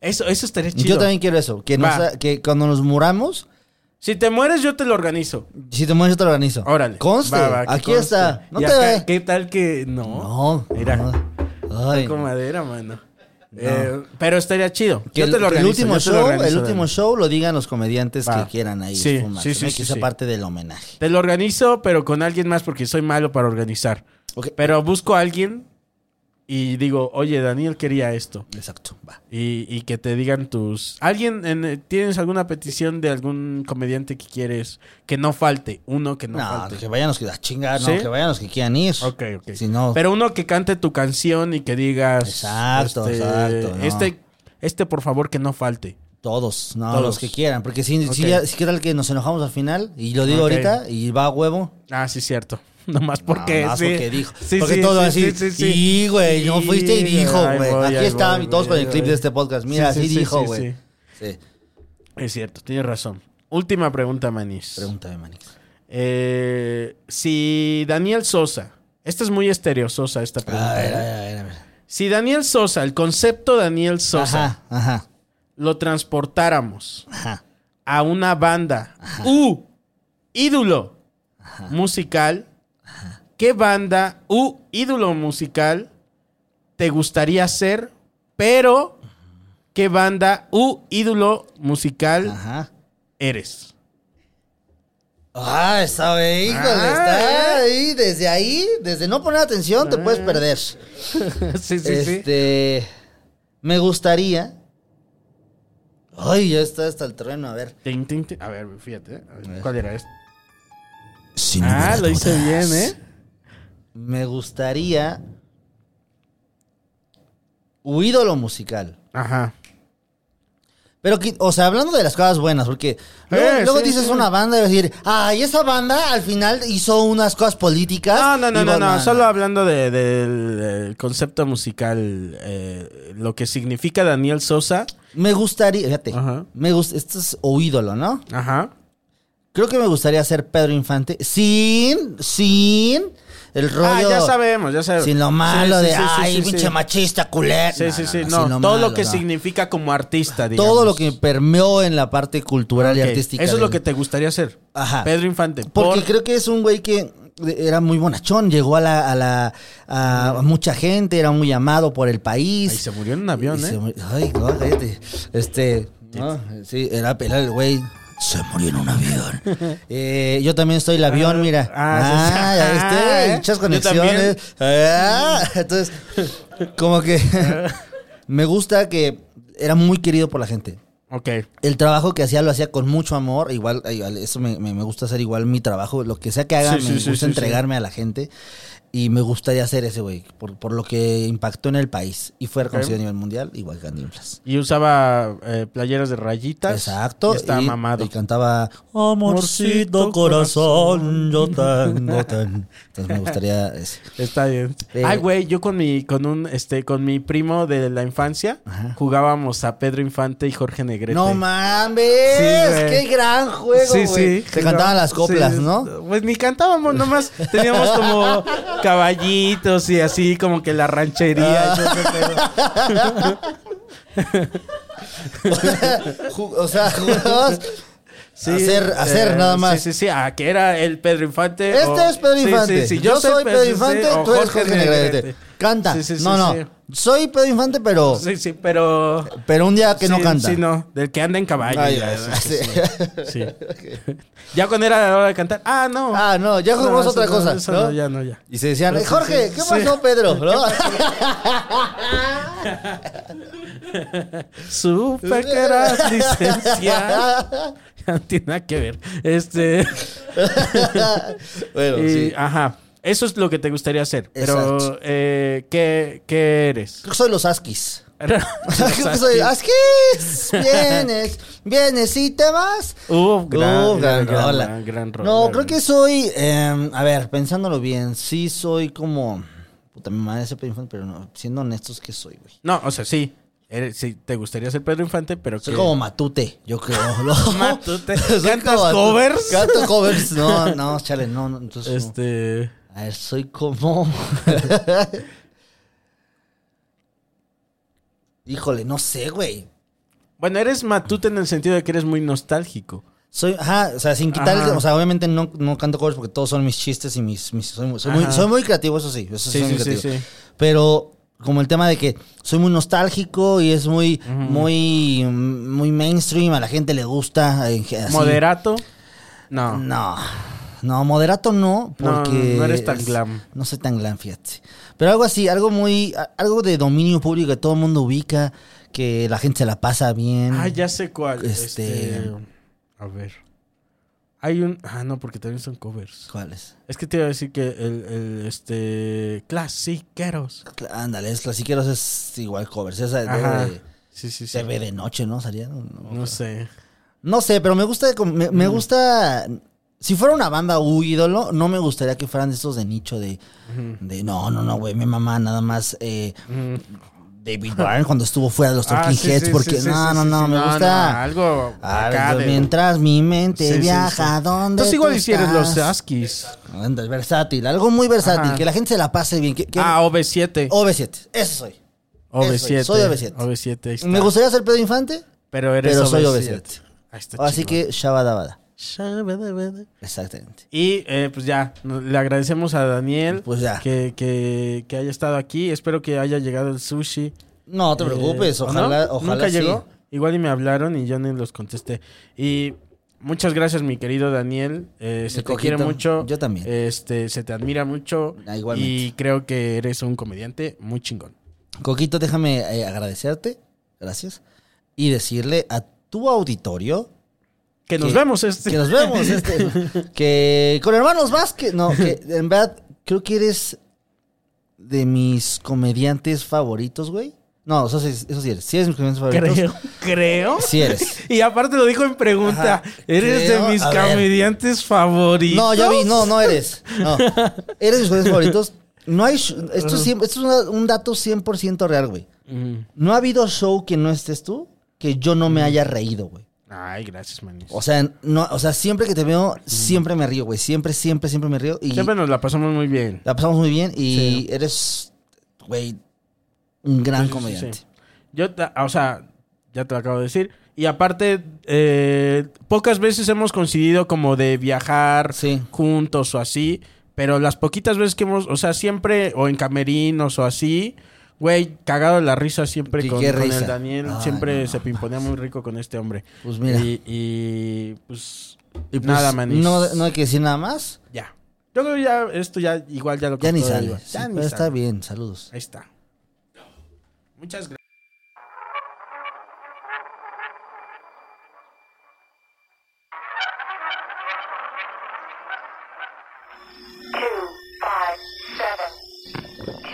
Speaker 1: Eso, eso estaría chido.
Speaker 2: Yo también quiero eso. Que,
Speaker 1: Va.
Speaker 2: nos- que cuando nos muramos,
Speaker 1: Si te mueres, yo te lo organizo.
Speaker 2: si te mueres, yo te lo organizo.
Speaker 1: Órale.
Speaker 2: Conste.
Speaker 1: Va, va, que
Speaker 2: aquí
Speaker 1: conste.
Speaker 2: está. No
Speaker 1: Y
Speaker 2: te
Speaker 1: acá,
Speaker 2: ve.
Speaker 1: ¿Qué tal que no?
Speaker 2: No.
Speaker 1: Mira,
Speaker 2: no. Ay,
Speaker 1: con madera, mano. Eh, pero estaría chido.
Speaker 2: Que
Speaker 1: yo te lo
Speaker 2: el-
Speaker 1: organizo.
Speaker 2: el último
Speaker 1: yo te lo
Speaker 2: show,
Speaker 1: organizo,
Speaker 2: el último
Speaker 1: Dani.
Speaker 2: show lo digan los comediantes
Speaker 1: Va.
Speaker 2: que quieran ahí.
Speaker 1: Sí,
Speaker 2: esfumarse,
Speaker 1: sí, sí,
Speaker 2: ¿no?
Speaker 1: sí,
Speaker 2: que sea
Speaker 1: sí.
Speaker 2: parte del homenaje.
Speaker 1: Te lo organizo, pero con alguien más porque soy malo para organizar.
Speaker 2: Ok.
Speaker 1: Pero busco a alguien y digo, oye, Daniel quería esto.
Speaker 2: Exacto. Va.
Speaker 1: Y, y que te digan tus... ¿Alguien en- eh, tienes alguna petición de algún comediante que quieres que no falte? Uno que no,
Speaker 2: No,
Speaker 1: falte.
Speaker 2: que vayan los que a chingar, no,
Speaker 1: ¿Sí?
Speaker 2: que vayan los que quieran ir.
Speaker 1: Ok, ok.
Speaker 2: Si no,
Speaker 1: Pero uno que cante tu canción y que digas.
Speaker 2: Exacto,
Speaker 1: este,
Speaker 2: exacto, no.
Speaker 1: Este, este, por favor, que no falte.
Speaker 2: todos, no,
Speaker 1: Todos.
Speaker 2: los que quieran. Porque si, si,
Speaker 1: Ok.
Speaker 2: si queda el que nos enojamos al final, y lo digo
Speaker 1: Ok.
Speaker 2: ahorita, y va a huevo.
Speaker 1: Ah, sí, cierto. *laughs* Nomás porque.
Speaker 2: Nada más
Speaker 1: sí.
Speaker 2: porque dijo.
Speaker 1: Sí,
Speaker 2: porque
Speaker 1: sí,
Speaker 2: todo
Speaker 1: sí,
Speaker 2: así.
Speaker 1: sí, sí, sí.
Speaker 2: Y, güey, no fuiste y dijo,
Speaker 1: ahí
Speaker 2: güey.
Speaker 1: voy,
Speaker 2: Aquí
Speaker 1: ahí
Speaker 2: está,
Speaker 1: voy,
Speaker 2: y todos con el
Speaker 1: güey,
Speaker 2: clip
Speaker 1: ahí
Speaker 2: de este podcast. Mira,
Speaker 1: Sí,
Speaker 2: así
Speaker 1: sí, sí,
Speaker 2: dijo,
Speaker 1: sí,
Speaker 2: güey.
Speaker 1: sí.
Speaker 2: Sí.
Speaker 1: Es cierto, tienes razón. Última pregunta, Manis.
Speaker 2: Pregúntame, Manix.
Speaker 1: Eh, si Daniel Sosa. Esta es muy estereososa esta pregunta.
Speaker 2: A ver, a
Speaker 1: ¿eh?
Speaker 2: ver, a ver, a ver.
Speaker 1: Si Daniel Sosa, el concepto Daniel Sosa,
Speaker 2: Ajá, ajá,
Speaker 1: lo transportáramos
Speaker 2: ajá.
Speaker 1: a una banda u ídolo musical, ¿qué banda u ídolo musical te gustaría ser? Pero, ¿qué banda u ídolo musical
Speaker 2: Ajá.
Speaker 1: eres? *laughs*
Speaker 2: Ah, está ahí, híjole,
Speaker 1: Ah,
Speaker 2: está ahí. Desde ahí, desde no poner atención, te puedes perder.
Speaker 1: sí, Ah. sí, sí.
Speaker 2: este, me gustaría. Ay, ya está hasta el terreno, a ver.
Speaker 1: Tin, tin, tin. A ver, fíjate. eh. A ver, ¿Cuál era este?
Speaker 2: Sin
Speaker 1: Ah,
Speaker 2: lugar a
Speaker 1: lo hice
Speaker 2: dudas.
Speaker 1: bien, ¿eh?
Speaker 2: Me gustaría. Un ídolo musical.
Speaker 1: Ajá.
Speaker 2: Pero, que- o sea, hablando de las cosas buenas, porque
Speaker 1: Eh,
Speaker 2: luego, luego
Speaker 1: sí,
Speaker 2: dices
Speaker 1: sí.
Speaker 2: una banda y vas a decir, ay, esa banda al final hizo unas cosas políticas.
Speaker 1: No, no, no,
Speaker 2: Y
Speaker 1: no,
Speaker 2: vos,
Speaker 1: no, Solo hablando de- del del concepto musical, eh, lo que significa Daniel Sosa.
Speaker 2: Me gustaría, fíjate,
Speaker 1: Ajá.
Speaker 2: me gusta, esto es o ídolo, ¿no?
Speaker 1: Ajá.
Speaker 2: Creo que me gustaría ser Pedro Infante sin, sin el rollo.
Speaker 1: Ah, ya sabemos, ya sabemos.
Speaker 2: Sin lo
Speaker 1: Sí,
Speaker 2: malo
Speaker 1: sí,
Speaker 2: de,
Speaker 1: sí, sí,
Speaker 2: ay,
Speaker 1: sí,
Speaker 2: pinche
Speaker 1: sí.
Speaker 2: machista, culero.
Speaker 1: Sí,
Speaker 2: No,
Speaker 1: sí,
Speaker 2: no,
Speaker 1: sí.
Speaker 2: no,
Speaker 1: No,
Speaker 2: sin lo
Speaker 1: todo
Speaker 2: malo,
Speaker 1: lo que
Speaker 2: no.
Speaker 1: significa como artista, digamos.
Speaker 2: Todo lo que permeó en la parte cultural
Speaker 1: Ok,
Speaker 2: y artística.
Speaker 1: Eso es lo
Speaker 2: del-
Speaker 1: que te gustaría hacer.
Speaker 2: Ajá.
Speaker 1: Pedro Infante.
Speaker 2: Porque
Speaker 1: por-
Speaker 2: creo que es un güey que era muy bonachón, llegó a la, a la a mucha gente, era muy amado por el país.
Speaker 1: Ay, se murió en un avión,
Speaker 2: Y
Speaker 1: ¿eh?
Speaker 2: se murió- Ay, no, cállate. Este, no, sí, era pelar el güey. Se murió en un avión.
Speaker 1: *laughs*
Speaker 2: Eh, yo también estoy el avión, mira.
Speaker 1: ah, sí,
Speaker 2: Ah,
Speaker 1: sí. *laughs*
Speaker 2: ahí está,
Speaker 1: Ah,
Speaker 2: muchas
Speaker 1: yo
Speaker 2: conexiones. Ah, entonces, como
Speaker 1: *laughs*
Speaker 2: que me gusta que era muy querido por la gente
Speaker 1: Ok.
Speaker 2: el trabajo que hacía lo hacía con mucho amor. Igual, igual, eso me, me- me gusta hacer igual mi trabajo. Lo que sea que haga,
Speaker 1: Sí,
Speaker 2: me
Speaker 1: sí, sí,
Speaker 2: gusta
Speaker 1: sí, sí.
Speaker 2: entregarme a la gente. Y me gustaría ser ese güey, por, por lo que impactó en el país y fue reconocido a nivel mundial, igual que Cantinflas.
Speaker 1: Y usaba eh, playeras de rayitas.
Speaker 2: Exacto.
Speaker 1: Y estaba
Speaker 2: y-
Speaker 1: mamado.
Speaker 2: Y cantaba, amorcito corazón, yo tengo tan. Entonces me gustaría ese.
Speaker 1: Está bien.
Speaker 2: Eh,
Speaker 1: Ay, güey, yo con mi, con un, este, con mi primo de la infancia jugábamos a Pedro Infante y Jorge Negrete.
Speaker 2: No mames,
Speaker 1: Sí, güey.
Speaker 2: qué gran juego.
Speaker 1: Sí,
Speaker 2: güey.
Speaker 1: sí.
Speaker 2: Se cantaban las coplas,
Speaker 1: Sí, *laughs*
Speaker 2: ¿no? *laughs*
Speaker 1: Pues ni cantábamos, nomás teníamos como caballitos y así como que la ranchería.
Speaker 2: Ah, Ju- o sea, *laughs* jugabas
Speaker 1: Sí,
Speaker 2: hacer, hacer
Speaker 1: eh,
Speaker 2: nada más.
Speaker 1: Sí, sí, sí. Ah, que era el Pedro Infante.
Speaker 2: Este
Speaker 1: o-
Speaker 2: es Pedro
Speaker 1: Sí,
Speaker 2: Infante.
Speaker 1: sí, sí,
Speaker 2: Yo, soy Pedro
Speaker 1: sí,
Speaker 2: Infante,
Speaker 1: o
Speaker 2: tú eres Jorge Negrete. Canta.
Speaker 1: Sí, sí, sí,
Speaker 2: no, no.
Speaker 1: sí.
Speaker 2: Soy Pedro Infante, pero,
Speaker 1: Sí, sí, pero.
Speaker 2: pero un día que no
Speaker 1: Sí,
Speaker 2: canta.
Speaker 1: Sí, no. Del que anda en caballo.
Speaker 2: Ay,
Speaker 1: ya,
Speaker 2: ay,
Speaker 1: sí,
Speaker 2: sí.
Speaker 1: Sí. *laughs* Ya cuando era la hora de cantar. Ah, no.
Speaker 2: *laughs* Ah, no, ya jugamos
Speaker 1: eso
Speaker 2: otra
Speaker 1: no,
Speaker 2: cosa,
Speaker 1: eso
Speaker 2: ¿no?
Speaker 1: ya, no, ya.
Speaker 2: Y se decían,
Speaker 1: Pero
Speaker 2: "Eh,
Speaker 1: sí,
Speaker 2: Jorge,
Speaker 1: sí,
Speaker 2: ¿qué
Speaker 1: sí.
Speaker 2: pasó, Pedro? ¿No?
Speaker 1: *laughs* Supe que
Speaker 2: *laughs*
Speaker 1: eras licenciado. Ya no tiene nada que ver. Este.
Speaker 2: *laughs* bueno,
Speaker 1: y,
Speaker 2: sí.
Speaker 1: Ajá. Eso es lo que te gustaría hacer.
Speaker 2: Exacto.
Speaker 1: Pero, eh, ¿qué, ¿qué eres? *laughs*
Speaker 2: Creo que soy los Askis. *laughs* Creo que soy Askis. Vienes, vienes y te vas.
Speaker 1: Uf, gran,
Speaker 2: Uh, gran rola.
Speaker 1: gran- gran rola,
Speaker 2: No, creo
Speaker 1: gran-
Speaker 2: que soy. eh, a ver, pensándolo bien, sí soy como. Puta, me madre ese Pedro Infante, pero no, siendo honestos, ¿qué soy, güey?
Speaker 1: No, o sea, sí. Eres- sí, te gustaría ser Pedro Infante, pero
Speaker 2: Soy
Speaker 1: que-
Speaker 2: como Matute, yo creo. *laughs* ¿no?
Speaker 1: Matute.
Speaker 2: Soy
Speaker 1: ¿Cantas
Speaker 2: como-
Speaker 1: covers?
Speaker 2: Canto covers, no, no, chale, no, no, entonces. no.
Speaker 1: Este.
Speaker 2: A ver,
Speaker 1: *laughs*
Speaker 2: soy como. *laughs* Híjole, no sé, güey.
Speaker 1: Bueno, eres matute en el sentido de que eres muy nostálgico.
Speaker 2: Soy, ajá, o sea, sin quitar,
Speaker 1: Ajá.
Speaker 2: o sea, obviamente no, no canto covers porque todos son mis chistes y mis, mis- soy, muy, soy, muy,
Speaker 1: Ajá.
Speaker 2: soy muy creativo, eso sí, eso
Speaker 1: Sí,
Speaker 2: sí, soy muy
Speaker 1: sí, sí,
Speaker 2: creativo.
Speaker 1: sí.
Speaker 2: Pero como el tema de que soy muy nostálgico y es muy, muy, muy mainstream, a la gente le gusta. eh, así.
Speaker 1: ¿Moderato? No.
Speaker 2: No, no, moderato
Speaker 1: No,
Speaker 2: no, porque
Speaker 1: no eres tan glam.
Speaker 2: No soy tan glam, fíjate. Pero algo así, algo muy, a- algo de dominio público que todo el mundo ubica, que la gente se la pasa bien.
Speaker 1: Ah, ya sé cuál.
Speaker 2: Este-
Speaker 1: Este... A ver. Hay un. Ah, no, porque también son covers.
Speaker 2: ¿Cuál es?
Speaker 1: Es que te iba a decir que el. el, este. Clasiqueros.
Speaker 2: Cla- Ándale, es clasiqueros es igual covers. Esa de-
Speaker 1: Ajá.
Speaker 2: de-
Speaker 1: Sí, sí, sí.
Speaker 2: se ve de noche, ¿no? Salía. No,
Speaker 1: No sé.
Speaker 2: No sé, pero me gusta, como- me,
Speaker 1: Mm.
Speaker 2: me gusta. Si fuera una banda u ídolo, no me gustaría que fueran de esos de nicho de. de no, no, no, güey, mi mamá nada más. eh, David Byrne cuando estuvo fuera de los
Speaker 1: Mm. *laughs* Ah,
Speaker 2: Talking
Speaker 1: sí,
Speaker 2: Heads,
Speaker 1: sí,
Speaker 2: porque
Speaker 1: sí, sí,
Speaker 2: no,
Speaker 1: sí,
Speaker 2: no,
Speaker 1: sí,
Speaker 2: no,
Speaker 1: sí.
Speaker 2: me
Speaker 1: No,
Speaker 2: gusta.
Speaker 1: no, algo acá
Speaker 2: Algo
Speaker 1: de-
Speaker 2: mientras mi mente
Speaker 1: Sí, sí,
Speaker 2: viaja,
Speaker 1: sí.
Speaker 2: ¿dónde?
Speaker 1: Entonces igual hicieron los
Speaker 2: estás?
Speaker 1: Askis.
Speaker 2: Anda, es versátil, algo muy versátil,
Speaker 1: Ajá.
Speaker 2: que la gente se la pase bien. Que, que-
Speaker 1: Ah, OV7.
Speaker 2: OV7, ese soy.
Speaker 1: OV7.
Speaker 2: soy OV7.
Speaker 1: OV7. ahí está.
Speaker 2: Me gustaría ser Pedro Infante,
Speaker 1: Pero eres
Speaker 2: pero soy
Speaker 1: OV7.
Speaker 2: OV7.
Speaker 1: Ahí está
Speaker 2: Así
Speaker 1: chingón.
Speaker 2: que, shabadabada.
Speaker 1: Shabadabada.
Speaker 2: Exactamente.
Speaker 1: Y eh, pues ya, no- le agradecemos a Daniel
Speaker 2: Pues ya.
Speaker 1: Que, que- que haya estado aquí. Espero que haya llegado el sushi.
Speaker 2: No te
Speaker 1: Eh,
Speaker 2: preocupes,
Speaker 1: ¿o no?
Speaker 2: ojalá, ojalá
Speaker 1: Nunca
Speaker 2: sí.
Speaker 1: llegó. Igual y me hablaron y yo ni los contesté. Y muchas gracias, mi querido Daniel. Eh, se te
Speaker 2: coquito.
Speaker 1: quiere mucho.
Speaker 2: Yo también.
Speaker 1: Este, se te admira mucho.
Speaker 2: Ah, igualmente.
Speaker 1: Y creo que eres un comediante muy chingón.
Speaker 2: Coquito, déjame eh, agradecerte, gracias, y decirle a tu auditorio
Speaker 1: Que nos
Speaker 2: Que-
Speaker 1: vemos este.
Speaker 2: que nos vemos, *laughs* este, que con hermanos Vázquez, no, que en verdad creo que eres de mis comediantes favoritos, güey. No, eso sí, eso sí eres, sí eres mis comediantes favoritos.
Speaker 1: *laughs* Creo. Creo.
Speaker 2: Sí eres.
Speaker 1: Y aparte lo dijo en pregunta.
Speaker 2: Ajá,
Speaker 1: Eres
Speaker 2: creo,
Speaker 1: de mis
Speaker 2: a ver.
Speaker 1: comediantes favoritos.
Speaker 2: No, ya vi, no, no eres. No, eres de mis comediantes favoritos. No hay, sh- esto, es cien- esto es una- un dato 100% real, güey.
Speaker 1: Mm.
Speaker 2: No ha habido show que no estés tú que yo no me haya reído, güey.
Speaker 1: Ay, gracias, manis.
Speaker 2: O sea, no, o sea, siempre que te veo, siempre me río, güey. Siempre, siempre, siempre me río. Y
Speaker 1: Siempre nos la pasamos muy bien.
Speaker 2: la pasamos muy bien. Y eres, güey, un gran
Speaker 1: Sí, sí,
Speaker 2: comediante.
Speaker 1: sí. Yo, ta- ah, o sea, ya te lo acabo de decir. Y aparte, eh, pocas veces hemos coincidido como de viajar
Speaker 2: Sí.
Speaker 1: juntos o así. Pero las poquitas veces que hemos, o sea, siempre, o en camerinos o así, güey, cagado de la risa siempre
Speaker 2: Qué-
Speaker 1: con,
Speaker 2: qué
Speaker 1: con
Speaker 2: risa.
Speaker 1: el Daniel.
Speaker 2: Ay,
Speaker 1: siempre
Speaker 2: no, no,
Speaker 1: se pimponea muy rico con este hombre.
Speaker 2: Pues mira.
Speaker 1: Y, y, pues,
Speaker 2: Y pues,
Speaker 1: nada, manis.
Speaker 2: No, no hay que decir nada más.
Speaker 1: Ya. Yo creo que ya, esto ya, igual ya lo
Speaker 2: Ya ni
Speaker 1: contó
Speaker 2: sale.
Speaker 1: Iván.
Speaker 2: Sí,
Speaker 1: Ya ni
Speaker 2: pero está
Speaker 1: sale.
Speaker 2: bien, saludos.
Speaker 1: Ahí está. Muchas gracias.
Speaker 3: two, five, seven,